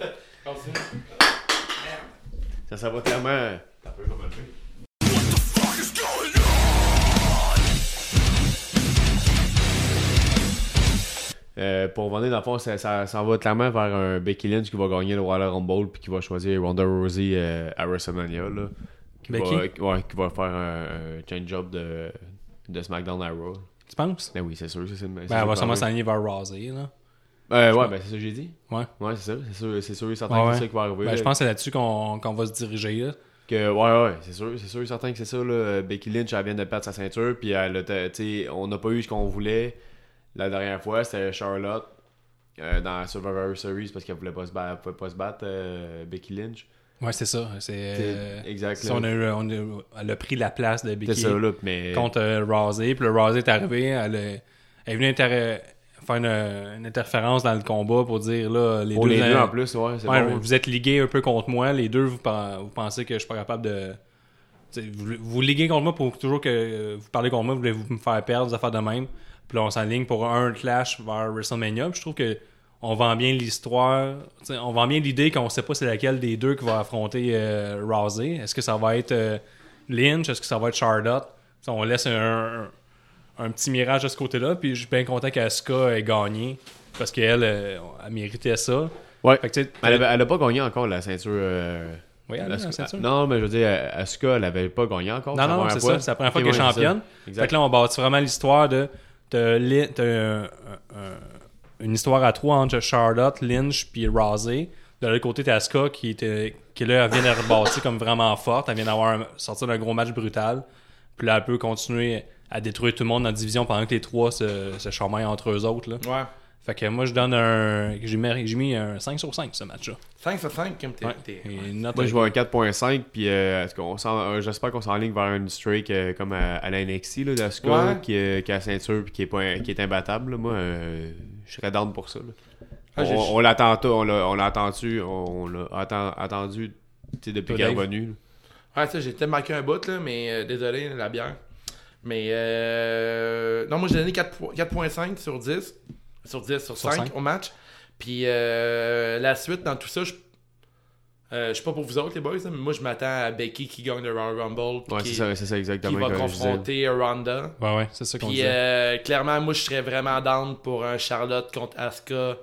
[SPEAKER 5] Ça s'en va clairement. Euh, pour revenir, dans le fond, ça, ça, ça en va clairement vers un Becky Lynch qui va gagner le Royal Rumble puis qui va choisir Ronda Rousey euh, à WrestleMania. Là, qui, va,
[SPEAKER 6] Becky?
[SPEAKER 5] ouais, qui va faire un, un change-up de, de SmackDown à Raw.
[SPEAKER 6] Tu penses?
[SPEAKER 5] Ben oui, c'est sûr. c'est- c'est- c'est
[SPEAKER 6] Ben, elle
[SPEAKER 5] sûr
[SPEAKER 6] va sûrement
[SPEAKER 5] que-
[SPEAKER 6] s'aligner vers Rousey, là.
[SPEAKER 5] Euh, ouais, ben c'est ça que j'ai dit.
[SPEAKER 6] Ouais.
[SPEAKER 5] Ouais, c'est ça. C'est sûr, c'est sûr et certain
[SPEAKER 6] Ouais,
[SPEAKER 5] que
[SPEAKER 6] ouais.
[SPEAKER 5] c'est ça qui va arriver.
[SPEAKER 6] Ben,
[SPEAKER 5] là.
[SPEAKER 6] je pense que c'est là-dessus qu'on qu'on va se diriger. Là.
[SPEAKER 5] Que, ouais, ouais, c'est sûr, c'est sûr, et certain que c'est ça. Là. Becky Lynch, elle vient de perdre sa ceinture, puis elle a, t- tu sais, on n'a pas eu ce qu'on voulait la dernière fois. C'était Charlotte euh, dans la Survivor Series parce qu'elle voulait pas se battre, pouvait pas se battre, euh, Becky Lynch.
[SPEAKER 6] Ouais, c'est ça. C'est euh,
[SPEAKER 5] C'est- exact,
[SPEAKER 6] ça,
[SPEAKER 5] là.
[SPEAKER 6] on a eu- on a- elle a pris la place de
[SPEAKER 5] C'est
[SPEAKER 6] Becky
[SPEAKER 5] ça, là, mais.
[SPEAKER 6] contre euh, Rousey. Puis le Rousey est arrivé, elle, est- elle est venue inter- faire une, une interférence dans le combat pour dire là les
[SPEAKER 5] Pour
[SPEAKER 6] deux,
[SPEAKER 5] les deux
[SPEAKER 6] euh,
[SPEAKER 5] en plus, ouais, c'est
[SPEAKER 6] ouais,
[SPEAKER 5] bon.
[SPEAKER 6] vous êtes ligués un peu contre moi. Les deux, vous, pen- vous pensez que je suis pas capable de T'sais, vous, vous liguez contre moi pour toujours que euh, vous parlez contre moi, vous voulez vous me faire perdre, des affaires de même. Puis là, on s'enligne pour un clash vers WrestleMania. Puis je trouve que on vend bien l'histoire, t'sais, on vend bien l'idée qu'on sait pas c'est laquelle des deux qui va affronter euh, Rousey. Est-ce que ça va être euh, Lynch, est-ce que ça va être Charlotte T'sais, On laisse un, un- un petit mirage de ce côté-là. Puis je suis bien content qu'Asuka ait gagné parce qu'elle euh, elle méritait ça.
[SPEAKER 5] Ouais.
[SPEAKER 6] Fait que, tu sais,
[SPEAKER 5] Elle, avait- elle a pas gagné encore la ceinture. euh,
[SPEAKER 6] Oui, elle a la ceinture.
[SPEAKER 5] Non, mais je veux dire, Asuka, elle avait pas gagné encore.
[SPEAKER 6] Non,
[SPEAKER 5] la
[SPEAKER 6] non,
[SPEAKER 5] première
[SPEAKER 6] c'est
[SPEAKER 5] fois.
[SPEAKER 6] ça. C'est la première fois
[SPEAKER 5] Ok,
[SPEAKER 6] qu'elle est
[SPEAKER 5] ouais, c'est ça.
[SPEAKER 6] championne. Fait
[SPEAKER 5] Exact.
[SPEAKER 6] que là, on bâtit vraiment l'histoire de. de Li- de, euh, euh, une histoire à trois entre Charlotte, Lynch puis Rousey. De l'autre côté, t'as Asuka qui, était, qui là, elle vient de rebâtir comme vraiment forte. Elle vient d'avoir un- sorti d'un gros match brutal. Puis là, elle peut continuer à détruire tout le monde dans la division pendant que les trois se, se chamaillent entre eux autres. Là.
[SPEAKER 4] Ouais.
[SPEAKER 6] Fait que moi, je donne un. J'ai mis, j'ai mis un 5 sur 5 ce match-là.
[SPEAKER 4] 5 sur 5, comme t'es. t'es-
[SPEAKER 6] Et une note-
[SPEAKER 5] Moi, je vois un 4.5, puis euh, est-ce qu'on s'en- euh, j'espère qu'on s'enligne vers une streak euh, comme à, à la NXT, là, d'Asuka,
[SPEAKER 4] Ouais.
[SPEAKER 5] qui, euh, qui a la ceinture, puis qui est, pas, qui est imbattable. là. Moi, euh, je serais down pour ça. là.
[SPEAKER 4] Ah, j'ai-
[SPEAKER 5] on on l'attend tout, on l'a on l'a attendu, on l'a atten- attendu tu sais,
[SPEAKER 6] Toi,
[SPEAKER 5] depuis qu'il est
[SPEAKER 6] Dave?
[SPEAKER 5] revenu. là.
[SPEAKER 4] Ouais, ah, ça, j'ai peut-être marqué un bout, là, mais euh, désolé, la bière. Mais euh, non, moi, j'ai donné 4 po- 4.5 sur 10. Sur 10, sur, 5,
[SPEAKER 6] cinq.
[SPEAKER 4] au match. Puis euh, la suite dans tout ça, je. euh, je suis pas pour vous autres, les boys, hein, mais moi je m'attends à Becky qui gagne le Royal Rumble. puis
[SPEAKER 5] Ouais,
[SPEAKER 4] qui,
[SPEAKER 5] c'est ça, c'est ça exactement.
[SPEAKER 4] qui va
[SPEAKER 5] comme je disais.
[SPEAKER 4] confronter Ronda.
[SPEAKER 6] Ouais, ouais, c'est ça qu'on
[SPEAKER 4] Puis
[SPEAKER 6] disait.
[SPEAKER 4] euh, clairement, moi je serais vraiment down pour un Charlotte contre Asuka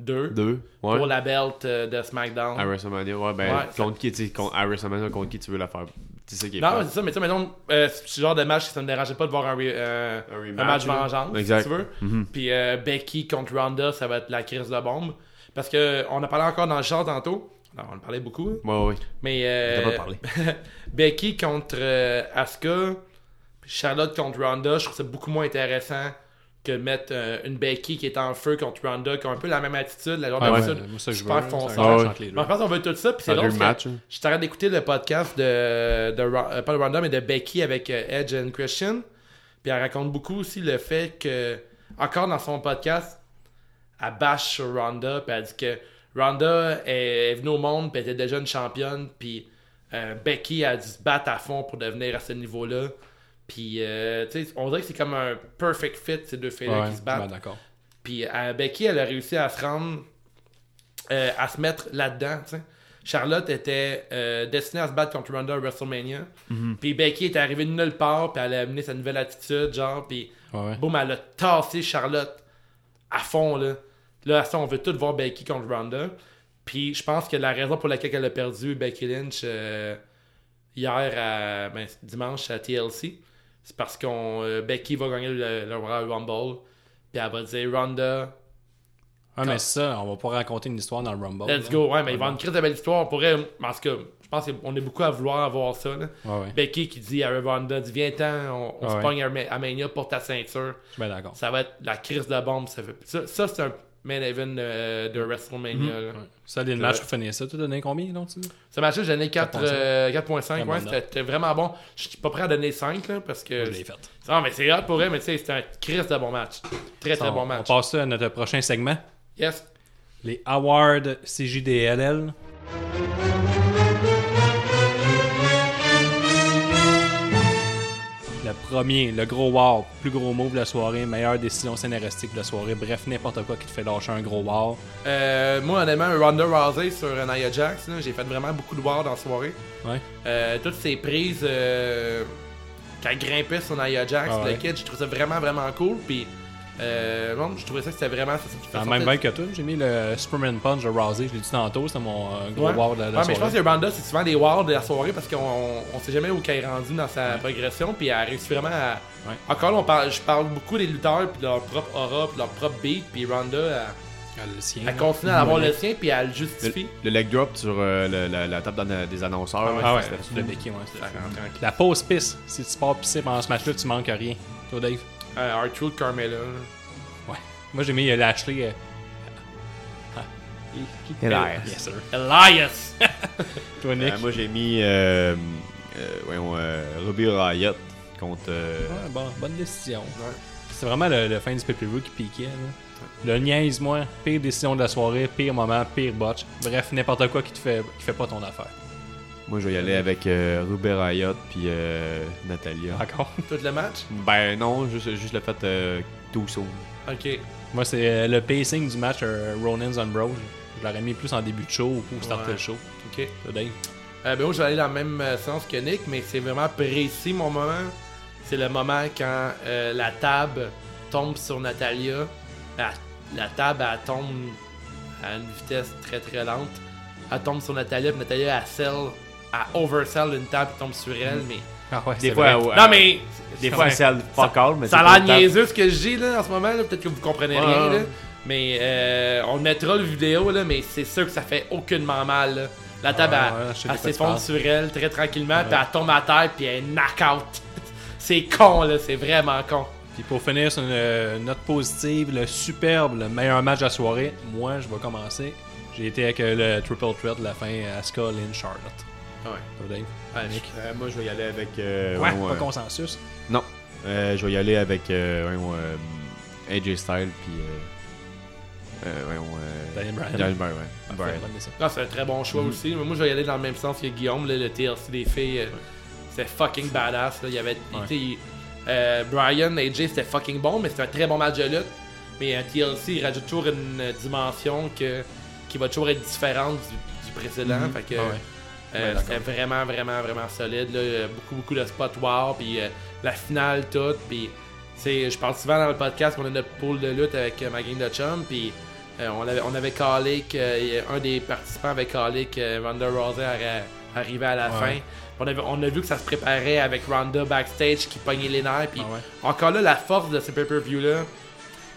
[SPEAKER 4] 2.
[SPEAKER 5] Deux. Ouais.
[SPEAKER 4] Pour la belt euh, de SmackDown.
[SPEAKER 5] À WrestleMania, ouais, ben,
[SPEAKER 4] Ouais,
[SPEAKER 5] contre qui, tu sais, contre, à WrestleMania, contre qui tu veux la faire. C'est ça qui est
[SPEAKER 4] Non,
[SPEAKER 5] fun.
[SPEAKER 4] c'est ça, mais tu sais, mettons, euh, c'est le genre de match que ça me dérangeait pas de voir un, re- euh,
[SPEAKER 5] Un rematch,
[SPEAKER 4] un match
[SPEAKER 5] là.
[SPEAKER 4] vengeance,
[SPEAKER 5] Exact. Mm-hmm.
[SPEAKER 4] si tu veux. Puis euh, Becky contre Ronda, ça va être la crise de bombe. Parce que on a parlé encore dans le chat tantôt. Alors, on en parlait beaucoup. hein.
[SPEAKER 5] Ouais, ouais.
[SPEAKER 4] Mais. euh,
[SPEAKER 5] T'as pas parlé.
[SPEAKER 4] Becky contre euh, Asuka, puis Charlotte contre Ronda, je trouve ça beaucoup moins intéressant que mettre euh, une Becky qui est en feu contre Ronda, qui a un peu la même attitude, la genre
[SPEAKER 6] Ah Ouais,
[SPEAKER 4] d'attitude.
[SPEAKER 6] ouais, moi, ça, je
[SPEAKER 4] super
[SPEAKER 6] veux, là,
[SPEAKER 4] fonceur.
[SPEAKER 6] c'est un match
[SPEAKER 5] Ah,
[SPEAKER 6] entre les deux.
[SPEAKER 4] Mais en fait, on veut tout ça, puis c'est
[SPEAKER 5] Faire
[SPEAKER 4] drôle.
[SPEAKER 5] deux
[SPEAKER 4] parce que
[SPEAKER 5] matchs, hein.
[SPEAKER 4] Je t'arrête d'écouter le podcast de, de Ron- euh, pas de Ronda, mais de Becky avec euh, Edge and Christian. Puis elle raconte beaucoup aussi le fait que, encore dans son podcast, elle bâche sur Ronda, puis elle dit que Ronda est, est venue au monde, puis elle était déjà une championne, puis euh, Becky a dû se battre à fond pour devenir à ce niveau-là. Puis, euh, tu sais, on dirait que c'est comme un perfect fit, ces deux filles-là
[SPEAKER 6] Ouais,
[SPEAKER 4] qui se
[SPEAKER 6] ben,
[SPEAKER 4] battent.
[SPEAKER 6] d'accord.
[SPEAKER 4] Puis euh, Becky, elle a réussi à se rendre, euh, à se mettre là-dedans. tu sais. Charlotte était euh, destinée à se battre contre Ronda à WrestleMania. Puis Becky est arrivée de nulle part, puis elle a amené sa nouvelle attitude, genre, puis
[SPEAKER 6] Ouais, ouais.
[SPEAKER 4] boum, elle a tassé Charlotte à fond, là. Là, à ça, on veut tout voir Becky contre Ronda. Puis je pense que la raison pour laquelle elle a perdu Becky Lynch euh, hier, à- ben, dimanche, à TLC, c'est parce qu'on euh, Becky va gagner le, le Royal Rumble. Puis elle va dire Ronda,
[SPEAKER 6] Ouais, Ah, mais ça, on va pas raconter une histoire dans le Rumble.
[SPEAKER 4] let's
[SPEAKER 6] là.
[SPEAKER 4] go. Ouais, mais il va avoir une crise de belle histoire. On pourrait, en tout cas, je pense qu'on est beaucoup à vouloir avoir ça. là.
[SPEAKER 6] Ouais, ouais.
[SPEAKER 4] Becky qui dit à Ronda, dis viens-t'en, on, on se
[SPEAKER 6] Ouais.
[SPEAKER 4] pogne à Ma- à Mania pour ta ceinture.
[SPEAKER 6] Je suis bien Ben, d'accord.
[SPEAKER 4] Ça va être la crise de bombe. Ça, fait- ça, ça, c'est un main event euh, de WrestleMania. là.
[SPEAKER 6] Ça,
[SPEAKER 4] euh,
[SPEAKER 6] les matchs, vous finissez ça. Tu as donné combien, non, tu dis?
[SPEAKER 4] Ce match-là, j'ai donné 4,
[SPEAKER 6] 4.5.
[SPEAKER 4] euh, 4.5.
[SPEAKER 6] Vraiment
[SPEAKER 4] ouais, c'était c'était vraiment bon. Je suis pas prêt à donner 5 là, parce que.
[SPEAKER 6] Je l'ai fait.
[SPEAKER 4] Non, mais c'est hot pour elle, mais tu sais, c'était un crise de bon match. Très, très
[SPEAKER 6] on,
[SPEAKER 4] bon
[SPEAKER 6] on
[SPEAKER 4] match.
[SPEAKER 6] passe ça à notre prochain segment.
[SPEAKER 4] Yes.
[SPEAKER 6] Les Awards CJDLL. Le premier, le gros wow, plus gros mot de la soirée, meilleure décision scénaristique de la soirée, bref, n'importe quoi qui te fait lâcher un gros wow.
[SPEAKER 4] Euh, moi, honnêtement, Ronda Rousey sur euh, Nia Jax, là, j'ai fait vraiment beaucoup de war dans la soirée.
[SPEAKER 6] Ouais.
[SPEAKER 4] Euh, toutes ces prises euh, qu'elle grimpait sur Nia Jax,
[SPEAKER 6] Ah ouais.
[SPEAKER 4] le kit, je trouve ça vraiment, vraiment cool. Puis, euh, bon, je trouvais ça que c'était vraiment. Ça, ça- ça
[SPEAKER 6] Dans le
[SPEAKER 4] sortait
[SPEAKER 6] même
[SPEAKER 4] du-
[SPEAKER 6] bail que toi, j'ai mis le Superman Punch de Rousey, je l'ai dit tantôt, c'est mon euh, gros
[SPEAKER 4] Ouais.
[SPEAKER 6] wow de la, de la
[SPEAKER 4] Ouais, mais je pense
[SPEAKER 6] soirée.
[SPEAKER 4] que Ronda, c'est souvent des wards de la soirée parce qu'on on sait jamais où elle est rendue dans sa progression. Puis elle réussit vraiment à.
[SPEAKER 6] Ouais.
[SPEAKER 4] Encore là, on parle, je parle beaucoup des lutteurs, puis de leur propre aura, puis de leur propre beat. Puis Ronda, elle,
[SPEAKER 6] Ah, le sien.
[SPEAKER 4] elle continue à avoir le sien, puis elle le justifie.
[SPEAKER 5] Le leg drop sur euh, le- la, la table d'anna- des annonceurs. là,
[SPEAKER 6] Ah ouais,
[SPEAKER 5] c'était-
[SPEAKER 6] de Becky, ouais. La pause pisse. Si tu pars pisser pendant ce match-là, tu manques à rien. Toi, Dave.
[SPEAKER 4] Euh, R-Truth, Carmella.
[SPEAKER 6] Ouais. Moi, j'ai mis euh, Lashley. euh,
[SPEAKER 5] Elias.
[SPEAKER 6] Yes, sir.
[SPEAKER 4] Elias!
[SPEAKER 6] Toi, Nick.
[SPEAKER 5] Euh, moi, j'ai mis euh, euh, voyons, euh, Ruby Riot contre. euh,
[SPEAKER 6] Ouais, bon, bonne décision. C'est vraiment le, le fin du pay-per-view qui piquait. là. Le niaise-moi. Pire décision de la soirée, pire moment, pire botch. Bref, n'importe quoi qui te fait, qui fait pas ton affaire.
[SPEAKER 5] Moi, je vais y aller avec euh, Ruby Riot puis euh, Natalia.
[SPEAKER 6] Encore.
[SPEAKER 4] Tout le match?
[SPEAKER 5] Ben non, juste, juste le fait euh, tout sauf.
[SPEAKER 4] Ok.
[SPEAKER 6] Moi, c'est euh, le pacing du match euh, Rollins on Bros. Je l'aurais mis plus en début de show ou starter
[SPEAKER 4] Ouais.
[SPEAKER 6] le show.
[SPEAKER 4] Ok.
[SPEAKER 6] Toi, Dave.
[SPEAKER 4] Euh, ben, moi, je vais aller dans le même euh, sens que Nick, mais c'est vraiment précis mon moment. C'est le moment quand euh, la table tombe sur Natalia. La, la table, elle tombe à une vitesse très très lente. Elle tombe sur Natalia, puis Natalia, elle sell, elle oversell une table qui tombe sur elle, mais.
[SPEAKER 6] Ah ouais,
[SPEAKER 5] Des
[SPEAKER 6] c'est
[SPEAKER 5] fois,
[SPEAKER 6] vrai.
[SPEAKER 5] Mm. ouais,
[SPEAKER 4] non, mais.
[SPEAKER 5] Des fois,
[SPEAKER 4] ça,
[SPEAKER 5] c'est le fuck all, mais
[SPEAKER 4] ça a
[SPEAKER 5] c'est
[SPEAKER 4] l'air
[SPEAKER 5] tout le temps-
[SPEAKER 4] niaiseux ce que je dis là en ce moment, là. peut-être que vous comprenez rien.
[SPEAKER 5] Ouais.
[SPEAKER 4] Là. Mais euh, on mettra le vidéo, là, mais c'est sûr que ça fait aucunement mal. là. La table,
[SPEAKER 6] Ah,
[SPEAKER 4] elle-
[SPEAKER 6] ouais, je sais de
[SPEAKER 4] elle
[SPEAKER 6] quoi tu
[SPEAKER 4] s'effondre
[SPEAKER 6] parles.
[SPEAKER 4] sur elle très tranquillement, puis elle tombe à terre, puis elle est knock-out. c'est con, là, c'est vraiment con.
[SPEAKER 6] Puis pour finir sur une euh, note positive, le superbe, le meilleur match de la soirée, moi je vais commencer. J'ai été avec euh, le triple threat de la fin, Asuka, Lynn, Charlotte.
[SPEAKER 4] Ouais.
[SPEAKER 6] Toi, Dave. Nick.
[SPEAKER 5] Euh, moi, je vais y aller avec. euh,
[SPEAKER 6] Ah Ouais,
[SPEAKER 5] voyons,
[SPEAKER 6] pas
[SPEAKER 5] euh,
[SPEAKER 6] consensus.
[SPEAKER 5] Non. Euh, je vais y aller avec euh, voyons, euh, AJ Styles puis euh, Euh, voyons, euh,
[SPEAKER 6] Daniel Bryan.
[SPEAKER 5] Daniel Bryan, ouais.
[SPEAKER 6] Ouais,
[SPEAKER 5] Bryan.
[SPEAKER 6] bonne décision.
[SPEAKER 4] Non, c'est un très bon
[SPEAKER 6] Mm.
[SPEAKER 4] choix aussi. Mais moi, je vais y aller dans le même sens que Guillaume. là, le TLC des filles, euh, c'était fucking badass. là. Il y avait. il était- il- euh, Brian, AJ, c'était fucking bon, mais c'était un très bon match de lutte. Mais un TLC, il rajoute toujours une euh, dimension que, qui va toujours être différente du, du précédent. Fait que.
[SPEAKER 6] Ah ouais.
[SPEAKER 4] euh, c'était vraiment, vraiment, vraiment solide. là. Euh, Beaucoup, beaucoup de spots wow, puis euh, la finale, tout. Puis, tu sais, je parle souvent dans le podcast qu'on a notre pool de lutte avec euh, ma gang de chum, puis euh, on avait, on avait calé que euh, un des participants avait calé que Ronda Rousey arri- arrivait à la fin. On, avait- on a vu que ça se préparait avec Ronda backstage qui pognait les nerfs. Puis
[SPEAKER 6] Ah ouais.
[SPEAKER 4] encore là, la force de ce pay-per-view-là,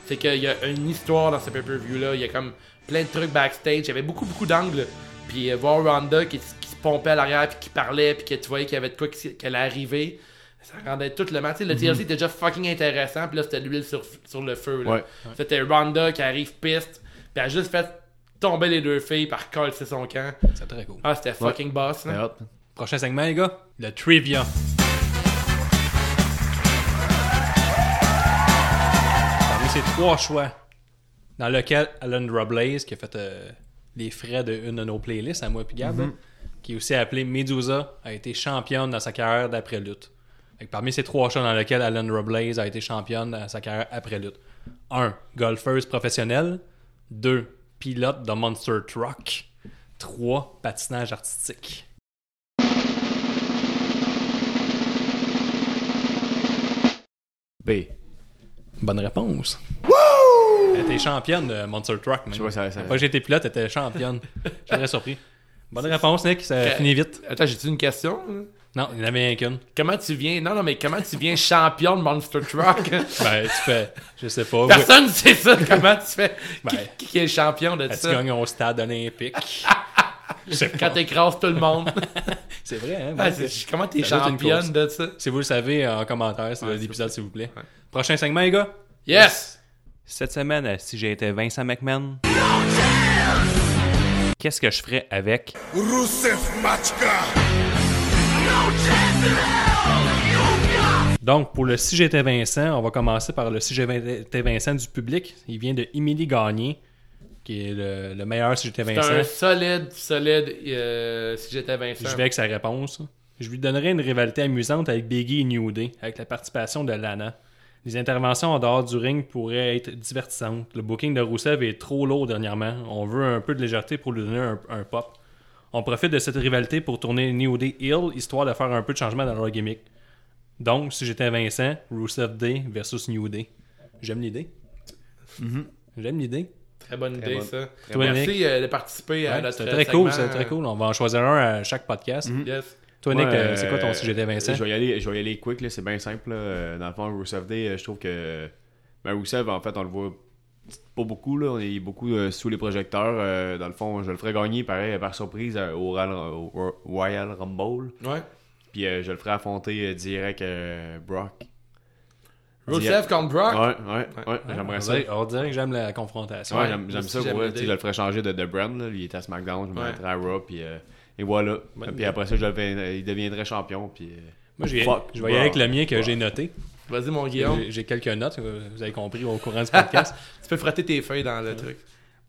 [SPEAKER 4] c'est qu'il y a une histoire dans ce pay-per-view-là. Il y a comme plein de trucs backstage. Il y avait beaucoup, beaucoup d'angles. Puis euh, voir Ronda qui, s- qui se pompait à l'arrière, puis qui parlait, puis que tu voyais qu'il y avait de quoi qui s- qu'elle arrivait. Ça rendait tout le match. Tu sais, Le TLC était déjà fucking intéressant, puis là, c'était l'huile sur, sur le feu. là.
[SPEAKER 5] Ouais.
[SPEAKER 4] C'était Ronda qui arrive piste, puis elle a juste fait tomber les deux filles par col, c'est son camp.
[SPEAKER 6] C'est très cool.
[SPEAKER 4] Ah, c'était fucking boss. là.
[SPEAKER 5] C'était hot.
[SPEAKER 6] Prochain segment, les gars, le trivia. Parmi ces trois choix, dans lequel Alundra Blaze, qui a fait euh, les frais de une de nos playlists à moi puis Gab, qui est aussi appelée Medusa, a été championne dans sa carrière d'après-lutte. Fait que Parmi ces trois choix dans lequel Alundra Blaze a été championne dans sa carrière après-lutte. 1. Golfeuse professionnelle. 2. Pilote de Monster Truck. 3. Patinage artistique.
[SPEAKER 5] B.
[SPEAKER 6] Bonne réponse. Elle était championne de Monster Truck. Même.
[SPEAKER 5] Je sais pas, ça- ça-
[SPEAKER 6] Pas que j'étais pilote, elle était championne. J'étais très surpris. Bonne réponse, Nick. Ça finit vite.
[SPEAKER 4] Attends, j'ai-tu une question? là?
[SPEAKER 6] Non, il n'y en avait rien qu'une.
[SPEAKER 4] Comment tu viens... Non, non, mais comment tu viens champion de Monster Truck?
[SPEAKER 6] Ben, tu fais. Je sais pas. ouais.
[SPEAKER 4] Personne ne sait ça. Comment tu fais... Qui-
[SPEAKER 6] Ben.
[SPEAKER 4] qui, est le champion de
[SPEAKER 6] Tu
[SPEAKER 4] ça?
[SPEAKER 6] gagnes au stade olympique.
[SPEAKER 4] Quand t'écrases tout le monde.
[SPEAKER 6] C'est vrai, hein?
[SPEAKER 4] Ah,
[SPEAKER 6] bon,
[SPEAKER 4] c'est- comment t'es
[SPEAKER 6] Ça doit être une
[SPEAKER 4] championne
[SPEAKER 6] course.
[SPEAKER 4] de ça?
[SPEAKER 6] Si vous le savez, en commentaire, c'est l'épisode, s'il vous plaît. Prochain segment, les gars.
[SPEAKER 4] Yes!
[SPEAKER 1] Cette semaine, euh, si j'étais Vincent McMahon, qu'est-ce que je ferais avec
[SPEAKER 6] Donc, pour le Si j'étais Vincent, on va commencer par le Si j'étais Vincent du public. Il vient de Émilie Gagné, qui est le, le meilleur Si j'étais
[SPEAKER 4] C'est un
[SPEAKER 6] Vincent.
[SPEAKER 4] solide, solide, euh, si j'étais Vincent.
[SPEAKER 6] Je vais avec sa réponse. Je lui donnerai une rivalité amusante avec Biggie et New Day, avec la participation de Lana. Les interventions en dehors du ring pourraient être divertissantes. Le booking de Rousseff est trop lourd dernièrement. On veut un peu de légèreté pour lui donner un, un pop. On profite de cette rivalité pour tourner New Day Hill, histoire de faire un peu de changement dans leur gimmick. Donc, si j'étais Vincent, Rousseff Day versus New Day. J'aime l'idée. J'aime l'idée.
[SPEAKER 4] Très bonne idée,
[SPEAKER 5] bonne.
[SPEAKER 4] ça.
[SPEAKER 6] bonne.
[SPEAKER 4] Merci euh, de participer à
[SPEAKER 6] Ouais,
[SPEAKER 4] notre euh,
[SPEAKER 6] C'était très
[SPEAKER 4] segment. Mhm.
[SPEAKER 6] cool, c'était très cool. On va en choisir un à chaque podcast.
[SPEAKER 4] Yes.
[SPEAKER 6] Toi,
[SPEAKER 5] Moi,
[SPEAKER 6] Nick, euh,
[SPEAKER 5] euh,
[SPEAKER 6] c'est quoi ton sujet de Vincent?
[SPEAKER 5] Je vais y aller, je vais y aller quick, là, c'est bien simple. là. Euh, Dans le fond, Rousseff Day, euh, je trouve que. Ben, Rousseff, en fait, on le voit pas beaucoup. Là. On est beaucoup euh, sous les projecteurs. Euh, dans le fond, je le ferai gagner pareil, par surprise euh, au, Ral- au- au Royal Rumble.
[SPEAKER 4] Ouais.
[SPEAKER 5] Puis euh, je le ferai affronter euh, direct euh, Brock.
[SPEAKER 4] Rusev
[SPEAKER 6] hein.
[SPEAKER 5] Direct.
[SPEAKER 4] contre Brock.
[SPEAKER 5] Ouais, Ah! ouais, ouais, j'aimerais
[SPEAKER 6] On
[SPEAKER 5] ça.
[SPEAKER 6] dirait- On dirait que j'aime la confrontation.
[SPEAKER 5] Ouais, j'aime j'aime ça.
[SPEAKER 4] j'aime
[SPEAKER 5] ouais.
[SPEAKER 4] l'idée.
[SPEAKER 5] Tu sais, je le ferais changer de, de brand. Là. Il était à SmackDown, je me
[SPEAKER 4] Ouais.
[SPEAKER 5] mettrais à Raw. Puis, euh, et voilà. puis après ça, je le fais- il deviendrait champion. Puis, euh,
[SPEAKER 6] Moi, j'ai-
[SPEAKER 5] fuck,
[SPEAKER 6] je vais y aller avec
[SPEAKER 5] Brock.
[SPEAKER 6] le mien que j'ai noté.
[SPEAKER 4] Vas-y, mon Guillaume.
[SPEAKER 6] J'ai j'ai quelques notes, euh, vous avez compris au courant du podcast.
[SPEAKER 4] Tu peux frotter tes feuilles dans le truc.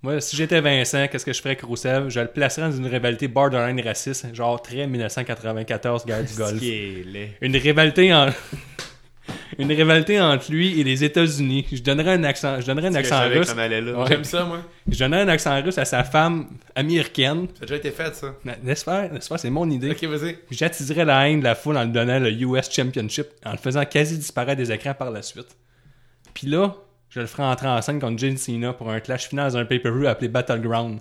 [SPEAKER 6] Moi, si j'étais Vincent, qu'est-ce que je ferais avec Rousseff? Je le placerais dans une rivalité borderline raciste, genre très 1994 guerre du Golfe.
[SPEAKER 5] Qui est laid.
[SPEAKER 6] Une rivalité en... Une rivalité entre lui et les États-Unis. Je donnerais un accent, je donnerais un
[SPEAKER 5] Je
[SPEAKER 6] accent
[SPEAKER 5] savais que
[SPEAKER 6] russe.
[SPEAKER 5] ça m'allait là.
[SPEAKER 6] Ouais.
[SPEAKER 4] J'aime ça, moi.
[SPEAKER 6] Je donnerais un accent russe à sa femme américaine.
[SPEAKER 4] Ça a déjà été fait, ça.
[SPEAKER 6] N'est-ce pas? N'est-ce pas? C'est mon idée.
[SPEAKER 4] Ok, vas-y.
[SPEAKER 6] J'attiserais la haine de la foule en lui donnant le US Championship, en le faisant quasi disparaître des écrans par la suite. Puis là, je le ferai entrer en scène contre John Cena pour un clash final dans un pay-per-view appelé Battleground.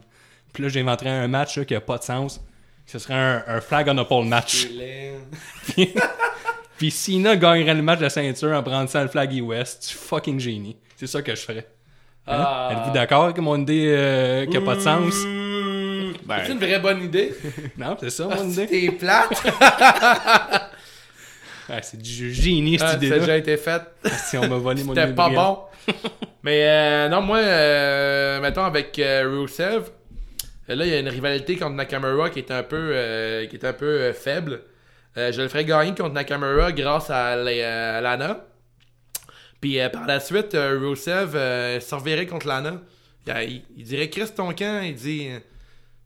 [SPEAKER 6] Puis là, j'inventerais un match là, qui a pas de sens. Ce serait un, un flag on a pole match. Puis Cena gagnerait le match de ceinture en brandissant le flag US. Tu fucking génie. C'est ça que je ferais. Hein?
[SPEAKER 4] Ah. Mmh.
[SPEAKER 6] Êtes-vous d'accord avec mon idée euh, qui a pas de sens?
[SPEAKER 5] Ben,
[SPEAKER 4] C'est une vraie bonne idée.
[SPEAKER 6] Non, c'est ça mon
[SPEAKER 4] Si
[SPEAKER 6] idée.
[SPEAKER 4] t'es plate,
[SPEAKER 6] Ah, c'est du génie cette
[SPEAKER 4] Ah, ça a
[SPEAKER 6] idée-là.
[SPEAKER 4] déjà été fait.
[SPEAKER 6] Si on m'a volé mon idée.
[SPEAKER 4] C'était pas
[SPEAKER 6] brillante.
[SPEAKER 4] bon. Mais euh, non, moi, euh, mettons avec euh, Rusev, euh, là, il y a une rivalité contre Nakamura qui est un peu, euh, qui est un peu euh, faible. Euh, je le ferai gagner contre Nakamura grâce à, les- euh, à Lana. Puis euh, par la suite, euh, Rusev euh, servirait contre Lana. Il, a- il- il dirait Chris ton camp, il dit euh,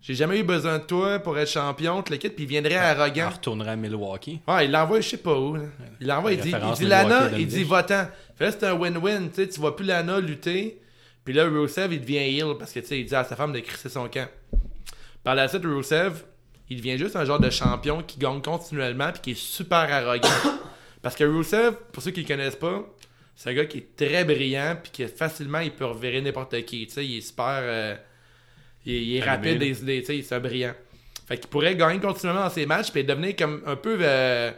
[SPEAKER 4] J'ai jamais eu besoin de toi pour être champion, tout le kit, puis il viendrait
[SPEAKER 6] On
[SPEAKER 4] arrogant.
[SPEAKER 6] retournerait à Milwaukee.
[SPEAKER 4] Ouais, Ah, il l'envoie, je sais pas où. là. Il l'envoie, il dit, il
[SPEAKER 6] Référence
[SPEAKER 4] dit
[SPEAKER 6] Milwaukee,
[SPEAKER 4] Lana, il
[SPEAKER 6] Dominique.
[SPEAKER 4] dit votant. Fait là, c'est un win-win, tu sais, tu vois plus Lana lutter. Puis là, Rusev, il devient heel parce que, tu sais, il dit à sa femme de crisser son camp. Par la suite, Rusev, il devient juste un genre de champion qui gagne continuellement puis qui est super arrogant. parce que Rusev, pour ceux qui le connaissent pas, c'est un gars qui est très brillant puis qui facilement, il peut revirer n'importe qui, tu sais, il est super... euh, il, il est rapide, des idées, tu sais, il est brillant. Fait qu'il pourrait gagner continuellement dans ses matchs puis devenir comme un peu euh,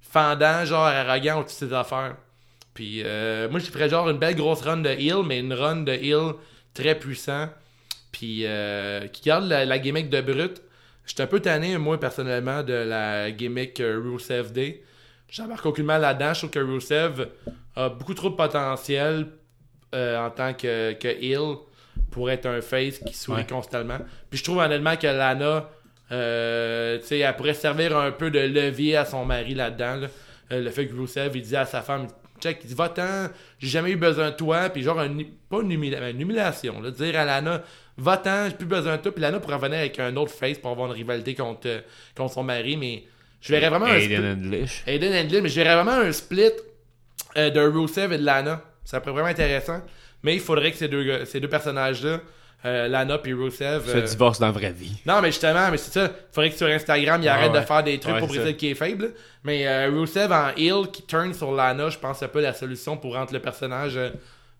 [SPEAKER 4] fendant, genre arrogant ou toutes ces affaires. Puis euh, moi, je ferais genre une belle grosse run de heel, mais une run de heel très puissant. Puis euh, qui garde la, la gimmick de Brut. J'étais un peu tanné, moi, personnellement, de la gimmick euh, Rusev Day. J'embarque aucunement là-dedans. Je trouve que Rusev a beaucoup trop de potentiel euh, en tant que, que heel pour être un face qui sourit
[SPEAKER 6] Ouais.
[SPEAKER 4] constamment. Puis je trouve honnêtement que Lana, euh, tu sais, elle pourrait servir un peu de levier à son mari là-dedans. là. Euh, le fait que Rusev, il dit à sa femme, check, il dit, va-t'en, j'ai jamais eu besoin de toi. Puis genre, un, pas une, humila- une humiliation, là, dire à Lana, va-t'en, j'ai plus besoin de toi. Puis Lana pourrait revenir avec un autre face pour avoir une rivalité contre, euh, contre son mari. Mais je verrais vraiment un split-
[SPEAKER 5] Aiden English.
[SPEAKER 4] Aiden English, mais je verrais vraiment un split euh, de Rusev et de Lana. Ça pourrait vraiment intéressant. Mais il faudrait que ces deux, gars- ces deux personnages-là, euh, Lana puis Rusev.
[SPEAKER 5] Se
[SPEAKER 4] euh,
[SPEAKER 5] divorce dans la vraie vie.
[SPEAKER 4] non, mais justement, mais c'est ça. Faudrait que sur Instagram, il arrête
[SPEAKER 5] Ah ouais.
[SPEAKER 4] de faire des trucs
[SPEAKER 5] Ouais,
[SPEAKER 4] pour
[SPEAKER 5] c'est
[SPEAKER 4] briser
[SPEAKER 5] ça.
[SPEAKER 4] le qui est faible. Mais euh, Rusev en heel qui turn sur Lana, je pense que c'est un peu la solution pour rendre le personnage euh,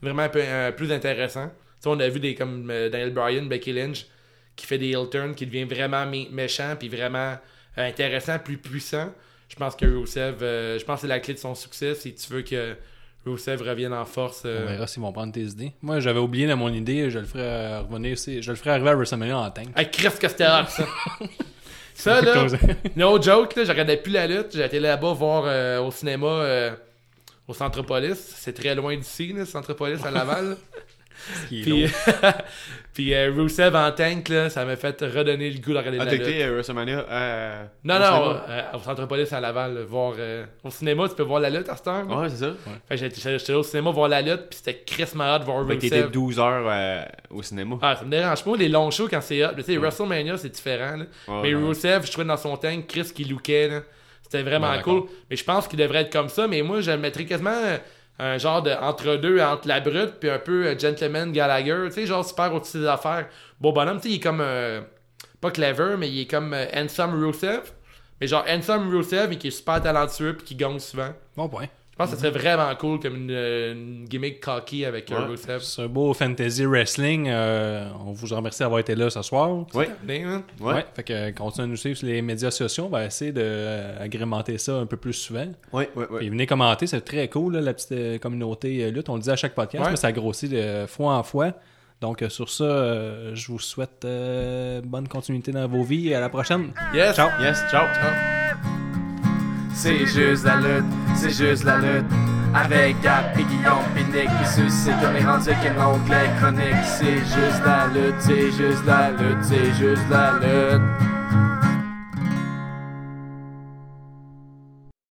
[SPEAKER 4] vraiment un peu euh, plus intéressant. Tu sais, on a vu des comme euh, Daniel Bryan, Becky Lynch, qui fait des heel turns, qui devient vraiment mé- méchant, puis vraiment euh, intéressant, plus puissant. Je pense que Rusev, euh, je pense que c'est la clé de son succès si tu veux que Rusev revienne en force. euh,
[SPEAKER 6] On verra s'ils vont prendre tes idées. Moi, j'avais oublié de mon idée. Je le ferai euh, revenir aussi. Je le ferai arriver à WrestleMania en tank.
[SPEAKER 4] Ah, Chris, que c'était hot, ça. ça, là, no joke, là, je regardais plus la lutte. J'étais là-bas voir euh, au cinéma euh, au Centropolis. C'est très loin d'ici, là, Centropolis à Laval. Puis, Puis euh, Rusev en tank, là, ça m'a fait redonner le goût de regarder
[SPEAKER 5] Ah,
[SPEAKER 4] la
[SPEAKER 5] t'as
[SPEAKER 4] lutte.
[SPEAKER 5] été à WrestleMania euh,
[SPEAKER 4] Non,
[SPEAKER 5] au
[SPEAKER 4] non,
[SPEAKER 5] cinéma?
[SPEAKER 4] euh, au Centropolis à Laval, là, voir... euh, au cinéma, tu peux voir la lutte à cette heure. là.
[SPEAKER 5] Ouais, c'est ça.
[SPEAKER 4] Fait que j'étais- J'étais là au cinéma voir la lutte, puis c'était Chris malade de voir
[SPEAKER 5] Fait que t'étais
[SPEAKER 4] Rusev.
[SPEAKER 5] 12 heures euh, au cinéma.
[SPEAKER 4] Ah, ça me dérange pas, les longs shows quand c'est hot. Tu sais, WrestleMania, c'est différent. là.
[SPEAKER 5] Ouais,
[SPEAKER 4] mais
[SPEAKER 5] ouais.
[SPEAKER 4] Rusev, je trouvais dans son tank, Chris qui lookait. là. C'était vraiment
[SPEAKER 6] Ouais, d'accord.
[SPEAKER 4] cool. Mais je pense qu'il devrait être comme ça. Mais moi, je le mettrais quasiment euh, un genre de entre-deux, entre la brute, puis un peu euh, gentleman Gallagher. Tu sais, genre super au-dessus des affaires. Bon bonhomme, tu sais, il est comme. euh, pas clever, mais il est comme euh, handsome Rusev. Mais genre handsome Rusev, mais qui est super talentueux, puis qui gagne souvent.
[SPEAKER 6] Bon point.
[SPEAKER 4] Je pense que ça serait vraiment cool comme une, euh, une gimmick cocky avec euh,
[SPEAKER 5] Mhm. Ouais.
[SPEAKER 4] Rusev.
[SPEAKER 6] C'est un beau fantasy wrestling. Euh, on vous remercie d'avoir été là ce soir.
[SPEAKER 5] Ouais.
[SPEAKER 4] Bien, hein?
[SPEAKER 5] Ouais.
[SPEAKER 6] Ouais, fait que euh, continuez de nous suivre sur les médias sociaux. On va essayer d'agrémenter ça un peu plus souvent.
[SPEAKER 5] Ouais, ouais,
[SPEAKER 6] Puis
[SPEAKER 5] ouais.
[SPEAKER 6] venez commenter, c'est très cool, là, la petite euh, communauté euh, lutte. On le dit à chaque podcast,
[SPEAKER 4] Ouais.
[SPEAKER 6] mais ça grossit de fois en fois. Donc, euh, sur ça, euh, je vous souhaite euh, bonne continuité dans vos vies et à la prochaine.
[SPEAKER 4] Yes!
[SPEAKER 6] Ciao.
[SPEAKER 5] Yes, ciao.
[SPEAKER 3] C'est juste la lutte, c'est juste la lutte. Avec Gap et Guillaume pis Nick qui suscite comme les rendus qui montent les chroniques. C'est juste la lutte, c'est juste la lutte, c'est juste la lutte.